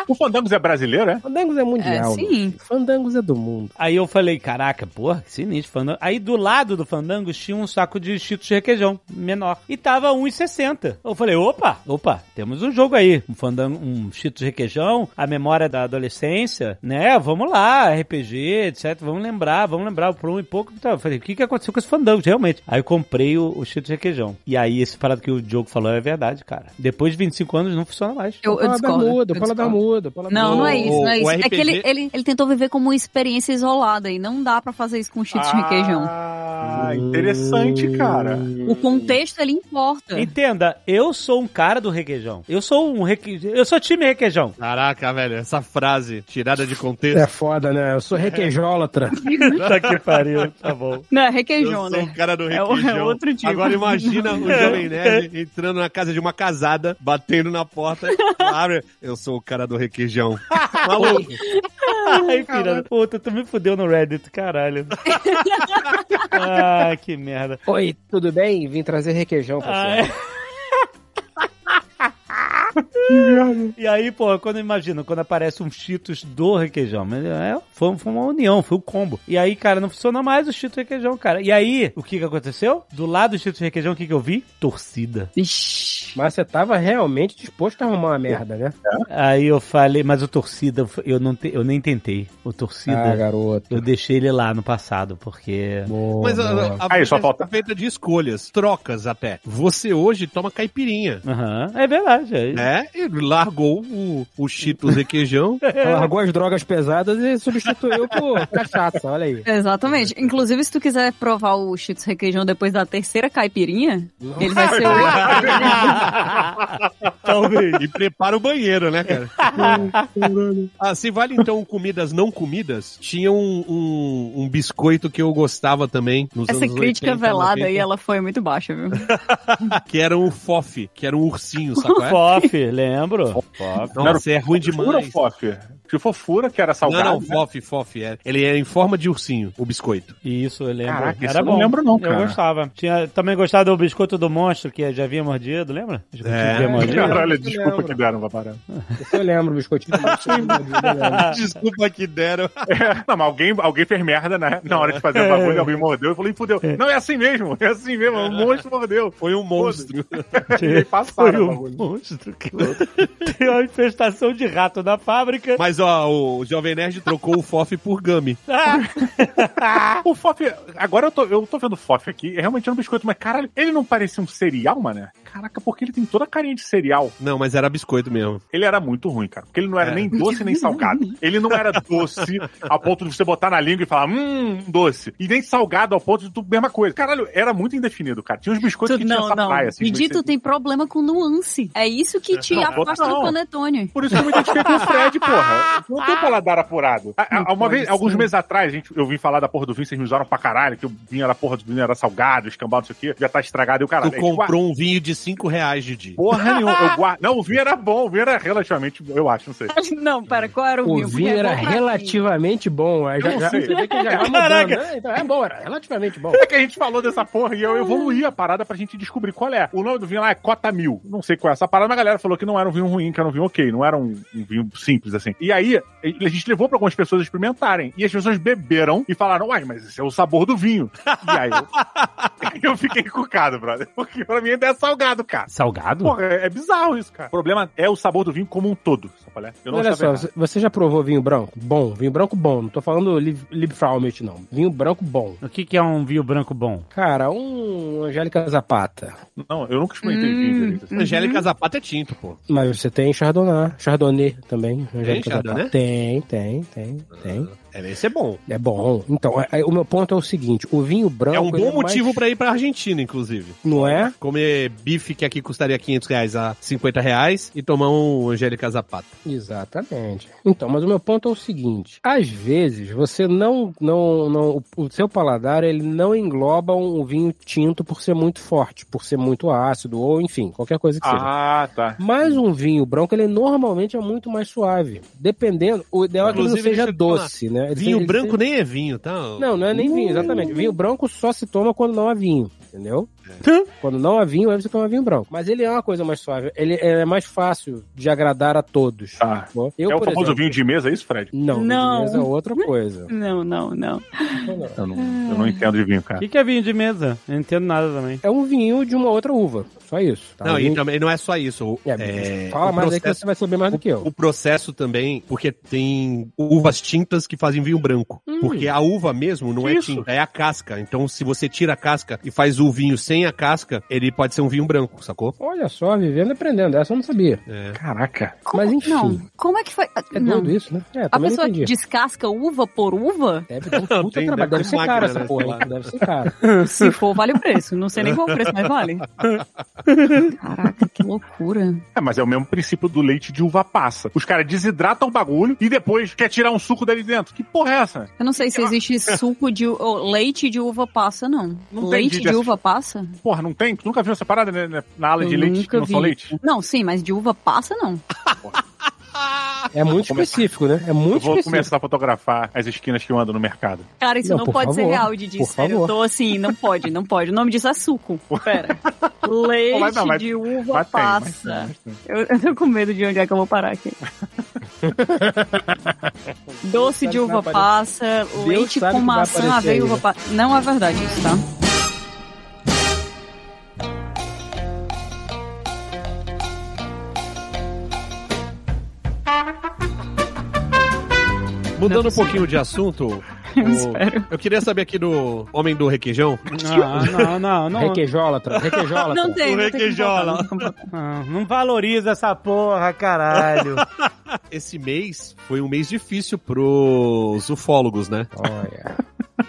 B: O Fandangos é brasileiro, é?
H: Fandangos é
D: É,
H: mundial. né?
D: sim.
H: Fandangos é do mundo.
A: Aí eu falei, caraca, porra, que sinistro. Fandango. Aí do lado do Fandangos tinha um saco de cheetos de requeijão, menor. E tava 1,60. Eu falei, opa, opa, temos um jogo aí. Um fandango, um cheetos de requeijão, a memória da adolescência, né? Vamos lá, RPG, etc. Vamos lembrar, vamos lembrar por um e pouco. Então, eu falei, o que, que aconteceu com esse Fandangos, realmente? Aí eu comprei o, o cheetos de requeijão. E aí esse parado que o Diogo falou é verdade, cara. Depois de 25 anos não funciona mais.
D: Eu, eu
H: Fala
D: discordo.
H: Bermuda, fala Bermuda, fala
D: Não, não é
H: Bermuda.
D: isso, não é
E: O-
D: isso.
E: o
D: É que
E: RPG
D: ele, ele, ele tentou viver como uma experiência isolada e não dá pra fazer isso com cheetos de requeijão.
B: Ah, interessante, cara.
H: Hum.
D: O contexto, ele importa.
A: Entenda, eu sou um cara do requeijão. Eu sou um requeijão. Eu sou time requeijão.
C: Caraca, velho, essa frase tirada de contexto.
H: É foda, né? Eu sou requeijólatra.
A: Puta que pariu, tá bom.
D: Não, é
C: Eu
D: requeijão,
C: sou
D: né?
C: o cara do
D: É o- é
C: requeijão.
D: outro tipo.
C: Agora imagina
D: (laughs)
C: o Jovem Nerd entrando na casa de uma casada, batendo na porta, abre, eu sou o cara do requeijão. Maluco,
A: (laughs) Ai, filha. Puta, tu me fudeu no Reddit, caralho. ah, que merda.
H: Oi, tudo bem? Vim trazer requeijão pra
A: Ah,
H: você.
A: E aí, pô, quando eu imagino, quando aparece um Cheetos do requeijão, mas é, foi, foi uma união, foi um combo. E aí, cara, não funciona mais o Cheetos requeijão, cara. E aí, o que que aconteceu? Do lado do Cheetos requeijão, o que que eu vi? Torcida.
D: Ixi.
H: Mas você tava realmente disposto a arrumar uma merda, né?
A: Aí eu falei, mas o torcida, eu, não te- eu nem tentei. O
H: Ah,
A: torcida,
H: garoto.
A: eu deixei ele lá no passado, porque...
H: Boa,
C: mas a,
H: boa.
C: a, a
B: Aí,
C: vida
B: só falta-
C: é feita de escolhas, trocas até. Você hoje toma caipirinha,
A: Aham, é verdade. É.
C: né? E largou o, o Cheetos requeijão.
B: É.
H: Ela largou as drogas pesadas e
B: (laughs)
H: substituiu por cachaça, olha aí.
D: Exatamente. Inclusive, se tu quiser provar o Cheetos requeijão depois da terceira caipirinha, ele vai ser o...
A: Talvez.
C: E prepara o banheiro, né,
B: (laughs)
C: cara? ah, se vale então comidas não comidas, tinha um, um, um biscoito que eu gostava também. Nos
D: Essa
C: anos
D: crítica
C: 80,
D: velada
C: 90,
D: aí, ela foi muito baixa, viu?
C: Que era um fof, que era um ursinho, sacou? É?
A: Fof, lembro.
C: Nossa, é ruim demais.
B: Fura ou fof? Se for fura, Tipo, que era
C: Não,
B: salgado.
C: não,
B: né?
C: fof, fof. Era. Ele era em forma de ursinho, o biscoito.
A: Isso, eu lembro.
B: Caraca, isso
A: Era
B: eu
A: bom.
B: não lembro não,
A: Eu
B: cara.
A: gostava. Tinha, também gostava do biscoito do monstro, que já havia mordido, lembra? Biscoito
C: É.
A: que havia mordido.
B: Caralho,
H: Eu
B: desculpa
H: lembro.
B: que deram pra parar.
H: Isso eu lembro, biscoitinho. de leite, eu lembro.
B: Ah.
C: (laughs) Desculpa que deram.
B: Não, mas alguém, alguém fez merda, né? Na hora de fazer o bagulho, alguém mordeu e falou, "Ih, fudeu. Não, é assim mesmo, é assim mesmo, o monstro mordeu.
C: Foi um monstro.
B: E aí
A: (laughs) Foi
B: passaram o
A: um
B: bagulho.
A: monstro. que (laughs) louco. Tem uma infestação de rato na fábrica.
C: Mas ó, o Jovem Nerd trocou o fof por gummy.
B: O Fof, agora eu tô, eu tô vendo o Fof aqui, é realmente um biscoito, mas caralho, ele não parecia um cereal, mané? caraca, porque ele tem toda a carinha de cereal.
C: Não, mas era biscoito mesmo.
B: Ele era muito ruim, cara. Porque ele não era
C: É.
B: nem doce nem salgado. Ele não era
C: (laughs)
B: doce a ponto de você botar na língua e falar, hum, doce. E nem salgado ao ponto de tu, mesma coisa. Caralho, era muito indefinido, cara. Tinha uns biscoitos
D: Tu-
B: que tinha
D: não, não.
B: sapucaia, assim.
D: Didi,
B: você-
D: tu tem problema com nuance. É isso que te
B: Não,
D: afasta
B: não.
D: do panetone.
B: Por isso que eu me identifiquei com o Fred, porra. Eu não
D: Ah.
B: tenho paladar apurado. A- a- uma vez, alguns meses atrás, gente, eu vim falar da porra do vinho, vocês me usaram pra caralho, que o vinho era porra do vinho, era salgado, escambado, não sei o quê, já tá estragado e o caralho.
C: tu
B: É,
C: comprou um vinho de 5 reais, Didi.
B: Porra nenhuma, eu guardo. Não, o vinho era bom, o vinho era relativamente bom, eu acho, não sei.
D: (laughs) Não, pera, qual era o,
H: O
D: meu? Porque
H: vinho
D: é
H: era
D: bom pra mim.
H: relativamente bom. Aí já,
B: Eu
H: já,
B: sei.
H: você vê que já vai mudando,
A: Caraca.
H: né? Então é bom, era relativamente bom.
B: É que a gente falou dessa porra e eu evoluí a parada pra gente descobrir qual é. O nome do vinho lá é Cota Mil. Não sei qual é essa parada, mas a galera falou que não era um vinho ruim, que era um vinho ok, não era um, um vinho simples assim. E aí, a gente levou pra algumas pessoas experimentarem. E as pessoas beberam e falaram, uai, mas esse é o sabor do vinho. E aí eu, (laughs) eu fiquei cucado, brother. Porque pra mim ainda é salgado, cara.
H: Salgado?
B: Porra, é, é bizarro isso, cara. O problema é o sabor do vinho como um todo. Sabe? Eu não
H: Olha só,
B: sabia.
H: você- você já provou vinho branco? Bom, vinho branco bom. Não tô falando Lib- Liebfraumit, não. Vinho branco bom.
A: O que, que é um vinho branco bom?
H: Cara, um Angélica Zapata.
B: Não, eu nunca
H: hum,
B: experimentei vinho direito. assim.
D: Uhum.
C: Angélica Zapata é tinto, pô.
H: Mas você tem Chardonnay, Chardonnay também. Angélica
C: Chardonnay?
H: Zapata. Tem, tem, tem, tem.
C: É, esse é bom.
H: É bom. Então, é- é- o meu ponto é o seguinte, o vinho branco...
C: é um
H: ele
C: bom motivo
H: mais-
C: pra ir pra Argentina, inclusive.
H: Não é?
C: Comer bife que aqui custaria 500 reais a 50 reais e tomar um Angélica Zapata.
H: Exatamente. Então, mas o meu ponto é o seguinte: às vezes você não, não, não o- o seu paladar ele não engloba um vinho tinto por ser muito forte, por ser muito ácido ou enfim qualquer coisa que seja.
B: Ah, tá.
H: Mas um vinho branco ele normalmente é muito mais suave, dependendo. O ideal é que ele não
C: Inclusive,
H: seja
C: deixa eu te falar,
H: doce, né? Ele tem-
C: Vinho
H: ele
C: branco
H: tem-
C: nem é vinho, tá?
H: não, não é nem vinho, exatamente. Vinho branco só se toma quando não há vinho, entendeu? Quando não há vinho, aí você toma vinho branco. Mas ele é uma coisa mais suave. Ele é mais fácil de agradar a todos.
C: Ah,
B: Tá.
H: Bom, eu,
B: é o
H: por
B: famoso
H: exemplo,
B: vinho de mesa, é isso, Fred?
H: Não,
D: Não.
H: não. é outra coisa.
D: Não, não, não.
B: Eu não, eu não entendo de vinho,
A: O
B: cara.
A: que, que é vinho de mesa? Eu não entendo nada também.
H: É um vinho de uma outra uva. Só isso. tá?
C: Não,
H: Vinho-
C: e também não é só isso. o-
H: É,
C: é,
H: fala
C: o
H: mais aí que
C: processo,
H: você vai saber mais do que eu.
C: o processo também, porque tem uvas tintas que fazem vinho branco.
H: Hum.
C: Porque a uva mesmo não é
B: Isso.
C: tinta, é a casca. Então, se você tira a casca e faz o vinho sem a casca, ele pode ser um vinho branco, sacou?
H: Olha só, vivendo e aprendendo. Essa eu não sabia.
C: É.
B: Caraca.
D: Como,
H: Mas enfim.
D: Não. Como é que foi?
H: É
D: não.
H: doido isso, né? É,
D: A
H: também não
D: pessoa
H: entendi.
D: descasca uva por uva?
H: Deve ter um puta
C: Tem-
H: trabalho.
C: deve
H: Deve,
C: ter
H: ser
C: máquina,
H: cara
C: né?
H: essa porra,
C: Sei
H: hein? Deve ser cara.
D: Se for, vale o preço. Não sei nem qual o preço, mas vale. Caraca, que loucura.
B: É, mas é o mesmo princípio do leite de uva passa. Os caras desidratam o bagulho e depois quer tirar um suco dali dentro. Que porra é essa?
D: Eu não sei se existe suco de. ou leite de uva passa, não.
B: Não tem
D: leite
B: jeito
D: de
B: de
D: uva passa?
B: Porra, não tem? Tu nunca viu essa parada né, né, na ala
D: Eu
B: de leite que
D: nunca
B: não são
D: vi.
B: leite?
D: Não, sim, mas de uva passa, não.
H: É muito específico, né? É
B: Eu
H: muito
B: vou
H: específico.
B: começar a fotografar as esquinas que eu ando no mercado.
D: Cara, isso
H: Não,
D: não,
H: por
D: pode ser
H: favor.
D: real, Didi.
H: Por
D: sério, eu
H: favor.
D: tô assim, não pode, não pode. O nome disso é suco. Pera.
H: (laughs)
D: Leite
B: Mas não, mas-
D: de uva
B: Mas tem, mas
D: passa.
B: tem.
D: Eu, eu tô com medo de onde é que eu vou parar
H: (laughs)
D: aqui. Doce de uva passa, leite
H: sabe
D: com
H: que vai
D: maçã,
H: aparecer
D: aveia e
H: aí,
D: uva
H: né?
D: passa. Não é verdade isso, tá?
C: Mudando
D: Não é
C: um pouquinho de assunto,
H: (laughs)
C: o-
D: espero.
C: eu queria saber aqui do Homem do Requeijão.
A: Ah, não, não, não.
H: Requeijólatra, requeijólatra.
D: Não tem, não tem como
C: requeijola.
D: voltar, não tem como voltar.
A: Ah, não valoriza essa porra,
B: (laughs)
A: caralho.
C: Esse mês foi um mês difícil pros ufólogos, né?
H: Olha.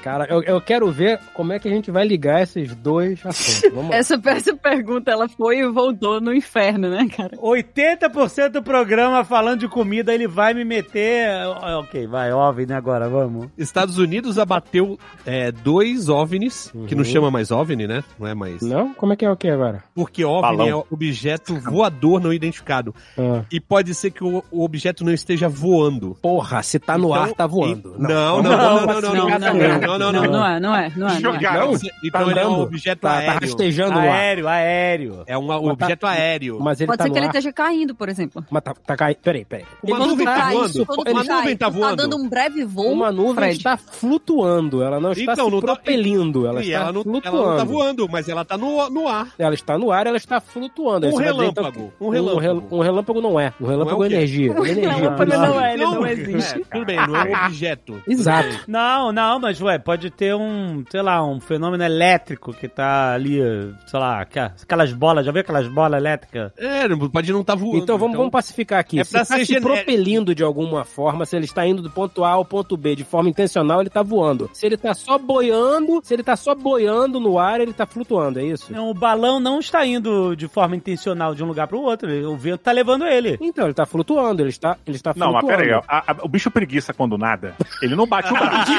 H: Cara, eu, eu quero ver como é que a gente vai ligar esses dois assuntos. Vamos lá.
D: Essa, essa pergunta, ela foi e voltou no inferno, né, cara?
A: 80% do programa falando de comida, ele vai me meter. Ah, Ok, vai, OVNI agora, vamos.
C: Estados Unidos abateu é, dois OVNIs, que não
H: Uhum.
C: chama mais OVNI, né? Não é mais.
H: Não? Como é que é o que agora?
C: Porque OVNI
B: Balão.
C: é objeto voador não identificado.
H: Ah.
C: E pode ser que o, o objeto não esteja voando.
H: Porra, se tá no
C: Então,
H: ar, tá voando.
C: e- Não, não, não, não, não, não, não, não, não, não, não.
D: não é, não é, não é. Não é.
B: Jogaram.
C: Então
H: tá
C: ele é um
H: andando.
C: objeto
H: Tá, tá
C: aéreo.
H: rastejando no ar.
A: Aéreo, aéreo.
C: É um
H: tá-
C: objeto aéreo.
H: Mas ele
D: Pode
H: tá
D: ser
H: no
D: que ele
H: ar.
D: esteja caindo, por exemplo.
H: Mas tá, tá caindo. Peraí, peraí.
C: Uma
D: Ele
C: nuvem tá
D: cai,
C: voando.
D: quando
C: Uma
D: cai,
C: nuvem tá voando.
D: Tá dando um breve voo.
H: Uma nuvem
D: Fred.
H: está flutuando, ela não está
C: Então,
H: se
C: não tá-
H: propelindo, ela
C: E
H: está
C: ela não, ela
H: flutuando.
C: não tá voando, mas ela tá no, no ar.
H: Ela está no ar, ela está flutuando. Aí
C: Um
H: você vai dizer, então,
C: relâmpago,
H: que-
C: um relâmpago.
H: rel- Um, relâmpago não é. Um relâmpago
C: o
H: é,
C: quê?
D: (laughs)
H: energia. é energia.
D: relâmpago
H: por isso.
D: não é, ele não existe.
H: (laughs)
C: É, tudo bem, não é um objeto.
H: Exato.
A: Não, não, mas ué, pode ter um, sei lá, um fenômeno elétrico que tá ali, sei lá, aqua- aquelas bolas, já viu aquelas bolas elétricas?
C: É, não- pode não estar voando.
H: Então vamos, vamos pacificar aqui.
C: É
H: se
C: pra
H: ele tá
C: ser
H: se
C: genérico.
H: propelindo de alguma forma, se ele está indo do ponto A ao ponto B de forma intencional, ele tá voando. Se ele tá só boiando, se ele tá só boiando no ar, ele tá flutuando, é isso?
A: Não, o balão não está indo de forma intencional de um lugar pro outro, o vento tá levando ele.
H: Então, ele tá flutuando, ele está, ele está
B: Não, mas
H: flutuando.
B: pera aí, ó. A- a- o bicho preguiça quando nada, ele não bate o
D: (laughs)
B: braço.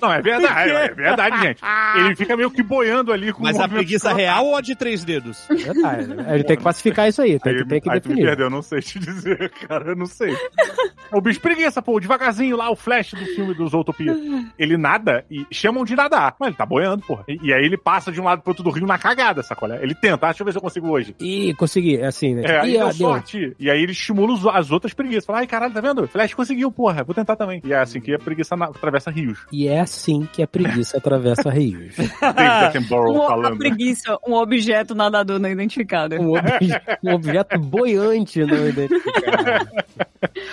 B: não, é verdade, é verdade, gente. Ele fica meio que boiando ali com
C: Mas
B: o
C: a
B: movimento
C: preguiça real ou a de três dedos?
H: É Verdade. né? Ele tem que pacificar isso aí, tem
B: Aí,
H: que, tem que
B: aí tu me
H: definir.
B: perdeu, eu não sei te (laughs) dizer, cara, eu não sei. É (laughs) o bicho preguiça, pô, devagarzinho lá, o flash do filme do Zootopia. Ele nada e chamam de nadar, mas ele tá boiando, porra. E, e aí ele passa de um lado pro outro do rio na cagada, sacolé. Ele tenta, ah, deixa eu ver se eu consigo hoje.
H: Ih, consegui, é assim, né?
B: É, aí
H: Ih,
B: deu
H: ah, deu.
B: sorte. E aí ele estimula os- as outras preguiças. Fala, ai caralho, tá vendo? Flash conseguiu, porra, vou tentar também. E é assim que a preguiça na- atravessa
H: (laughs)
B: rios.
H: E é assim que a preguiça atravessa rios.
B: David Attenborough
D: Um, a
B: falando.
D: preguiça, um objeto nadador não identificado.
H: Um, obje-
B: (laughs)
H: um objeto boiante não né? identificado.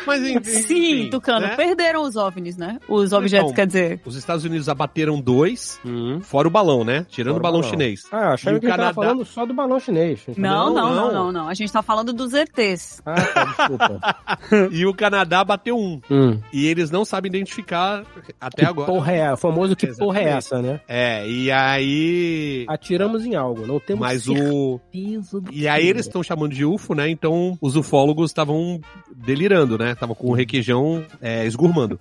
C: Mas enfim,
D: Sim, Tucano,
C: né?
D: perderam os OVNIs, né? Os objetos,
C: Então,
D: quer dizer.
C: Os Estados Unidos abateram dois,
H: Hum.
C: fora o balão, né? Tirando
H: Fora
C: o
H: o
C: balão,
H: balão.
C: chinês.
H: Ah,
C: E
H: achava
C: o
H: que ele tava
C: Canadá-
H: falando só do balão chinês.
D: Não, não,
C: não.
D: não, não, não. A gente tá falando dos ETs.
H: Ah, tá, desculpa.
C: E o Canadá bateu um.
H: Hum.
C: E eles não sabem identificar até
H: que
C: agora.
H: porra é essa? O famoso que porra é
C: Exatamente.
H: essa, né?
C: É, e aí.
H: Atiramos em algo, não temos
C: Mas o.
H: certeza do
C: E aí
H: que
C: eles estão chamando de UFO, né? Então os ufólogos estavam delirando, né? Estavam com o requeijão é, esgurmando.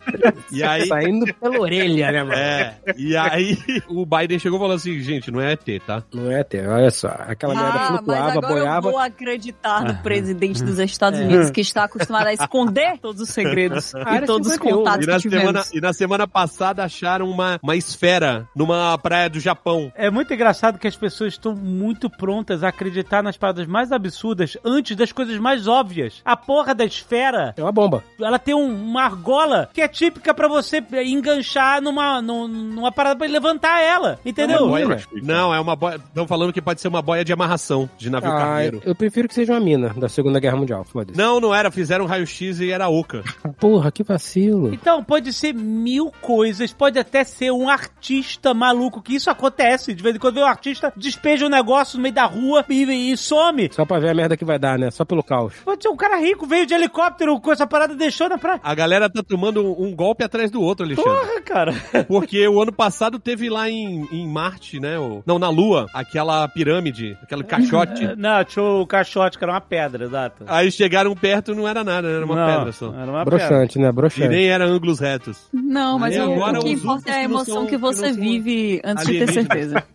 C: E
H: é.
C: aí.
H: (laughs) Saindo pela orelha, né, mano?
C: É, e aí (laughs) o Biden chegou e falou assim, gente, não é ET, tá?
H: Não é ter, olha só. Aquela merda
D: Ah, mas
H: flutuava,
D: agora
H: boiava.
D: eu vou acreditar
C: Ah.
D: no presidente
C: É.
D: dos Estados Unidos, que está acostumado
C: (laughs)
D: a esconder todos os segredos e
H: Área
D: todos os
H: 51,
D: contatos
C: E na,
D: que tivemos.
C: semana, e na semana passada acharam uma, uma esfera numa praia do Japão.
A: É muito engraçado que as pessoas estão muito prontas a acreditar nas paradas mais absurdas antes das coisas mais óbvias. A porra da esfera,
H: É uma bomba.
A: ela tem um- uma argola que é típica pra você enganchar numa, num- numa parada pra levantar ela, entendeu?
C: Uma boia-
B: Tipo.
C: Não, é uma boia. Estão falando que pode ser uma boia de amarração de navio
H: Ah,
C: cargueiro.
H: eu prefiro que seja uma mina da Segunda Guerra Mundial, foda-se.
C: Não, não era. Fizeram um raio-x e era oca.
H: Porra, que vacilo.
A: Então, pode ser mil coisas, pode até ser um artista maluco, que isso acontece. De vez em quando vem um artista, despeja um negócio no meio da rua e, e some.
H: Só pra ver a merda que vai dar, né? Só pelo caos.
A: Pode ser um cara rico, veio de helicóptero com essa parada e deixou na praia.
C: A galera tá tomando um, um golpe atrás do outro, Alexandre.
A: Porra,
C: (laughs)
A: cara.
C: Porque o ano passado teve lá em, em Marte, né? o- não, na Lua, aquela pirâmide,
A: (laughs)
C: aquele caixote.
A: Não, tinha o caixote, que era uma pedra, exato.
C: Aí chegaram perto não era nada, Ah, era uma
A: Não, É.
C: pedra só.
A: Era uma pedra.
H: Broxante, né?
C: E
H: Broxante.
C: nem era ângulos retos.
D: Não, mas
C: Aí
D: o,
C: agora
D: o que
C: os
D: importa é a
C: únicos que não
D: emoção
C: são-
D: que você
C: que não são
D: vive antes de ter
C: alienígenas.
D: certeza.
C: (laughs)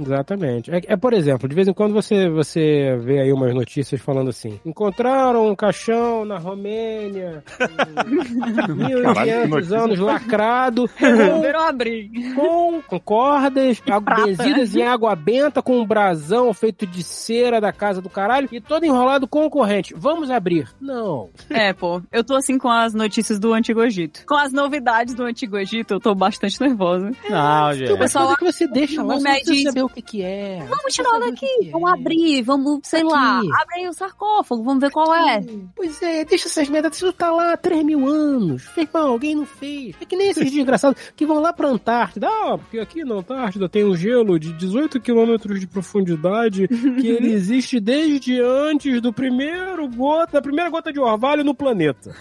H: Exatamente. É, é, por exemplo, de vez em quando você, você vê aí umas notícias falando assim: encontraram um caixão
C: (laughs)
H: na Romênia,
B: Caralho, que
H: 1500
B: notícia.
H: anos lacrado,
D: Resolveram (laughs) abrir.
H: com, com cordas,
D: prata, né?
H: benzidas em água benta, com um brasão feito de cera da casa do caralho e todo enrolado com corrente. Vamos abrir. Não.
D: É, pô. Eu tô assim com as notícias do Antigo Egito. Com as novidades do Antigo Egito, eu tô bastante nervosa. É,
A: Não, gente.
H: Mas
D: pessoal
H: coisa que você deixa lá,
D: não
H: você não
D: me diz-
H: precisa saber o que, que é.
D: Vamos tirar daqui, vamos abrir, vamos, sei
H: Aqui.
D: lá, abre aí o sarcófago, vamos ver qual é.
H: Pois é, deixa essas merdas, isso tá lá há 3 mil anos. Meu Irmão, alguém não fez. É que nem esses desgraçados que vão lá pra Antártida. Ah, porque aqui na Antártida tem um gelo de 18 quilômetros de profundidade
D: (laughs)
H: que ele existe desde antes do primeiro gota, da primeira gota de orvalho no planeta.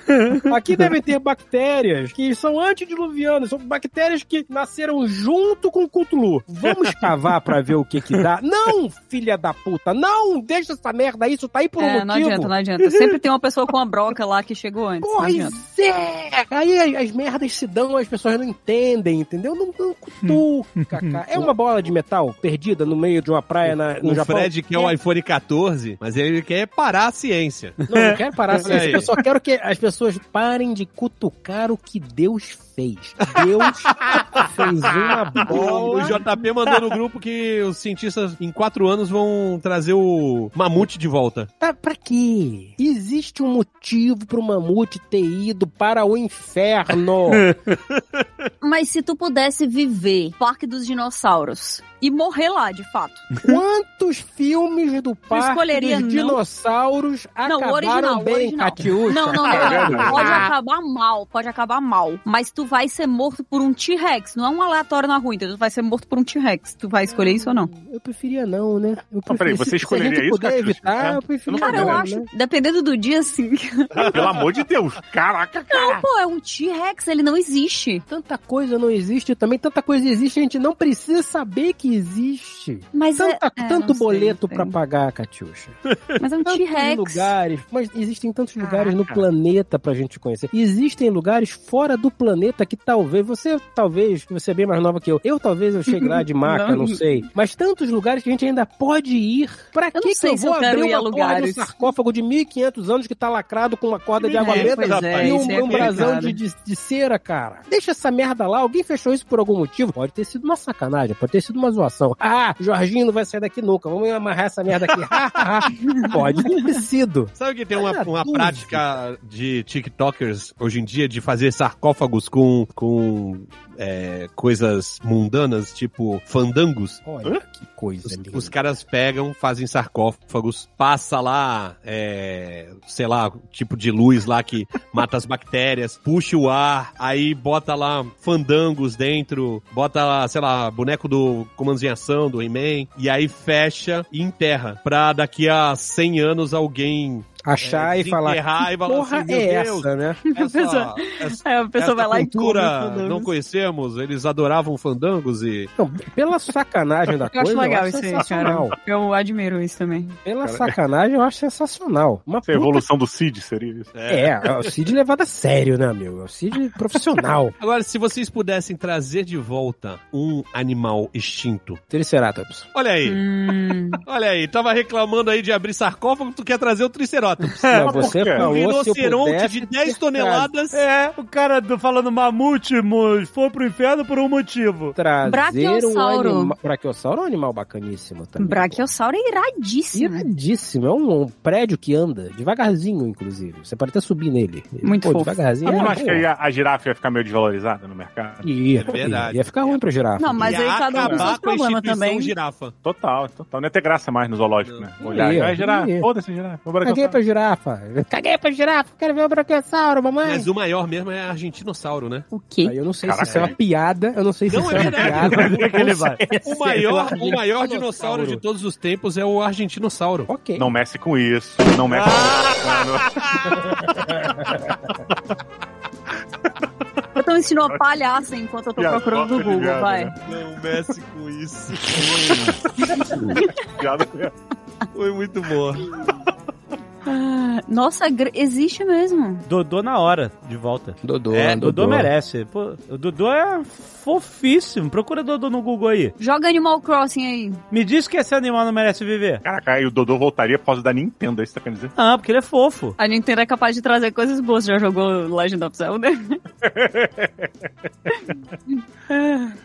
H: Aqui devem ter bactérias que são antediluvianas, são bactérias que nasceram junto com o Cthulhu. Vamos cavar pra ver o que que dá. Não, filha da puta, não, deixa essa merda aí, isso tá aí por um
D: É,
H: motivo.
D: não adianta, não adianta. Sempre tem uma pessoa com a broca lá que chegou antes. Não adianta.
H: Pois é! Aí as, as merdas se dão, as pessoas não entendem, entendeu? Não, não
C: (laughs)
H: cutuca, cara. É uma bola de metal perdida no meio de uma praia na, no
C: o
H: Japão. é.
C: Fred quer o iPhone 14, mas ele quer parar a ciência.
H: Não, não quero parar
C: (laughs)
H: assim.
C: Olha aí.
H: Eu só quero que as pessoas parem de cutucar o que Deus fez.
C: (laughs)
H: Deus fez uma
C: O
H: bola.
C: JP mandou no grupo que os cientistas em quatro anos vão trazer o mamute de volta.
H: Tá, pra quê? Existe um motivo pra uma mamute ter ido para o inferno.
D: Mas se tu pudesse viver Parque dos Dinossauros e morrer lá, de fato.
H: Quantos filmes do Parque
D: escolheria,
H: dos
D: não?
H: Dinossauros
D: Não,
H: acabaram
D: o original, o
H: bem,
D: original.
H: Catiúcha?
D: Não, não,
B: É
D: não.
B: verdade.
D: não. Pode acabar mal, pode acabar mal. Mas tu vai ser morto por um T-Rex. Não é um aleatório na rua, entendeu? Tu vai ser morto por um T-Rex. Tu vai escolher isso ou não?
H: Eu preferia não, né? Eu
B: Não, peraí,
H: preferia-
B: você
H: se- se a
B: escolheria
H: gente
B: isso,
H: puder
B: Catiúcha?
H: evitar,
B: É?
H: eu prefiro
D: Cara, eu
H: não,
D: acho,
H: né?
D: dependendo do dia, (laughs) sim.
B: Pelo amor de Deus. Caraca, cara.
D: Pô, é um T-Rex, ele não existe.
H: Tanta coisa não existe também, tanta coisa existe, a gente não precisa saber que existe.
D: Mas é,
H: Tanta-
D: é,
H: tanto
D: não sei,
H: boleto
D: não sei.
H: pra pagar, Catiuxa.
D: mas é um
H: Tantos
D: T-Rex.
H: lugares, mas existem tantos lugares no
B: Caraca.
H: planeta pra gente conhecer. Existem lugares fora do planeta que talvez você, talvez, você é bem mais nova que eu. Eu talvez eu chegue
D: (laughs)
H: lá de maca, não.
D: Não.
H: sei. Mas tantos lugares que a gente ainda pode ir. Pra que
D: não
H: que
D: sei
H: eu
D: se
H: vou
D: eu quero
H: abrir
D: ir a
H: uma porra de um
D: lugares.
H: sarcófago de 1500 anos que tá lacrado com uma corda de água
D: É,
H: benta
D: pois é,
H: e um,
D: isso é
H: um brasão
D: complicado.
H: de, de, de cera, cara. Deixa essa merda lá. Alguém fechou isso por algum motivo? Pode ter sido uma sacanagem, pode ter sido uma zoação. Ah, Jorginho não vai sair daqui nunca. Vamos amarrar essa merda
C: (laughs)
H: aqui. (laughs) pode ter sido.
C: Sabe que tem uma,
H: Ah,
C: uma
H: dúvida.
C: prática de TikTokers hoje em dia de fazer sarcófagos com, com é, coisas mundanas, tipo fandangos?
H: Olha que coisa
C: Os,
H: linda.
C: os caras pegam, fazem sarcófagos, passa lá, é, sei lá, tipo de luz lá que mata as bactérias, puxa o ar, aí bota lá fandangos dentro, bota lá, sei lá, boneco do Comandos em Ação, do He-Man, e aí fecha e enterra, pra daqui a 100 anos alguém É,
H: Achar e falar.
C: Errar e
H: "Que
C: falar
H: Porra,
C: assim, meu
H: é
C: Deus,
H: essa, né?
C: essa,
D: (laughs) Pessoa-
C: essa,
D: Aí É, a pessoa
C: essa
D: vai lá e come.
C: cultura
D: os
C: não
D: fandangos.
C: conhecemos, eles adoravam fandangos e...
H: Não, Então, pela sacanagem da
D: (laughs) Eu
H: coisa,
D: acho legal
H: é, eu acho
D: isso aí, cara.
H: sensacional.
D: Eu admiro isso também.
H: Pela
C: é.
H: sacanagem, eu acho sensacional. Uma
B: Essa é a
H: puta-
B: evolução do Cid seria isso.
H: É, é, o Cid levado a sério, né, meu? É o Cid
C: (laughs)
H: profissional.
C: Agora, se vocês pudessem trazer de volta um animal extinto,
H: Triceratops.
C: olha aí,
D: Hum,
C: olha aí, tava reclamando aí de abrir sarcófago, tu quer trazer o triceratops.
H: Não,
B: por
H: você
B: quê?
C: Um
H: falou Então, se eu
C: rinoceronte
H: pudesse,
C: de
H: ter
C: 10
H: trazido.
C: toneladas.
A: É, o cara do- falando mamute, moço, foi pro inferno por um motivo.
H: Trazer um
D: Brachiosauro.
H: animal... Brachiosauro é um animal bacaníssimo (laughs) também.
D: Brachiosauro é iradíssimo.
H: Iradíssimo. É um, um prédio que anda devagarzinho, inclusive. Você pode até subir nele.
D: Muito
H: Pô,
D: fofo.
H: devagarzinho.
B: Ah, Eu não
H: é
B: acho que aí a, a girafa ia ficar meio desvalorizada no mercado.
H: Ia,
C: É verdade.
H: ia ficar ruim pra girafa.
D: Não, mas
C: E
D: aí cada um com
C: acabar
D: seus
C: com a
D: problemas
C: instituição
D: também.
C: girafa.
B: Total, total. Não ia ter graça mais no zoológico, né?
H: Não
B: Olhar.
H: ia,
B: Ah,
H: não ia.
B: girafa. Foda-se, girafa. Vou brincar.
H: Caguei pra girafa. Caguei pra girafa. Quero ver o brachiosauro, mamãe.
C: Mas o maior mesmo é argentinossauro, né?
D: O quê?
H: Aí eu não sei
B: Caraca,
H: se isso é uma piada. Eu não sei se
C: Não,
H: isso
C: é
H: é, uma
C: verdade.
H: piada.
A: Onde é que ele vai?
C: O maior,
H: é
C: o maior
H: Argentinossauro.
C: dinossauro de todos os tempos é o argentinossauro.
H: Ok.
B: Não mexe com isso. Não mexe com
D: Eu tô ensinando
H: (laughs)
D: uma palhaça enquanto eu tô
B: E a cópia
D: procurando no
B: de
D: Google,
B: gado,
D: vai.
B: né?
C: Não mexe com isso.
B: isso. Piada-
C: Foi
A: (laughs)
C: muito bom.
D: Ah, Nossa, gr- existe mesmo.
A: Dodô na hora, de volta.
H: Dodô,
C: É,
A: Dodô, merece. Pô, o Dodô é fofíssimo. Procura Dodô no Google aí.
D: Joga Animal Crossing aí.
A: Me diz que esse animal não merece viver.
B: Caraca, aí o Dodô voltaria por causa da Nintendo, é isso que você tá querendo dizer?
A: Ah, porque ele é fofo.
D: A Nintendo é capaz de trazer coisas boas. Já jogou Legend of Zelda?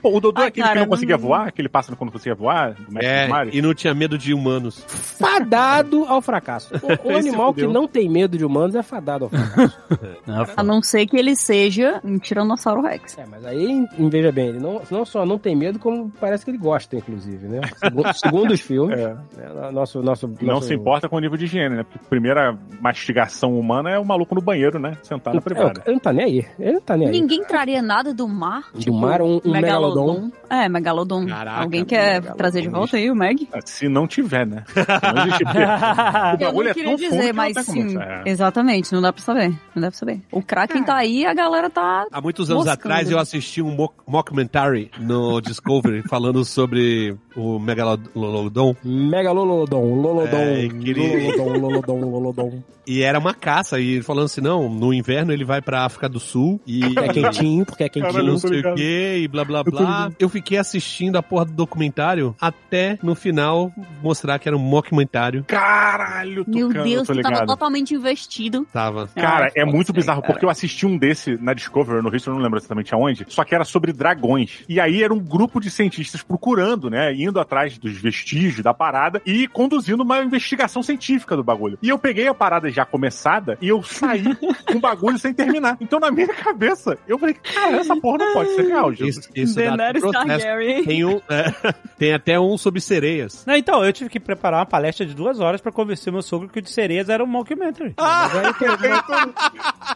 B: Pô, o Dodô é
D: Ai,
B: aquele
D: Ah, cara,
B: que não conseguia
D: não-
B: voar? Aquele pássaro quando conseguia voar? Do Mestre
C: É,
B: dos Mares?
C: e não tinha medo de humanos.
H: Fadado
B: (laughs)
H: ao fracasso. O, o
C: Esse
H: animal que
C: fudeu.
H: não tem medo de humanos é fadado ao fracasso.
D: A não ser que ele seja um Tiranossauro Rex.
H: É, mas aí, em- veja bem, ele não, não só não tem medo, como parece que ele gosta, inclusive, né?
B: (laughs)
H: Segundo, segundo os filmes,
B: É.
H: né? nosso, nosso,
B: E Não
H: nosso-
B: se importa com o nível de higiene, né? Porque a primeira mastigação humana é o maluco no banheiro, né? Sentado na
H: É, o
B: privada.
H: cara- ele não tá nem aí. Ele não tá nem aí.
D: Ninguém traria nada do mar. Tipo,
H: Do mar, um, um megalodon.
D: É, Megalodon.
C: Caraca,
D: Alguém quer
H: megalodon,
D: trazer de volta aí o Meg?
B: Se não tiver, né? Se não
H: (laughs)
B: existir, porque o
D: Eu
B: bagulho
D: não
B: é tão
D: queria
B: fundo que
D: dizer,
B: não
D: mas
B: tem como
D: sim.
B: sair.
D: Exatamente, não dá pra saber. Não dá pra saber. O Kraken tá aí a galera tá.
C: Há muitos anos
D: Moscando.
C: atrás eu assisti um mock- mockumentary no Discovery (laughs) falando sobre o Megalodon
H: Megalolodon, lolodon,
C: É, que ele-
H: lolodon, lolodon,
B: (laughs)
H: lolodon.
C: e era uma caça e ele falando assim, não, no inverno ele vai pra África do Sul
D: (laughs)
C: e
H: É quentinho, porque é
C: e (laughs)
H: quentinho.
C: não
B: Caralho. eu tô
C: sei o
B: ligado.
C: que e blá blá
B: tô
C: blá. Eu fiquei assistindo a porra do documentário até no final mostrar que era um mockumentário.
B: Caralho,
D: Meu
B: Tucano,
D: Deus,
B: tô
D: tu tava
B: ligado.
D: totalmente investido.
C: Tava.
B: Cara,
D: Ai,
B: é
D: pode
B: muito
D: ser,
B: bizarro,
D: cara.
B: porque eu assisti um desse na Discovery, no Rio, eu não lembro exatamente aonde, só que era sobre dragões. E aí era um grupo de cientistas procurando, né, indo atrás dos vestígios da parada e conduzindo uma investigação científica do bagulho. E eu peguei a parada já começada e eu saí com o bagulho sem terminar. Então, na minha cabeça, eu falei, cara, essa porra não pode ser real, gente.
C: Isso, isso dá até
D: Daenerys
C: processo.
D: Targaryen.
C: Tem, um, é, (laughs) tem até um sobre sereias.
A: Não, então, eu tive que preparar uma palestra de duas horas pra convencer meu sogro que o de sereias era um mockumentary.
H: Mas aí tem-
B: (laughs)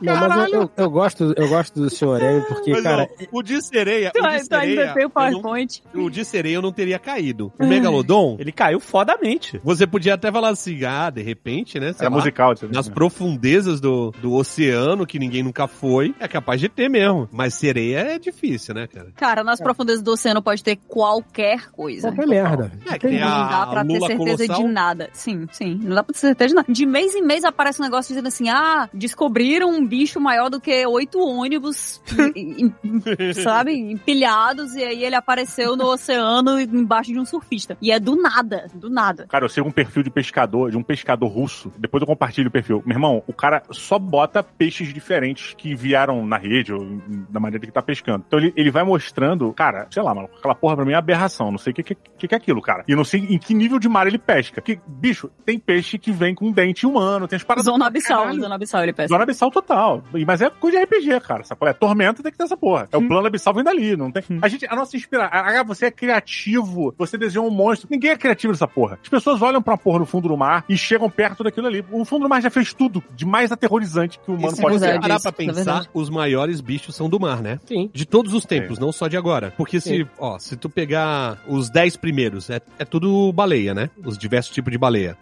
H: Não, mas eu, eu, eu gosto, eu gosto do Sr. M, porque,
C: Mas,
H: cara,
C: ó, o de sereia.
D: Tu,
C: o de
D: tu Tá, ainda
C: sereia,
B: é.
D: tem o
C: eu não-
D: PowerPoint.
C: o de sereia eu não teria caído. O
D: (laughs)
C: megalodon,
A: Ele caiu fodamente.
C: você podia até falar assim, ah, de repente, né? sei
B: É
C: lá,
B: musical, isso
C: Nas profundezas do, do oceano, que ninguém nunca foi, é capaz de ter mesmo. Mas sereia é difícil, né, cara?
D: Cara,
B: É.
D: nas profundezas do oceano pode ter qualquer coisa.
H: qualquer merda.
C: É,
H: Tem-
C: tem a-
D: Não dá pra ter
C: Lula
D: certeza
C: colossal?
D: de nada. Sim, sim. Não dá pra ter certeza de nada. De mês em mês aparece um negócio dizendo assim: ah, descobriram um bicho maior do que oito ônibus, em-
C: (laughs)
D: em- sabe? Empilhados, e aí ele apareceu no oceano embaixo de um surfista. E é do nada, do nada.
B: Cara, eu sigo um perfil de pescador, de um pescador russo. Depois eu compartilho o perfil. Meu irmão, o cara só bota peixes diferentes que vieram na rede ou da maneira que tá pescando. Então ele, ele vai mostrando, cara, sei lá, mano, aquela porra pra mim é aberração. Não sei o que, que, que que é aquilo, cara. E não sei em que nível de mar ele pesca. Que, bicho, tem peixe que vem com dente humano, tem as paradas.
D: Zona abissal,
B: Caralho.
D: zona abissal ele
H: É
D: peça.
B: Zona abissal total. E- Mas é coisa de RPG, cara. Sacou? É tormenta, tem que ter essa porra. É o plano abissal vem dali. Não tem... A gente, a nossa inspiração. Ah, você é criativo, você desenhou um monstro. Ninguém é criativo nessa porra. As pessoas olham pra porra no fundo do mar e chegam perto daquilo ali. O fundo do mar já fez tudo de mais aterrorizante que o humano
D: Isso é
B: pode
C: Se
D: verdade.
B: ser.
C: parar
D: isso,
C: pra
D: é
C: pensar,
D: verdade.
C: os maiores bichos são do mar, né?
H: Sim.
C: De todos os tempos, não só de agora. Porque se, ó, se tu pegar os 10 primeiros, é, é tudo baleia, né? Os diversos tipos de baleia.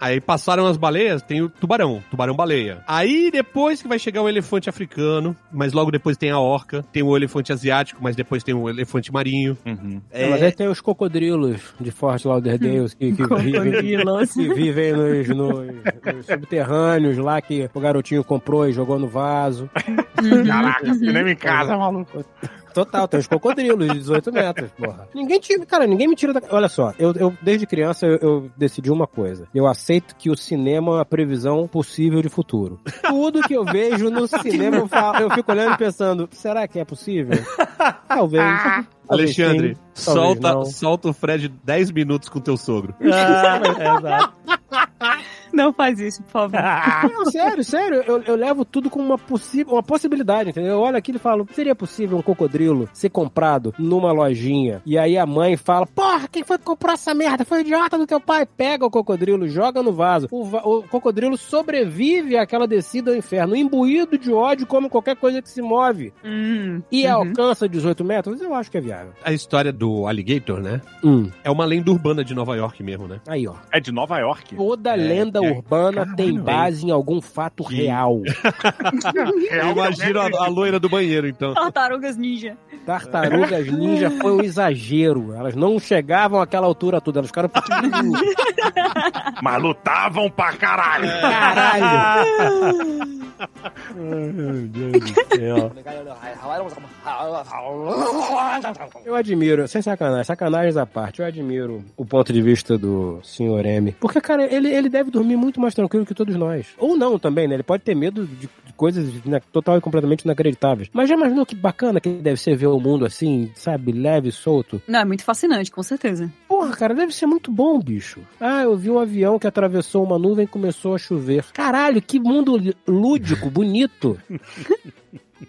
C: Aí passaram as baleias, tem o tubarão, tubarão-baleia. Aí depois que vai chegar o elefante africano, mas logo depois tem a orca, tem o elefante asiático, mas depois tem o elefante marinho.
H: Não, mas aí tem os cocodrilos de Fort Lauderdale que, que vivem,
D: Crocodilos.
H: que vivem nos, nos- nos subterrâneos lá que o garotinho comprou e jogou no vaso. Uhum.
B: Caraca, cinema em casa, maluco.
H: Total, tem os cocodrilos de 18 metros, porra. Ninguém tira, cara, ninguém me tira da. Olha só, eu, eu, desde criança eu, eu decidi uma coisa. Eu aceito que o cinema é uma previsão possível de futuro. Tudo que eu vejo no cinema, eu, falo- eu fico olhando e pensando, será que é possível? Talvez.
D: Ah.
H: Talvez sim,
C: Alexandre,
H: talvez
C: solta,
H: não.
C: solta o Fred 10 minutos com teu sogro.
A: Ah, é, exato.
D: (laughs) Não faz isso, por favor.
C: Ah.
H: Não, sério, sério, eu, eu levo tudo como uma, possi uma possibilidade, entendeu? Eu olho aquilo e falo, seria possível um cocodrilo ser comprado numa lojinha? E aí a mãe fala, porra, quem foi que comprou essa merda? Foi o idiota do teu pai. Pega o cocodrilo, joga no vaso. O, va- o cocodrilo sobrevive àquela descida ao inferno, imbuído de ódio como qualquer coisa que se move.
D: Hum,
H: E
D: uhum.
H: alcança 18 metros, eu acho que é viável.
C: A história do alligator, né?
H: Hum,
C: É uma lenda urbana de Nova York mesmo, né?
H: aí ó.
B: É de Nova York?
H: Toda
C: É,
H: lenda
C: é,
H: urbana tem
C: caralho,
H: base em algum fato
C: Que-
H: real.
B: É, um
C: Eu imagino a, a loira do banheiro, então.
D: Tartarugas ninja.
H: Tartarugas ninja foi um exagero. Elas não chegavam àquela altura toda. Elas ficaram. um
B: Mas lutavam pra caralho.
H: É. Caralho! Eu admiro, sem sacanagem, sacanagens à parte, eu admiro o ponto de vista do Sr. M. Porque, cara, ele, ele deve dormir muito mais tranquilo que todos nós. Ou não também, né? Ele pode ter medo de, de coisas né, total e completamente inacreditáveis. Mas já imaginou que bacana que deve ser ver o mundo assim, sabe, leve, solto?
D: Não, é muito fascinante, com certeza.
H: Porra, cara, deve ser muito bom, bicho. Ah, eu vi um avião que atravessou uma nuvem e começou a chover. Caralho, que mundo lú- lúdico, bonito. (laughs)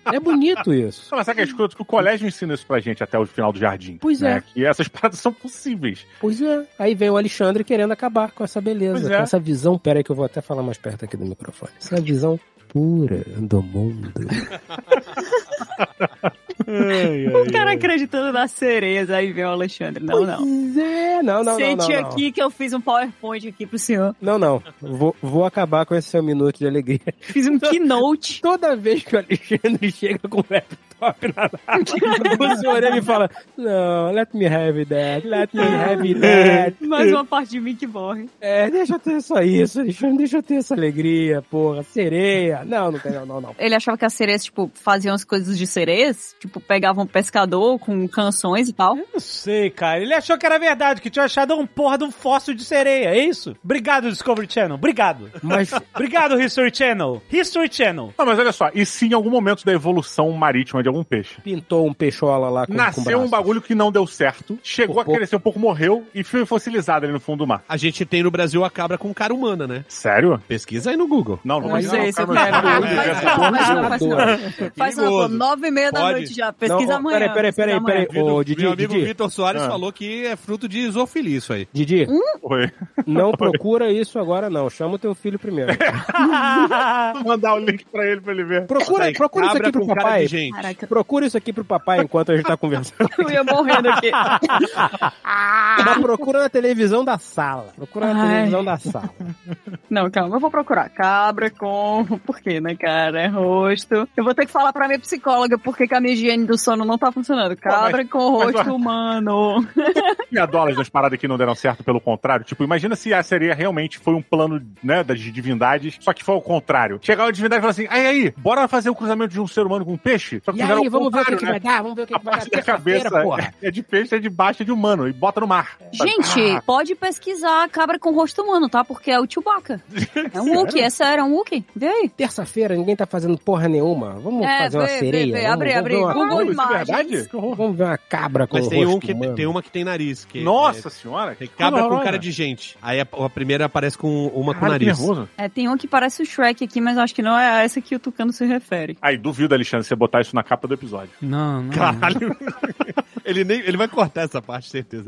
H: É bonito isso.
B: Só mas sabe que é escroto que o colégio ensina isso pra gente até o final do jardim.
H: Pois é.
B: E essas (laughs) paradas são possíveis.
H: Pois é. Aí vem o Alexandre querendo acabar com essa beleza,
B: Pois é.
H: com essa visão. Pera aí que eu vou até falar mais perto aqui do microfone. Essa visão pura do mundo.
D: O Um cara acreditando nas sereias, aí vem o Alexandre. Não, não.
H: Pois é. Não, não, não, não.
D: Sente
H: não.
D: aqui que eu fiz um PowerPoint aqui pro senhor.
H: Não, não. Vou, vou acabar com esse seu minuto de alegria.
D: Fiz um (laughs) keynote.
H: Toda vez que o Alexandre chega com o laptop na O senhor ele fala, não, let me have that, let me have that.
D: Mais uma parte de mim que morre.
H: É, deixa eu ter só isso, deixa, deixa eu ter essa alegria, porra, sereia. Não, não tem, não, não, não.
D: Ele achava que as sereias, tipo, faziam as coisas de sereias. Tipo, pegavam um pescador com canções e tal.
A: Não sei, cara. Ele achou que era verdade, que tinha achado um porra de um fóssil de sereia, é isso? Obrigado, Discovery Channel. Obrigado. (laughs)
H: Mas,
A: Obrigado, History Channel. History Channel.
B: Não, mas olha só, e se em algum momento da evolução marítima de de algum peixe.
H: Pintou um peixola lá com com
B: Nasceu um
H: braço.
B: bagulho que não deu certo, chegou
H: Por
B: a crescer um pouco, morreu e foi fossilizado ali no fundo do mar.
C: A gente tem no Brasil a cabra com cara humana, né?
B: Sério?
C: Pesquisa aí no Google.
B: Não, não
D: Não
B: vai ser.
D: sei
B: não,
D: se eu
B: cara,
H: é
D: quero.
B: mas-
C: né?
D: Faz não, faz não, faz não. Faz não, pô.
C: Perigoso.
D: Nove e meia da
C: Pode.
D: noite já.
H: Não,
D: Pesquisa
H: ó,
D: amanhã.
H: Peraí, peraí,
D: pesquisa
H: peraí,
C: Vitor-
H: peraí. Ô,
C: meu
H: Didi,
C: amigo
H: Didi,
C: Vitor Soares
B: Ah.
C: falou que é fruto de zoofilia isso aí.
H: Didi,
D: Hum?
B: Oi.
H: não procura isso agora, não. Chama o teu
C: (laughs)
H: filho primeiro.
B: Vou mandar o link pra ele pra ele ver.
H: Procura, procura isso
C: Cabra
H: aqui pro
C: com cara
H: papai.
C: de gente.
D: amanhã. Caraca,
H: Procura isso aqui pro papai enquanto a gente
D: (laughs)
H: tá conversando.
D: eu ia morrendo aqui.
H: Mas procura na televisão da sala. Procura na
D: Ai.
H: televisão da sala.
D: (laughs) Não, calma, eu vou procurar. Cabra com. Por quê, né, cara? É rosto. Eu vou ter que falar pra minha psicóloga porque que a minha higiene do sono não tá funcionando. Cabra com
B: mas-
D: rosto humano.
B: Tinha dólares nas paradas que não deram certo, pelo contrário. Tipo, imagina se a sereia realmente foi um plano, né, das divindades, só que foi ao contrário. Chegava a divindade e falava assim, aí, aí, bora fazer o cruzamento de um ser humano com um peixe? Só que
H: E
B: fizeram
H: aí,
B: ao
H: vamos ver o que,
B: contrário,
H: que
B: né?
H: vai dar, vamos ver o que,
B: A
H: que vai dar.
B: parte da
H: Terça-feira,
B: cabeça
H: porra.
B: é de peixe, é de baixo, é de humano, e bota no mar. Sabe?
D: Gente, pode pesquisar cabra com rosto humano, tá? Porque é o Chewbacca. É um Wookie, é sério, é um Wookie. Vê aí.
H: Terça-feira, ninguém tá fazendo porra nenhuma. Vamos
D: É,
H: fazer uma
D: vê, vê,
H: sereia.
D: vê.
H: Vamos-
D: Abre,
H: vamos
D: abre.
H: ver uma-
D: Google
B: Caralho, isso é
D: Imagens.
B: verdade? Que horror.
H: Vamos ver uma cabra com
C: Mas tem,
H: rosto
C: um que,
H: humano.
C: tem uma que tem nariz. Que
B: Nossa
C: é-
B: senhora.
C: tem cabra com
B: horror,
C: cara
B: né?
C: de gente. Aí a, a primeira aparece com uma com
B: Caralho, que
C: nariz.
B: nervoso.
D: É, tem uma que parece o Shrek aqui, mas eu acho que não é a essa que o Tucano se refere.
B: Aí, duvido, Alexandre, você botar isso na capa do episódio.
J: Não, não.
C: Caralho. ele, nem, ele vai cortar essa parte, certeza.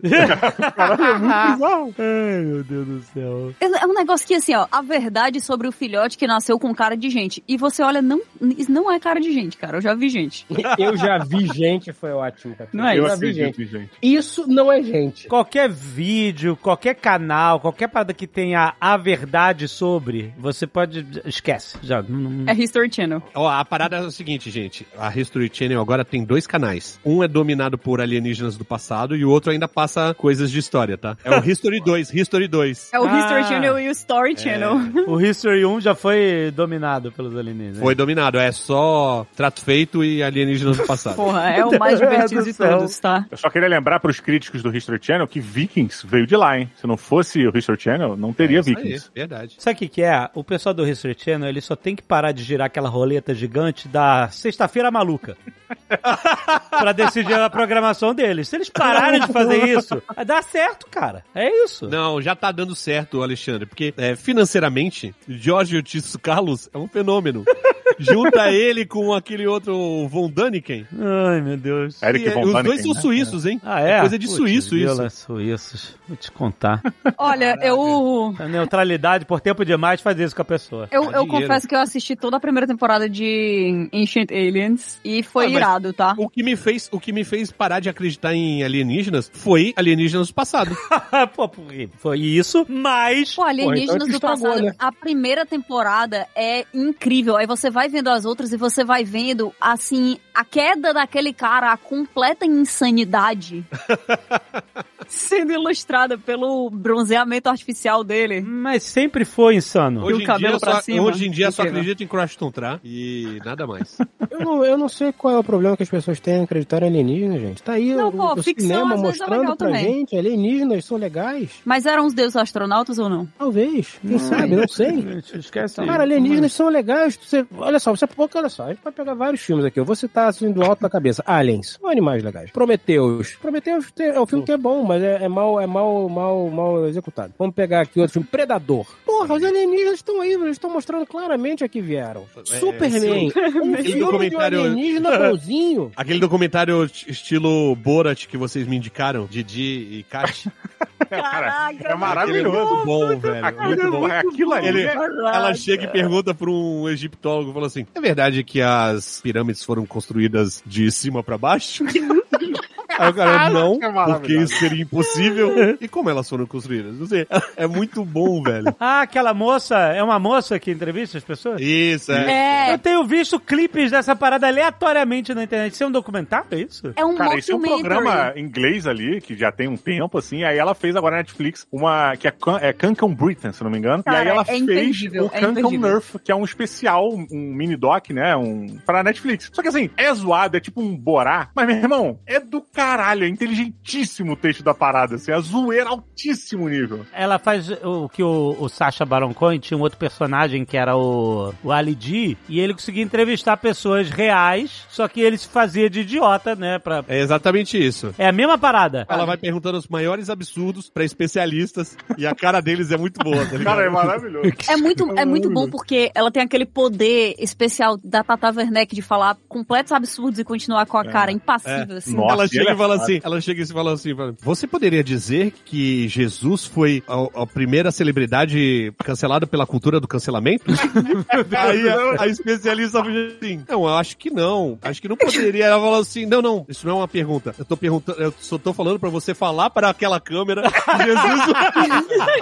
A: Ai, meu Deus do céu.
D: É é um negócio que, assim, ó, a verdade sobre o filhote que nasceu com cara de gente. E você olha, não, isso não é cara de gente, cara. Eu já vi gente.
H: (laughs) Eu já vi gente, foi ótimo. Cara.
D: um Não é
H: Eu
B: Eu
H: já vi gente.
B: acredito, gente.
H: Isso não é gente.
A: Qualquer vídeo, qualquer canal, qualquer parada que tenha a verdade sobre, você pode. Esquece. Já. não- não-
D: É History Channel.
C: Ó, a parada é o seguinte, gente. A History Channel agora tem dois canais. Um é dominado por alienígenas do passado e o outro ainda passa coisas de história, tá? É
B: (laughs)
C: o History 2, History 2.
D: É o
A: Ah.
D: History Channel e o Story Channel.
A: O History 1 já foi dominado pelos alienígenas.
C: Foi dominado, é só trato feito e alienígenas do passado.
D: (laughs) Porra, é o mais
A: Meu Deus
D: divertido
A: do
D: de
A: céu.
D: todos, tá?
B: Eu só queria lembrar para os críticos do History Channel que Vikings veio de lá, hein? Se não fosse o History Channel, não teria
C: É Isso aí,
B: Vikings.
C: verdade.
A: Sabe o que, que é? O pessoal do History Channel, ele só tem que parar de girar aquela roleta gigante da sexta-feira maluca. (laughs) pra decidir a programação deles. Se eles pararem de fazer isso, dá certo, cara. É isso.
C: Não, já tá dando certo, Alexandre, porque é, financeiramente, Jorge Otis Carlos é um
B: (laughs)
C: fenômeno. Junta ele com aquele outro Von Daniken.
A: Ai, meu Deus.
B: Eric
C: E, é,
B: von
C: os dois
B: Daniken,
C: são
B: né?
C: suíços, hein?
A: Ah, é?
C: Coisa de
A: Putz,
C: suíço isso.
A: viola, Suíços. Vou te contar.
D: Olha, eu.
A: A neutralidade por tempo demais faz isso com a pessoa.
D: Eu,
C: Dá
D: eu
C: dinheiro.
D: confesso que eu assisti toda a primeira temporada de Ancient Aliens e foi
C: Ah, mas-
D: irado, tá?
C: O que me fez, o que me fez parar de acreditar em alienígenas foi alienígenas do passado.
A: (laughs) Pô, foi isso, mas.
D: Pô, Alienígenas
H: Porra,
D: do
H: então
D: Passado,
H: estragou, né?
D: a primeira temporada é incrível. Aí você vai vendo as outras e você vai vendo, assim, a queda daquele cara, a completa insanidade. sendo ilustrada pelo bronzeamento artificial dele.
A: Mas sempre foi insano.
D: o cabelo
C: dia
D: pra
C: só,
D: cima.
C: hoje em dia só
D: Incrível.
C: acredito em Crash Tuntra e nada mais. (laughs)
H: Eu não, eu não sei qual é o problema que as pessoas têm em acreditar em alienígenas, gente. Tá aí
D: Não,
H: o,
D: pô,
H: o
D: ficção
H: cinema
D: às vezes é
H: mostrando
D: legal
H: pra
D: também.
H: gente, alienígenas são legais.
D: Mas eram os deuses astronautas ou não?
H: Talvez, quem sabe, não sei.
A: Esquece
H: Cara, alienígenas são legais. Você- olha só, você pouco, olha só, a gente vai pegar vários filmes aqui. Eu vou citar assim do alto da cabeça. Aliens, são animais legais. Prometeus. Prometeus tem- é um filme que é bom, mas é, é mal, é mal, mal, mal executado. Vamos pegar aqui outro filme, Predador. Porra, os alienígenas estão aí, eles estão mostrando claramente a que vieram.
C: É,
H: Superman. Um
C: aquele
H: filme de um
C: documentário-
H: alienígena bonzinho.
C: Aquele documentário t- estilo Borat que vocês me indicaram, Didi e Kat.
B: (laughs) É
C: Aquele é
B: maravilhoso. é
C: muito bom, velho.
B: Aquilo,
C: muito bom.
B: aquilo ali.
C: Ele-
B: é-
C: Ela chega e pergunta pra um egiptólogo, fala assim: "É verdade que as pirâmides foram construídas de cima
B: (laughs)
C: pra baixo?" Aí o cara, não,
B: que é
C: porque
B: maravilhoso."
C: isso seria impossível. E como elas foram construídas? Não sei. É muito bom, velho.
A: Ah, aquela moça, é uma moça que entrevista as pessoas?
C: Isso, é.
A: Eu
D: É,
A: tenho visto clipes dessa parada aleatoriamente na internet. Isso é um documentário, é isso?
D: é um
B: Cara, esse é um
D: mockumentary.
B: programa inglês ali, que já tem um tempo, assim. Aí ela fez agora na Netflix uma que é, Can- é Cancan Britain, se não me engano.
D: Cara,
B: e aí ela
D: é
B: fez
D: imperdível,
B: o
D: é
B: Cancan
D: imperdível.
B: Nerf, que é um especial, um mini doc, né? Um, pra Netflix. Só que assim, é zoado, é tipo um Borá. Mas, meu irmão, é do caralho. É inteligentíssimo o texto da parada, assim. A zoeira altíssimo nível.
A: Ela faz o que o, o Sacha Baron Cohen tinha um outro personagem que era o, o Ali G, e ele conseguia entrevistar pessoas reais, só que ele se fazia de idiota, né? Pra...
C: É exatamente isso.
A: É a mesma parada.
C: Ela vai perguntando os maiores absurdos pra especialistas e a cara deles é muito boa, tá ligado?
B: Cara,
A: (laughs)
B: é maravilhoso.
D: É muito, é muito bom porque ela tem aquele poder especial da Tata Werneck de falar completos absurdos e continuar com a cara impassível, assim.
B: Nossa,
C: ela chega
B: ele
C: e fala
B: é
C: assim, ela chega e se fala assim, fala, você poderia dizer que Jesus foi a, a primeira celebridade cancelada pela cultura do (laughs) cancelamento? Aí a, a especialista fala assim, não, eu acho que não, acho que não poderia. Ela fala assim, não, não, isso não é uma pergunta. Eu tô perguntando, eu só tô falando pra você falar para aquela câmera, que Jesus...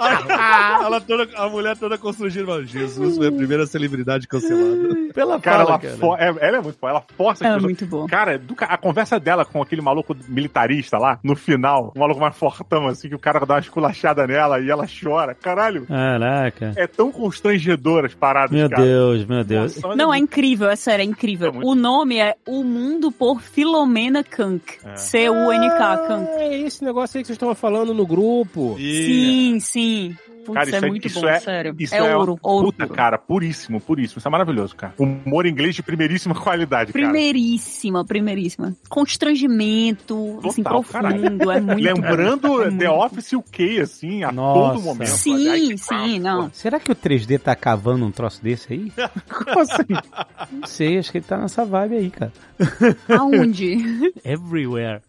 C: (laughs) Aí ela toda, a mulher toda constrangida, fala, Jesus foi a primeira celebridade cancelada.
A: Pela
B: Cara,
A: fala,
B: ela,
A: cara.
B: fo- é- ela é muito boa, ela força as
D: É
B: pessoas-
D: muito bom.
B: Cara, do ca- a conversa dela com aquele maluco militarista lá, no final, um maluco mais fortão, assim, que o cara dá uma esculachada nela e ela chora. Caralho,
A: Caraca.
B: é tão constrangedor as paradas,
A: né, Meu
B: cara.
A: Deus, meu Deus.
B: Nossa, olha
D: Não, é
B: isso.
D: incrível, é sério, é incrível.
B: É muito-
D: O nome é O Mundo por Filomena Kank.
B: É.
D: C-U-N-K, Kank.
H: É esse negócio aí que vocês estavam falando no grupo.
D: Sim, sim. Putz,
B: Cara,
D: é,
B: isso é-
D: muito
B: isso
D: bom,
B: é-
D: sério.
B: isso
D: é,
B: é
D: ouro, ouro.
B: Puta, cara, puríssimo, puríssimo. Isso é maravilhoso, cara. Humor inglês de primeiríssima (laughs) qualidade, cara.
D: Primeiríssima, primeiríssima. Constrangimento, assim,
B: Total,
D: profundo,
B: um
D: é muito
B: Lembrando
D: bom. É
B: The
D: muito-
B: Office e o Kay, assim, a
A: Nossa.
B: todo momento.
D: Sim,
B: Ai, que
D: sim,
B: papo,
D: não.
A: Será que o 3D tá cavando um troço desse (laughs) aí?
B: Como assim?
A: Não sei, acho que ele tá nessa vibe aí, cara.
D: Aonde?
A: Everywhere.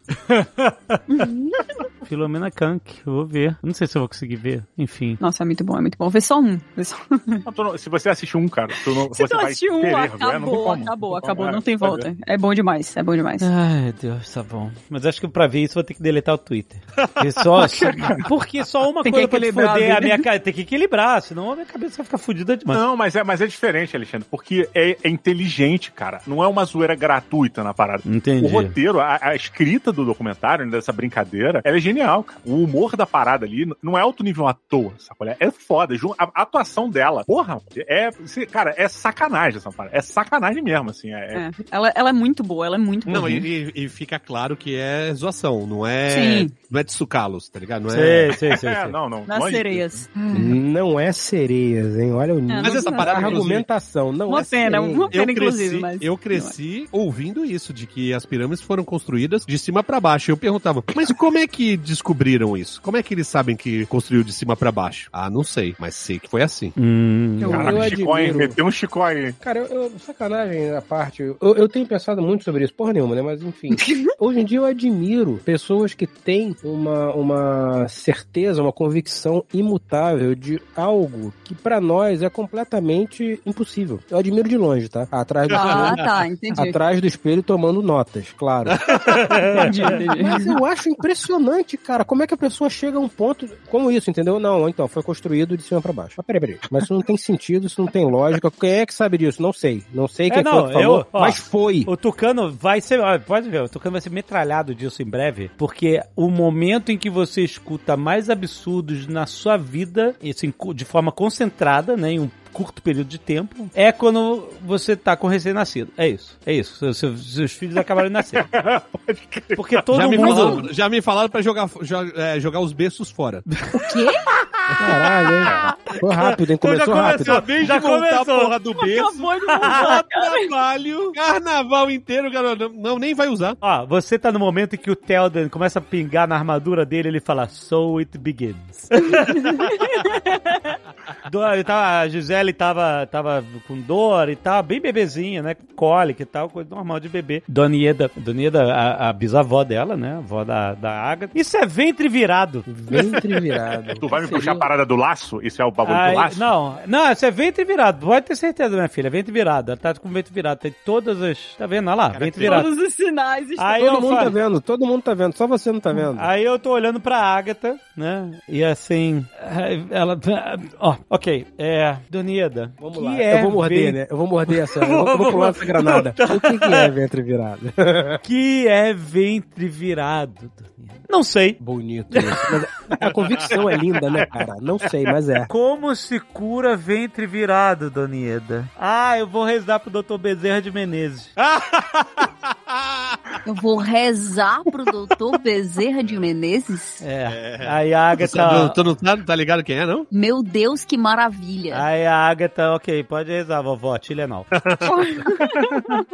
A: Uhum. (laughs) Filomena Kank, eu vou ver. Não sei se eu vou conseguir ver. Enfim.
D: Nossa, é muito bom, é muito bom. Vê só um. Vê só um.
B: Não, tu não- se você assistir um, cara, tu não,
D: Se
B: você
D: tu
B: vai
D: assistir um,
B: querer, ver, não tem
D: acabou,
B: como. Não
D: acabou,
B: tem como,
D: acabou. Não
B: é,
D: tem
B: vai
D: volta.
B: ver.
D: É bom demais, é bom demais.
A: Ai, Deus, tá bom. Mas acho que pra ver isso eu vou ter que deletar o Twitter. Porque
D: (laughs)
A: só, só- porque só uma
D: Tem que
A: coisa pra te
D: equilibrar a
A: fuder é a
D: vida.
A: minha cara. Tem que equilibrar, senão a minha cabeça vai ficar fudida demais.
B: Não, mas é, mas é diferente, Alexandre, porque é, é inteligente, cara. Não é uma zoeira gratuita na parada.
A: Entendi.
B: O roteiro, a, a escrita do documentário, né, dessa brincadeira, ela é genial, cara. O humor da parada ali n- não é alto nível à toa, sacolé? É foda. ju- A, a atuação dela, porra, é. se- Cara, é sacanagem essa parada. É sacanagem mesmo, assim. É, é-
D: É, Ela, ela é muito boa, ela é muito boa.
C: Não, e, e- e fica claro que é zoação, não é,
D: Sim.
C: não é de sucá-los, tá ligado? Não é...
A: Sei, sei, sei.
B: é,
A: sei.
B: não, não.
D: Nas
B: longe disso.
D: sereias.
H: Não é sereias, hein? Olha o nível.
C: Mas
D: não
C: essa
D: dá.
C: parada,
H: A
C: inclusive,
H: argumentação, não
D: Uma
H: é
D: pena,
H: sereia.
D: uma
C: eu
D: pena,
C: cresci,
D: inclusive, mas. é.
C: eu cresci ouvindo isso, de que as pirâmides foram construídas de cima pra baixo. Eu perguntava, mas como é que descobriram isso? Como é que eles sabem que construiu de cima pra baixo? Ah, não sei, mas sei que foi assim.
A: Hum,
H: Eu-
B: Caraca,
H: eu
B: Chicó, hein?
H: admiro.
B: Meteu um Chicó aí.
H: Cara, eu, eu- sacanagem à parte, eu, eu tenho pensado muito sobre isso, porra nenhuma, né?
D: (laughs)
H: Mas enfim. Hoje em dia eu admiro pessoas que têm uma, uma certeza, uma convicção imutável de algo que pra nós é completamente impossível. Eu admiro de longe, tá? Atrás do
D: Ah,
H: espelho,
D: tá, entendi.
H: atrás do espelho tomando notas, claro.
D: entendi, entendi.
H: Mas eu acho impressionante, cara, como é que a pessoa chega a um ponto como isso, entendeu? Não, então, foi construído de cima pra baixo. Mas peraí, peraí. Mas isso não tem sentido, isso não tem lógica. Quem é que sabe disso? Não sei. Não sei quem
A: É, não,
H: foi que falou,
A: eu- ó,
H: mas foi.
A: O Tucano vai ser. ó, Pode ver, o Tucano vai ser metralhado disso em breve. Porque o momento em que você escuta mais absurdos na sua vida, isso em cu- de forma concentrada, né? Em um curto período de tempo, é quando você tá com recém-nascido. É isso. É isso. Seus, seus- seus filhos acabaram de
D: (laughs)
A: nascer. Porque todo
C: já, me
A: mundo.
C: falaram, já me falaram pra jogar, fo- jo- é, jogar os berços
D: (laughs)
C: fora.
H: Caralho, hein?
A: (laughs)
H: Foi rápido, hein?
A: Então já
H: Começou rápido.
A: Acabei já
C: de montar a
A: começou.
C: porra do berço, dá trabalho, carnaval inteiro, cara, não, não, nem vai usar.
A: Ó, você tá no momento em que o Telden começa a pingar na armadura dele, ele fala, so it
C: (laughs)
A: begins. dor, ele tava, a Gisele tava, tava com dor e tal, bem bebezinha, né, cólica e tal, coisa normal de bebê. Dona Ieda, Dona Ieda, a, a bisavó dela, né, a avó da, da Agatha. Isso é ventre virado.
H: Ventre virado.
B: Tu vai me
H: Seria-
B: puxar a parada do laço? Isso é o
H: então.
B: bagulho
A: Ai,
B: do laço?
A: não, não, isso é ventre virado, pode ter certeza, minha filha, é ventre virado. Ela tá com ventre virado, tem todas as, tá vendo, olha lá, ventre virado.
D: Todos os sinais estão.
A: Aí Ah, eu
H: Todo mundo
A: falo-
H: tá vendo, todo mundo tá vendo, só você não tá vendo.
A: Aí eu tô olhando pra Agatha, né? E assim, ela. Ó, ok. É. Donieda.
H: Vamos
A: que
H: lá,
A: é
H: eu vou morder,
A: ven-
H: né? Eu vou morder
A: (laughs)
H: essa, eu vou, eu vou pular essa granada. O que, que é ventre virado? (laughs)
A: Que é ventre virado, Donieda. Não sei.
H: Bonito isso. Mas a convicção é linda, né, cara? Não sei, mas é.
A: Como se cura ventre virado,
H: Ah!
A: Donieda? Ah, eu vou rezar pro Dr. Bezerra de Menezes.
D: Eu vou rezar pro doutor Bezerra de Menezes?
A: É. Aí a
C: Você, não-
A: Agatha.
C: tu não tá, tá ligado quem é, não?
D: Meu Deus, que maravilha.
A: Aí a Agatha, ok, pode rezar, vovó, é Tilenol.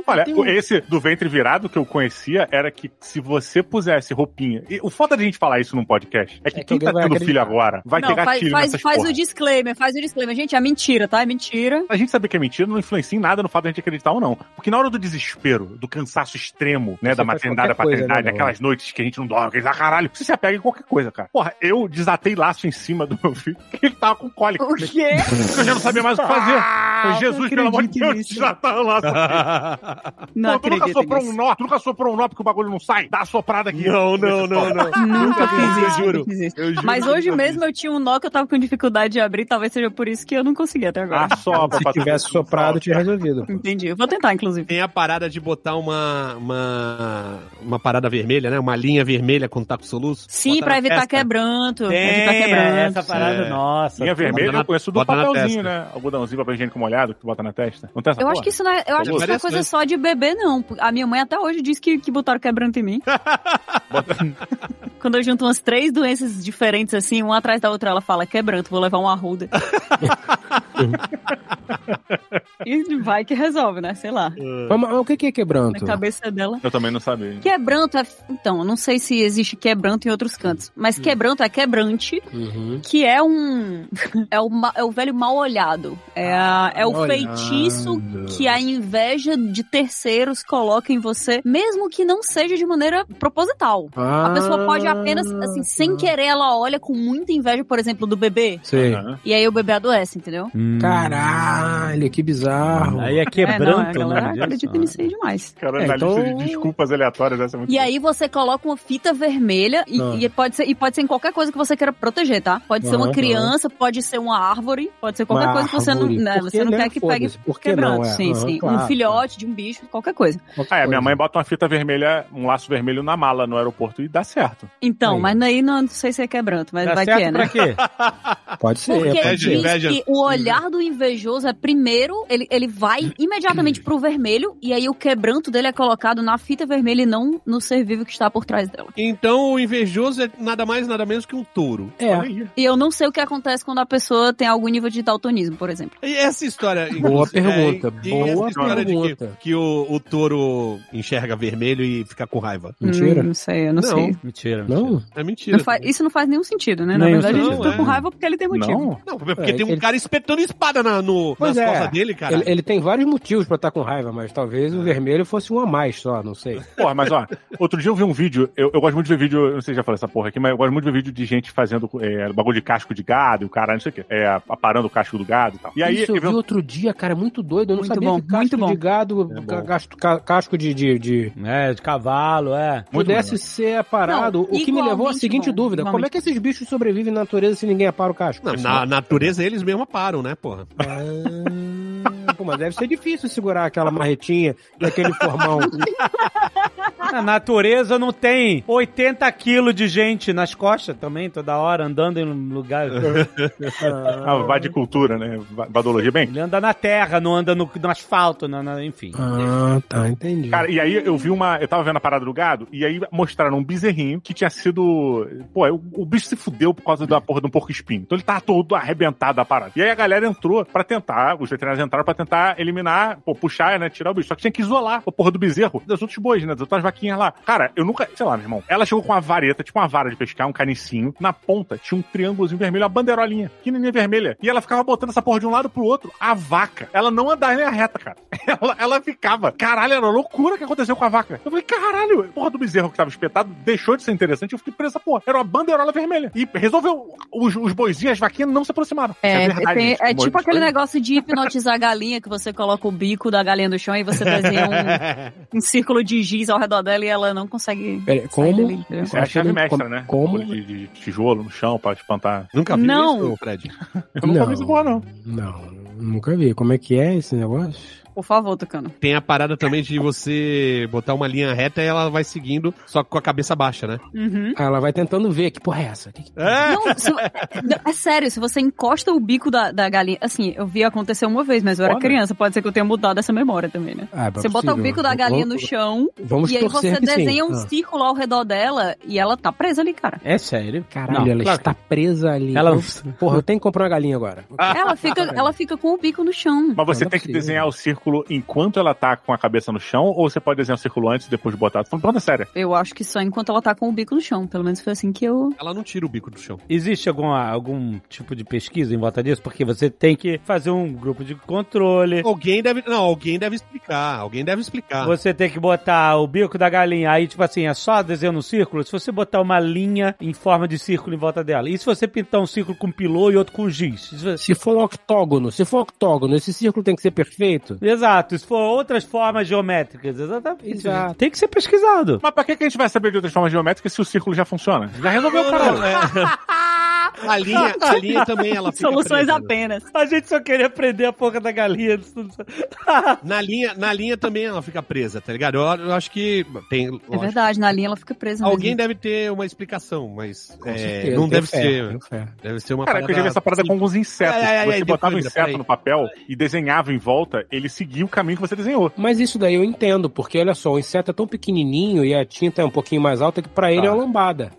B: Olha,
H: um
B: esse do ventre virado que eu conhecia era que se você pusesse roupinha. E o foda de a gente falar isso num podcast é que
H: É que
B: quem tá
H: alguém vai
B: tendo
H: acreditar.
B: filho agora vai
D: Não,
B: ter
D: faz,
B: gatilho
D: faz,
B: nessas
D: faz
B: porra.
D: o disclaimer, faz o disclaimer. Gente, é mentira, tá? É mentira.
B: A gente saber que é mentira não influencia em nada no fato de a gente acreditar ou não. Porque na hora do desespero, do cansaço extremo, né, da
H: Você faz
B: maternidade, da
H: qualquer coisa,
B: paternidade,
H: né, meu?
B: aquelas noites que a gente não dorme, aqueles, ah, caralho, você se apega em qualquer coisa, cara. Porra, eu desatei laço em cima do meu filho porque ele tava com cólica.
D: O quê?
B: Eu já não sabia mais o que fazer.
H: Ah,
B: Eu, Jesus, pelo amor de Deus,
A: nisso.
B: desata o laço.
D: Não
B: Pô, tu nunca
D: acredito
B: soprou um
D: nisso.
B: nó, tu nunca soprou um nó porque o bagulho não sai. Dá a soprada aqui. Não, não, não, não.
D: Nunca fiz isso,
C: eu juro.
D: nunca fiz isso.
C: Eu juro
D: Mas
C: que eu
D: hoje
C: nunca
D: mesmo eu tinha um nó que eu tava com dificuldade de abrir, talvez seja por isso que eu não consegui até agora.
B: Dá só
H: Ah, Se tivesse soprado, tinha resolvido.
D: Entendi. Eu Vou tentar, inclusive.
C: Tem a parada de botar uma, uma, uma parada vermelha, né? Uma linha vermelha quando tá com soluço.
D: Sim,
C: Bota
D: pra
C: na
D: evitar é-
C: testa.
D: quebranto. pra evitar
A: Tem,
D: quebranto.
A: tá essa parada,
C: É.
A: nossa.
B: Linha vermelha
C: na-
B: eu conheço do
C: bota na
B: papelzinho,
C: testa.
B: né? Algodãozinho, papel higiênico molhado que tu bota na testa. Não tem essa
D: Eu
B: porra?
D: acho que isso não é, eu acho que isso não é
C: parece,
D: coisa
C: né?
D: só de bebê, não. A minha mãe até hoje diz que, que botaram quebranto
C: (laughs)
D: em mim. Quando eu junto umas três doenças diferentes, assim, uma atrás da outra, ela fala quebranto, vou levar
C: (laughs)
D: um arruda. e vai que resolve, né? Sei lá.
H: Mas, mas o que que é
D: Na
H: quebranto?
D: cabeça dela.
B: Eu também não sabia.
D: Quebranto é. Então, eu não sei se existe quebranto em outros cantos,
C: Hum.
D: mas quebranto é quebrante,
H: Uhum.
D: que é um. (laughs) É o, ma- é o velho mal olhado. É, a- é o
H: Ah, mal
D: feitiço que a inveja de terceiros coloca em você, mesmo que não seja de maneira proposital. A pessoa pode apenas,
H: Ah,
D: assim, sem querer, ela olha com muita inveja, por exemplo, do bebê.
H: Sei.
B: Aham.
D: E aí o bebê adoece, entendeu?
H: Caralho, que bizarro.
A: Aí é
D: é, não, a
A: quebranto,
D: galera
A: né?
D: acredita nisso aí demais.
B: Caralho,
H: É,
B: na
H: então-
B: lista de desculpas aleatórias, essa é muito
D: E aí você coloca uma fita vermelha e,
H: Ah.
D: e pode ser, e pode ser em qualquer coisa que você queira proteger, tá? Pode ser
H: Aham,
D: uma
H: aham.
D: criança, pode ser uma árvore, pode ser qualquer
H: Uma
D: coisa que você não,
H: árvore.
D: né,
H: Por
D: você não quer que pegue
H: Foda-se. Por que
D: quebranto.
H: não? É.
D: sim,
H: Aham,
D: sim.
H: claro.
D: um filhote de um bicho, qualquer coisa.
H: Qualquer
B: Ah, é, minha
H: coisa.
B: mãe bota uma fita vermelha, um laço vermelho na mala no aeroporto e dá certo.
D: Então,
H: Aí.
D: mas aí não, não sei se é quebranto, mas
A: Tá
D: vai
A: certo
D: que é, né?
A: pra quê? é
H: Pode ser. é
D: Porque é
H: pode
C: Inveja,
H: ser.
D: diz
C: inveja.
D: que o olhar do invejoso é primeiro, ele, ele
H: Hum.
D: vai imediatamente pro vermelho, e aí o quebranto dele é colocado na fita vermelha e não no ser vivo que está por trás dela.
C: Então o invejoso é nada mais, nada menos que um touro.
H: É.
B: Olha aí.
D: E eu não sei o que acontece quando a pessoa tem algum nível de daltonismo, por exemplo.
C: E essa história.
H: Boa
C: inclusive,
H: pergunta,
C: é, e- e
H: boa
C: essa história De
H: pergunta.
C: que, que o, o touro enxerga vermelho e fica com raiva.
H: Mentira.
D: Hum, não sei, eu não,
C: Não,
D: sei.
A: Mentira, mentira.
H: Não?
C: É mentira.
D: Não fa- isso não faz nenhum sentido, né? Na
A: Nenhum
D: verdade,
C: sentido.
D: eu tô
C: Não,
D: com
C: é.
D: raiva porque ele tem motivo.
B: Não?
C: Não, porque
H: É,
C: tem um
H: ele-
C: cara espetando espada na, no,
H: Pois
C: nas
H: é.
C: costas dele, cara.
H: Ele, ele tem vários motivos pra estar com raiva, mas talvez o vermelho fosse um a mais só, não sei.
B: Porra, mas ó, outro dia eu vi um vídeo, eu, eu gosto muito de ver vídeo, eu não sei se já falei essa porra aqui, mas eu gosto muito de ver vídeo de gente fazendo é, bagulho de casco de gado e o cara, não sei o quê, é, aparando o casco do gado e tal. E aí, um
H: Isso eu vi
B: event-
H: outro dia, cara, muito doido. Eu não
D: Muito
H: sabia
D: bom,
H: que casco
D: muito bom.
H: de gado,
B: É bom.
H: ca- gasto- ca- casco de, de, de-
A: É, de cavalo, é.
H: pudesse ser aparado.
D: Não,
H: o que me levou à
D: igualmente
H: seguinte
D: bom,
H: dúvida: como é
D: igualmente
H: que esses bichos sobrevivem na natureza se ninguém apara o casco?
C: Não, na natureza eles mesmo param, né, porra?
H: Ah, pô, mas deve ser difícil segurar aquela marretinha e aquele formão.
A: A natureza não tem 80 quilos de gente nas costas também, toda hora, andando em um (laughs) lugar.
B: Ah, vai de cultura, né? Va- Vadologia. Bem,
A: Ele anda na terra, não anda no, no asfalto, na- na- enfim.
H: ah, tá, entendi.
B: Cara, e aí eu vi uma. Eu tava vendo a parada do gado, e aí mostraram um bezerrinho que tinha sido. Pô, é, o, o bicho se fudeu por causa da porra de um porco espinho. Então ele tava todo arrebentado da parada. E aí a galera entrou pra tentar, os veterinários entraram pra tentar eliminar, pô, puxar, né? Tirar o bicho. Só que tinha que isolar a porra do bezerro das outros bois, né? Das outras vaquinhas lá. Cara, eu nunca. Sei lá, meu irmão. Ela chegou com uma vareta, tipo uma vara de pescar, um canicinho. Na ponta tinha um triângulozinho vermelho, uma bandeirolinha, pequenininha vermelha. E ela ficava botando essa porra de um lado pro outro. A vaca, ela não andava nem a reta, cara. (laughs) Ela, ela ficava. Caralho, era uma loucura o que aconteceu com a vaca. Eu falei, caralho, porra do bezerro que tava espetado deixou de ser interessante. Eu fiquei preso essa porra. Era uma bandeirola vermelha. E resolveu. Os, os boizinhos, as vaquinhas não se aproximaram.
D: É, tem-
B: gente.
D: é tipo
B: Uma-
D: aquele negócio de hipnotizar a galinha, que você coloca o bico da galinha no chão e você desenha
H: (laughs)
D: um, um círculo de giz ao redor dela e ela não consegue.
H: Peraí,
D: sair
H: como?
D: dali, entendeu?
B: Isso é a chave mestra, né?
H: Como?
B: De, de tijolo no chão pra espantar.
C: Nunca viu
D: Não.
C: isso, Fred?
B: Eu nunca vi essa porra, não.
H: Não, nunca vi. Como é que é esse negócio?
D: Por favor, Tucano.
C: Tem a parada também de você botar uma linha reta e ela vai seguindo, só que com a cabeça baixa, né?
D: Uhum.
H: Ah, ela vai tentando ver que porra é essa. Que que-
C: É!
D: Não, se- não, é sério, se você encosta o bico da, da galinha. Assim, eu vi acontecer uma vez, mas eu era
B: Olha.
D: criança, pode ser que eu tenha mudado essa memória também, né?
H: Ah, é
D: Você bota o
H: possível.
D: bico da galinha no
H: Vamos-
D: chão
H: Vamos
D: e aí
H: torcer
D: você
H: que sim.
D: desenha um
H: Ah.
D: círculo ao redor dela e ela tá presa ali,
H: (laughs)
D: cara.
H: É sério? Caralho,
A: Não,
H: ela
A: claro
H: está presa ali.
A: Ela
H: Eu- Ah. Porra, eu tenho que comprar uma galinha agora.
D: Ela fica, ela fica com o bico no chão.
B: Mas você
H: Não é
B: tem que
H: possível.
D: né?
B: desenhar o círculo enquanto ela tá com a cabeça no chão, ou você pode desenhar o círculo antes e depois botar? Tô falando pergunta séria.
D: Eu acho que só enquanto ela tá com o bico no chão. Pelo menos foi assim que eu.
C: Ela não tira o bico do chão.
A: Existe alguma, algum tipo de pesquisa em volta disso? Porque você tem que fazer um grupo de controle.
C: Alguém deve. Não, alguém deve explicar. Alguém deve explicar.
A: Você tem que botar o bico da galinha, aí, tipo assim, é só desenhando um círculo. Se você botar uma linha em forma de círculo em volta dela, e se você pintar um círculo com pilô e outro com giz? Se você-
H: Se for um octógono, se for um octógono, esse círculo tem que ser perfeito.
A: Exato, se for outras formas geométricas, exatamente.
H: Exato.
A: Tem que ser pesquisado.
B: Mas pra que que a gente vai saber de outras formas geométricas se o círculo já funciona? Já resolveu, caralho.
C: A linha, a linha também ela fica
D: Soluções
C: presa, né?
D: apenas.
A: A gente só queria prender a porca da galinha.
C: Na linha, na linha também ela fica presa, tá ligado? Eu, eu acho que tem.
D: É
C: lógico.
D: verdade, na linha ela fica presa.
C: Alguém
D: (laughs) mesmo.
C: deve ter uma explicação, mas é,
H: Certeza,
C: não
H: eu tenho
C: deve
H: fé,
C: ser.
H: tenho fé.
C: Deve ser uma
B: Caraca, eu já vi essa parada com alguns insetos.
C: Ai, ai, ai,
B: você
C: ai,
B: botava um
C: depois,
B: inseto
C: peraí.
B: no papel e desenhava em volta, ele seguia o caminho que você desenhou.
H: Mas isso daí eu entendo, porque olha só, o inseto é tão pequenininho e a tinta é um pouquinho mais alta que pra ele
B: Tá.
H: é uma (laughs) lombada.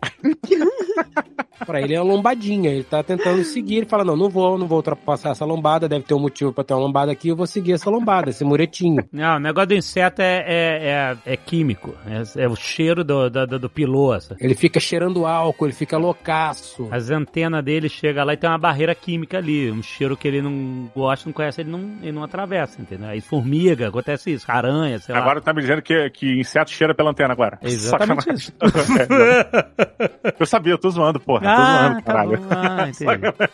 H: pra ele é uma lombadinha, ele tá tentando seguir, ele fala, não, não vou, não vou ultrapassar essa lombada, deve ter um motivo pra ter uma lombada aqui, eu vou seguir essa lombada, esse muretinho.
A: Não, o negócio do inseto é, é, é, é químico. É, é o cheiro do, do, do, do pilô. essa.
H: Ele fica cheirando álcool, ele fica loucaço.
A: Tipo, As antenas dele chegam lá e tem uma barreira química ali. Um cheiro que ele não gosta, não conhece, ele não, ele não atravessa, entendeu? Aí formiga, acontece isso, aranha, sei lá.
B: Agora tá me dizendo que, que inseto cheira pela antena agora.
A: É exatamente
B: Sacanagem.
A: isso.
B: (laughs) eu sabia, eu tô zoando, porra. Eu tô
F: Ah, tá
B: zoando, (laughs) caralho.
A: bom. Ah, entendi.
H: Pra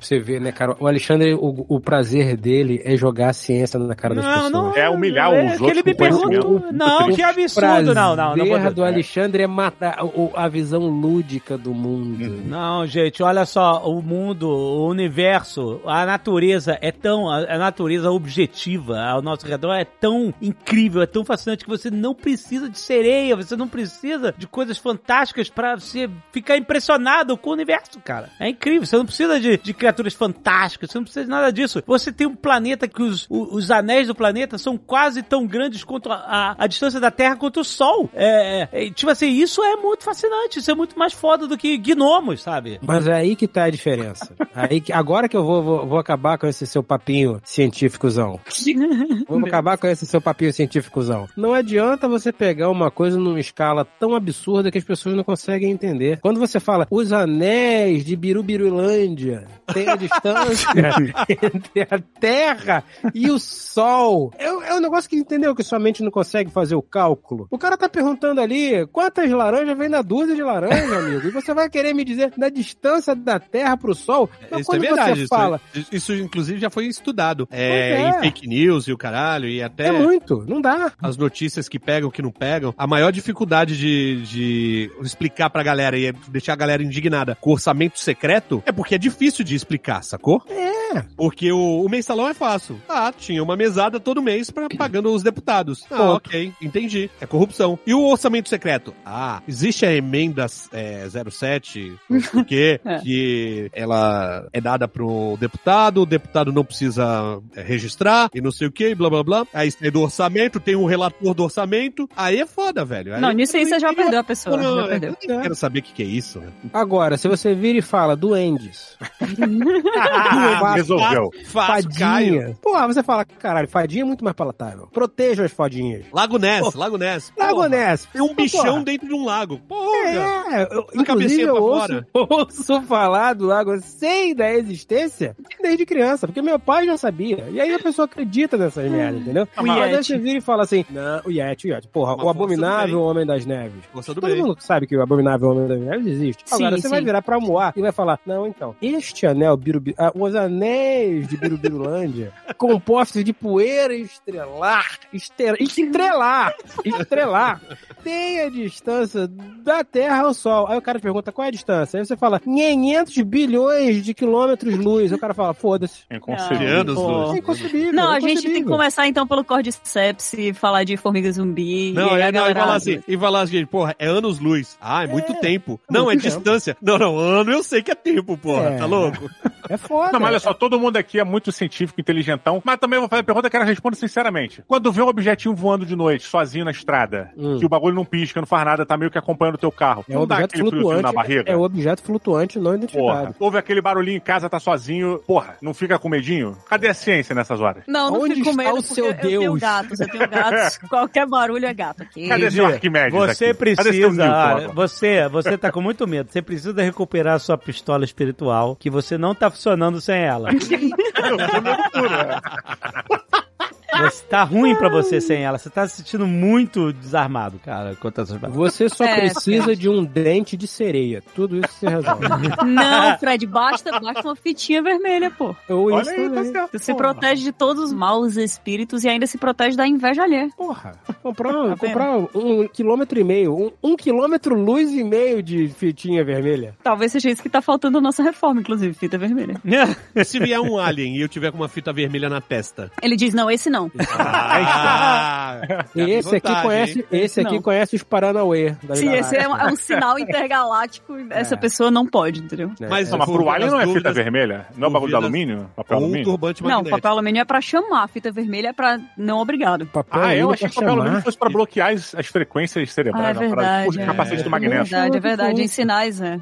H: Você vê, né, cara, o Alexandre, o, o prazer dele é jogar a ciência na cara das pessoas.
B: É humilhar os
A: que
B: outros
A: ele me
B: com conhecimento.
A: perguntou. Não,
B: Muito
A: que absurdo,
H: prazer
A: não, não, não. vou-
H: do Alexandre é matar o- a visão lúdica do mundo.
A: Não, gente, olha só, o mundo, o universo, a natureza é tão, a a natureza objetiva ao nosso redor é tão incrível, é tão fascinante que você não precisa de sereia, você não precisa de coisas fantásticas pra você ficar impressionado com o universo, cara. É incrível, você não precisa de, de criaturas fantásticas, você não precisa de nada disso. Você tem um planeta que os, o- os anéis do planeta são quase tão grandes quanto a, a- a distância da Terra quanto o Sol. É, é, é, tipo assim, isso é muito fascinante, isso é muito mais foda do que gnomos, sabe?
H: Mas é aí que tá a diferença. Aí que- agora que eu vou, vou, vou acabar com esse seu papinho científicozão. Vou acabar com esse seu papinho científicozão. Não adianta você pegar uma coisa numa escala tão absurda que as pessoas não conseguem entender. Quando você fala os anéis de Birubiruilândia têm a (laughs) distância entre a Terra e o Sol. É, um- é um negócio que entendeu que sua mente não consegue fazer o cálculo. O cara tá perguntando ali quantas laranjas vem na dúzia de laranja, amigo. E você vai querer me dizer da distância da Terra pro Sol? Mas
C: Isso é
H: quando
C: verdade.
H: você
C: Isso,
H: fala,
C: isso, inclusive, já foi estudado. É,
H: Pois é.
C: Em fake news e o caralho, e até
H: é muito, não dá.
C: as notícias que pegam, que não pegam. A maior dificuldade de, de explicar pra galera e deixar a galera indignada com orçamento secreto é porque é difícil de explicar, sacou? É. Porque o, o mensalão é fácil. Ah, tinha uma mesada todo mês pra, pagando os deputados. Ah,
H: Ponto.
C: ok, entendi. É corrupção. E o orçamento secreto? Ah, existe a emenda é,
D: (laughs)
C: 07, não sei o quê,
D: É.
C: que ela é dada pro deputado, o deputado não precisa é, registrar e não sei o quê, e blá blá blá. Aí sai do orçamento, tem um relator do orçamento. Aí é foda, velho. Aí
D: Não, nisso aí você já
C: ninguém-
D: perdeu a pessoa.
C: Não,
D: já
C: não,
D: perdeu.
C: eu nem quero saber o que, que é isso. né?
H: Agora, se você vira e fala duendes,
B: Ah, resolveu.
C: Fácil, Caio.
H: fadinha, porra, você fala, caralho, fadinha é muito mais palatável. Proteja as fadinhas.
C: Lago Ness, Lago Ness.
H: Lago
C: Porra,
H: Ness.
C: Tem um bichão
H: Porra.
C: dentro de um lago. Porra.
H: É, eu,
C: A cabecinha
H: inclusive eu
C: pra
H: ouço,
C: fora.
H: (laughs) ouço falar do lago, sei da existência desde criança, porque meu pai já sabia. E aí a pessoa acredita nessas merdas, entendeu?
D: O
H: Mas aí
D: Yeti.
H: você vira e fala assim, não, o Yeti, o Yeti, porra,
C: Hum. Uma força
H: o
C: do
H: abominável
C: bem.
H: homem das neves.
C: Força do
H: Todo
C: bem.
H: mundo sabe que o abominável homem das neves existe.
D: Sim,
H: cara,
D: Sim,
H: você vai
D: sim.
H: virar pra Moá e vai falar: Não, então, este anel, Birubi, ah, os anéis
D: (laughs)
H: de Birubirulândia, compostos de poeira estrelar, estera- estrelar, estrelar, tem a distância da Terra ao Sol. Aí o cara te pergunta qual é a distância. Aí você fala: 500 bilhões de quilômetros-luz. Aí o cara fala: Foda-se.
B: É
D: Não.
B: inconcebível.
C: Anos,
H: É inconcebível.
D: Não,
H: é
D: a gente tem que
H: inconcebível.
D: começar então pelo Cordyceps e falar de formiga zumbi. e
C: Não,
D: aí
C: é,
D: a
C: não, e
D: galera-
C: falar assim, e falar assim, porra, é anos-luz. Ah, é, muito tempo. Não, é
H: muito tempo.
C: distância. Não, não, ano eu sei que é tempo, porra,
H: É.
C: tá louco?
H: É foda.
B: Não, mas olha só, todo mundo aqui é muito científico, inteligentão, mas também eu vou fazer a pergunta que ela responde sinceramente. Quando vê um objetinho voando de noite, sozinho na estrada,
H: Hum.
B: que o bagulho não pisca, não faz nada, tá meio que acompanhando o teu carro,
H: É um
B: não dá
H: objeto
B: aquele friozinho
H: flutuante.
B: na barriga?
H: É um objeto flutuante não identificado.
B: Porra, houve aquele barulhinho em casa, tá sozinho, porra, não fica com medinho? Cadê a ciência nessas horas?
D: Não, não
H: Onde
D: fico com
H: está
D: medo,
H: o
D: porque
H: seu
D: eu tenho
H: Deus?
D: gatos, eu
C: (laughs)
D: tenho gatos. Qualquer barulho é gato aqui.
B: Cadê seu Arquimedes
A: Você
B: É, aqui? Cadê seu
A: precisa,
B: Newton
A: olha,
B: agora?
A: você, você tá com muito medo. Você precisa recuperar a sua pistola espiritual, que você não tá funcionando sem ela.
B: tá
A: Você tá ruim pra você sem ela. Você tá se sentindo muito desarmado, cara, quanto a essas (laughs) paradas.
H: Você só
D: É,
H: precisa de um dente de sereia. Tudo isso se resolve.
C: (laughs)
D: Não, Fred, basta, basta uma fitinha vermelha, pô.
H: Ou isso
B: Olha aí, tá
H: também.
B: certo.
D: Tu se
B: porra.
D: protege de todos os maus espíritos e ainda se protege da inveja alheia.
B: Porra.
H: Comprar,
D: Tá
H: um- comprar um quilômetro e meio, um, um quilômetro luz e meio de fitinha vermelha.
D: Talvez seja isso que tá faltando na nossa reforma, inclusive, fita vermelha.
C: Se vier um alien e eu tiver com uma fita vermelha na
H: (laughs)
C: testa.
D: Ele diz, não, esse não.
C: Ah,
H: tá. esse aqui conhece, esse aqui
D: Não.
H: conhece os Paranauê. da
D: Se
H: galáxia.
D: esse é um, é um sinal intergaláctico, essa pessoa não pode, entendeu?
C: Mas,
B: Não, mas pro alien não é fita vermelha? Não é bagulho de
C: dúvidas-
B: alumínio? Papel
C: Ou um
B: alumínio?
C: turbante
D: Não,
C: magnético.
D: papel alumínio é pra chamar, fita vermelha é pra não obrigado.
H: Papel
B: Ah, eu
H: alumínio
B: achei que
H: pra
B: o papel alumínio
H: chamar.
B: fosse pra bloquear as, as frequências
D: Ah, é
B: cerebrais. uma parada
D: verdade,
B: tipo de
D: é.
B: capacete do
D: É
B: magnético.
D: verdade, é verdade, em sinais, é.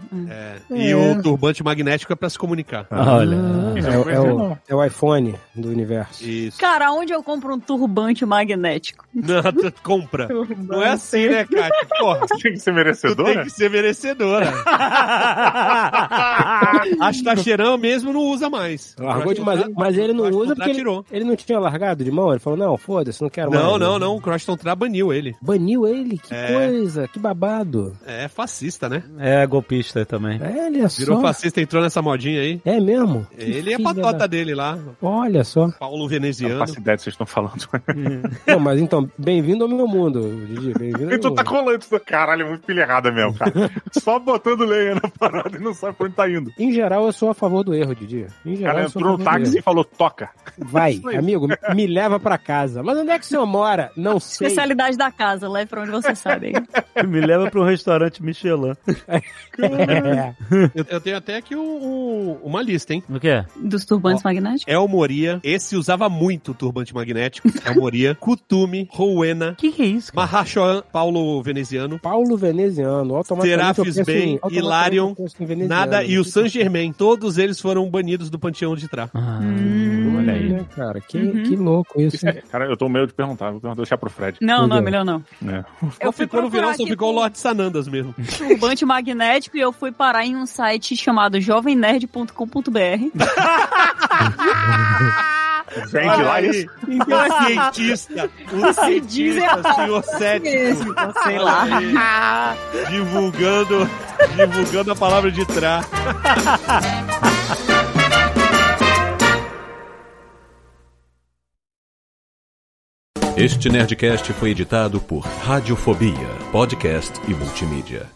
C: E o turbante magnético é pra se comunicar.
B: Ah.
A: Olha.
B: Isso eu
H: É,
B: não
H: o- é
B: conhecia,
H: o, é o iPhone do universo.
C: Isso.
D: Cara, onde eu compro um turbante magnético?
C: Não, (laughs) tu compra. Não é assim, né, cara? Porra,
B: Tem que né? ser
C: tu tem
B: merecedora?
C: que ser merecedora.
B: Ah,
C: Acho que a Cheirão mesmo não usa mais.
H: Largou de, mas, mas ele não
C: Acho que o
H: usa
C: Dutra
H: porque ele,
C: tirou.
H: ele não tinha largado de mão. Ele falou, não, foda-se, não quero
C: Não,
H: mais.
C: não, não. O Crosstown Tra baniu ele.
H: Baniu ele, que
C: É.
H: coisa, que babado.
C: É fascista, né?
A: É golpista também.
H: É, Olha
C: Virou
H: só.
C: fascista, entrou nessa modinha aí.
H: É mesmo? Que
C: Ele é a
H: filha
C: patota
H: da-
C: dele lá,
H: Olha só.
C: Paulo
B: Não
C: Veneziano.
B: faço ideia do que vocês estão falando.
H: Não, mas então, bem-vindo ao meu mundo, Didi.
B: (laughs)
H: Bem-vindo
B: E
H: ao
B: tu
C: Então
H: meu
B: tá
H: mundo.
B: colando isso. Caralho, é muito pilha errada mesmo, cara. Só botando lenha na parada e não sabe pra onde tá indo.
H: Em geral, eu sou a favor do erro, Didi. Em
B: O
H: geral,
B: cara
C: é
H: eu sou a
B: entrou no
H: favor do
B: táxi e
H: erro.
B: falou, toca.
H: Vai, amigo, me leva pra casa. Mas onde é que o senhor mora? Não sei.
D: Especialidade da casa, leve pra onde você sabe.
A: (laughs) Me leva pra um restaurante Michelin.
H: É.
C: Eu, eu tenho até aqui um- um- uma lista, hein?
A: O quê?
D: Dos turbantes magnéticos?
C: El Moria, esse usava muito o turbante magnético. (laughs) El Moria, Kutumi, Rowena,
A: O que, que é isso, cara?
C: Mahashoan, Paulo Veneziano,
H: Paulo Veneziano, automaticamente.
C: Serafis
H: eu penso em-
C: Bey,
H: automaticamente
C: Hilarion,
H: eu penso em veneziano.
C: Nada e o San Germain. Todos eles foram banidos do panteão de Tra.
A: Ah,
D: Hum.
A: olha aí.
H: Olha, Né, cara, que, que louco isso.
C: é
H: hein?
B: Cara, eu tô meio de perguntar. Vou perguntar, deixar pro Fred.
D: Não, não, é melhor não.
B: É.
D: Eu
C: Não
D: fui
C: ficou no final,
D: procurar
C: só
D: aqui
C: ficou o
D: por-
C: Lorde Sanandas mesmo.
D: turbante magnético e eu fui parar em um site chamado (laughs) jovemnerd.com.br.
B: Gente, lá isso.
C: Então é
D: (laughs)
C: cientista. O
D: Se dizem a
C: cientista, senhor cético.
D: então, Sei lá.
A: Ah,
C: Aí, Divulgando, divulgando a palavra de Tra.
J: Este Nerdcast foi editado por Radiofobia, podcast e multimídia.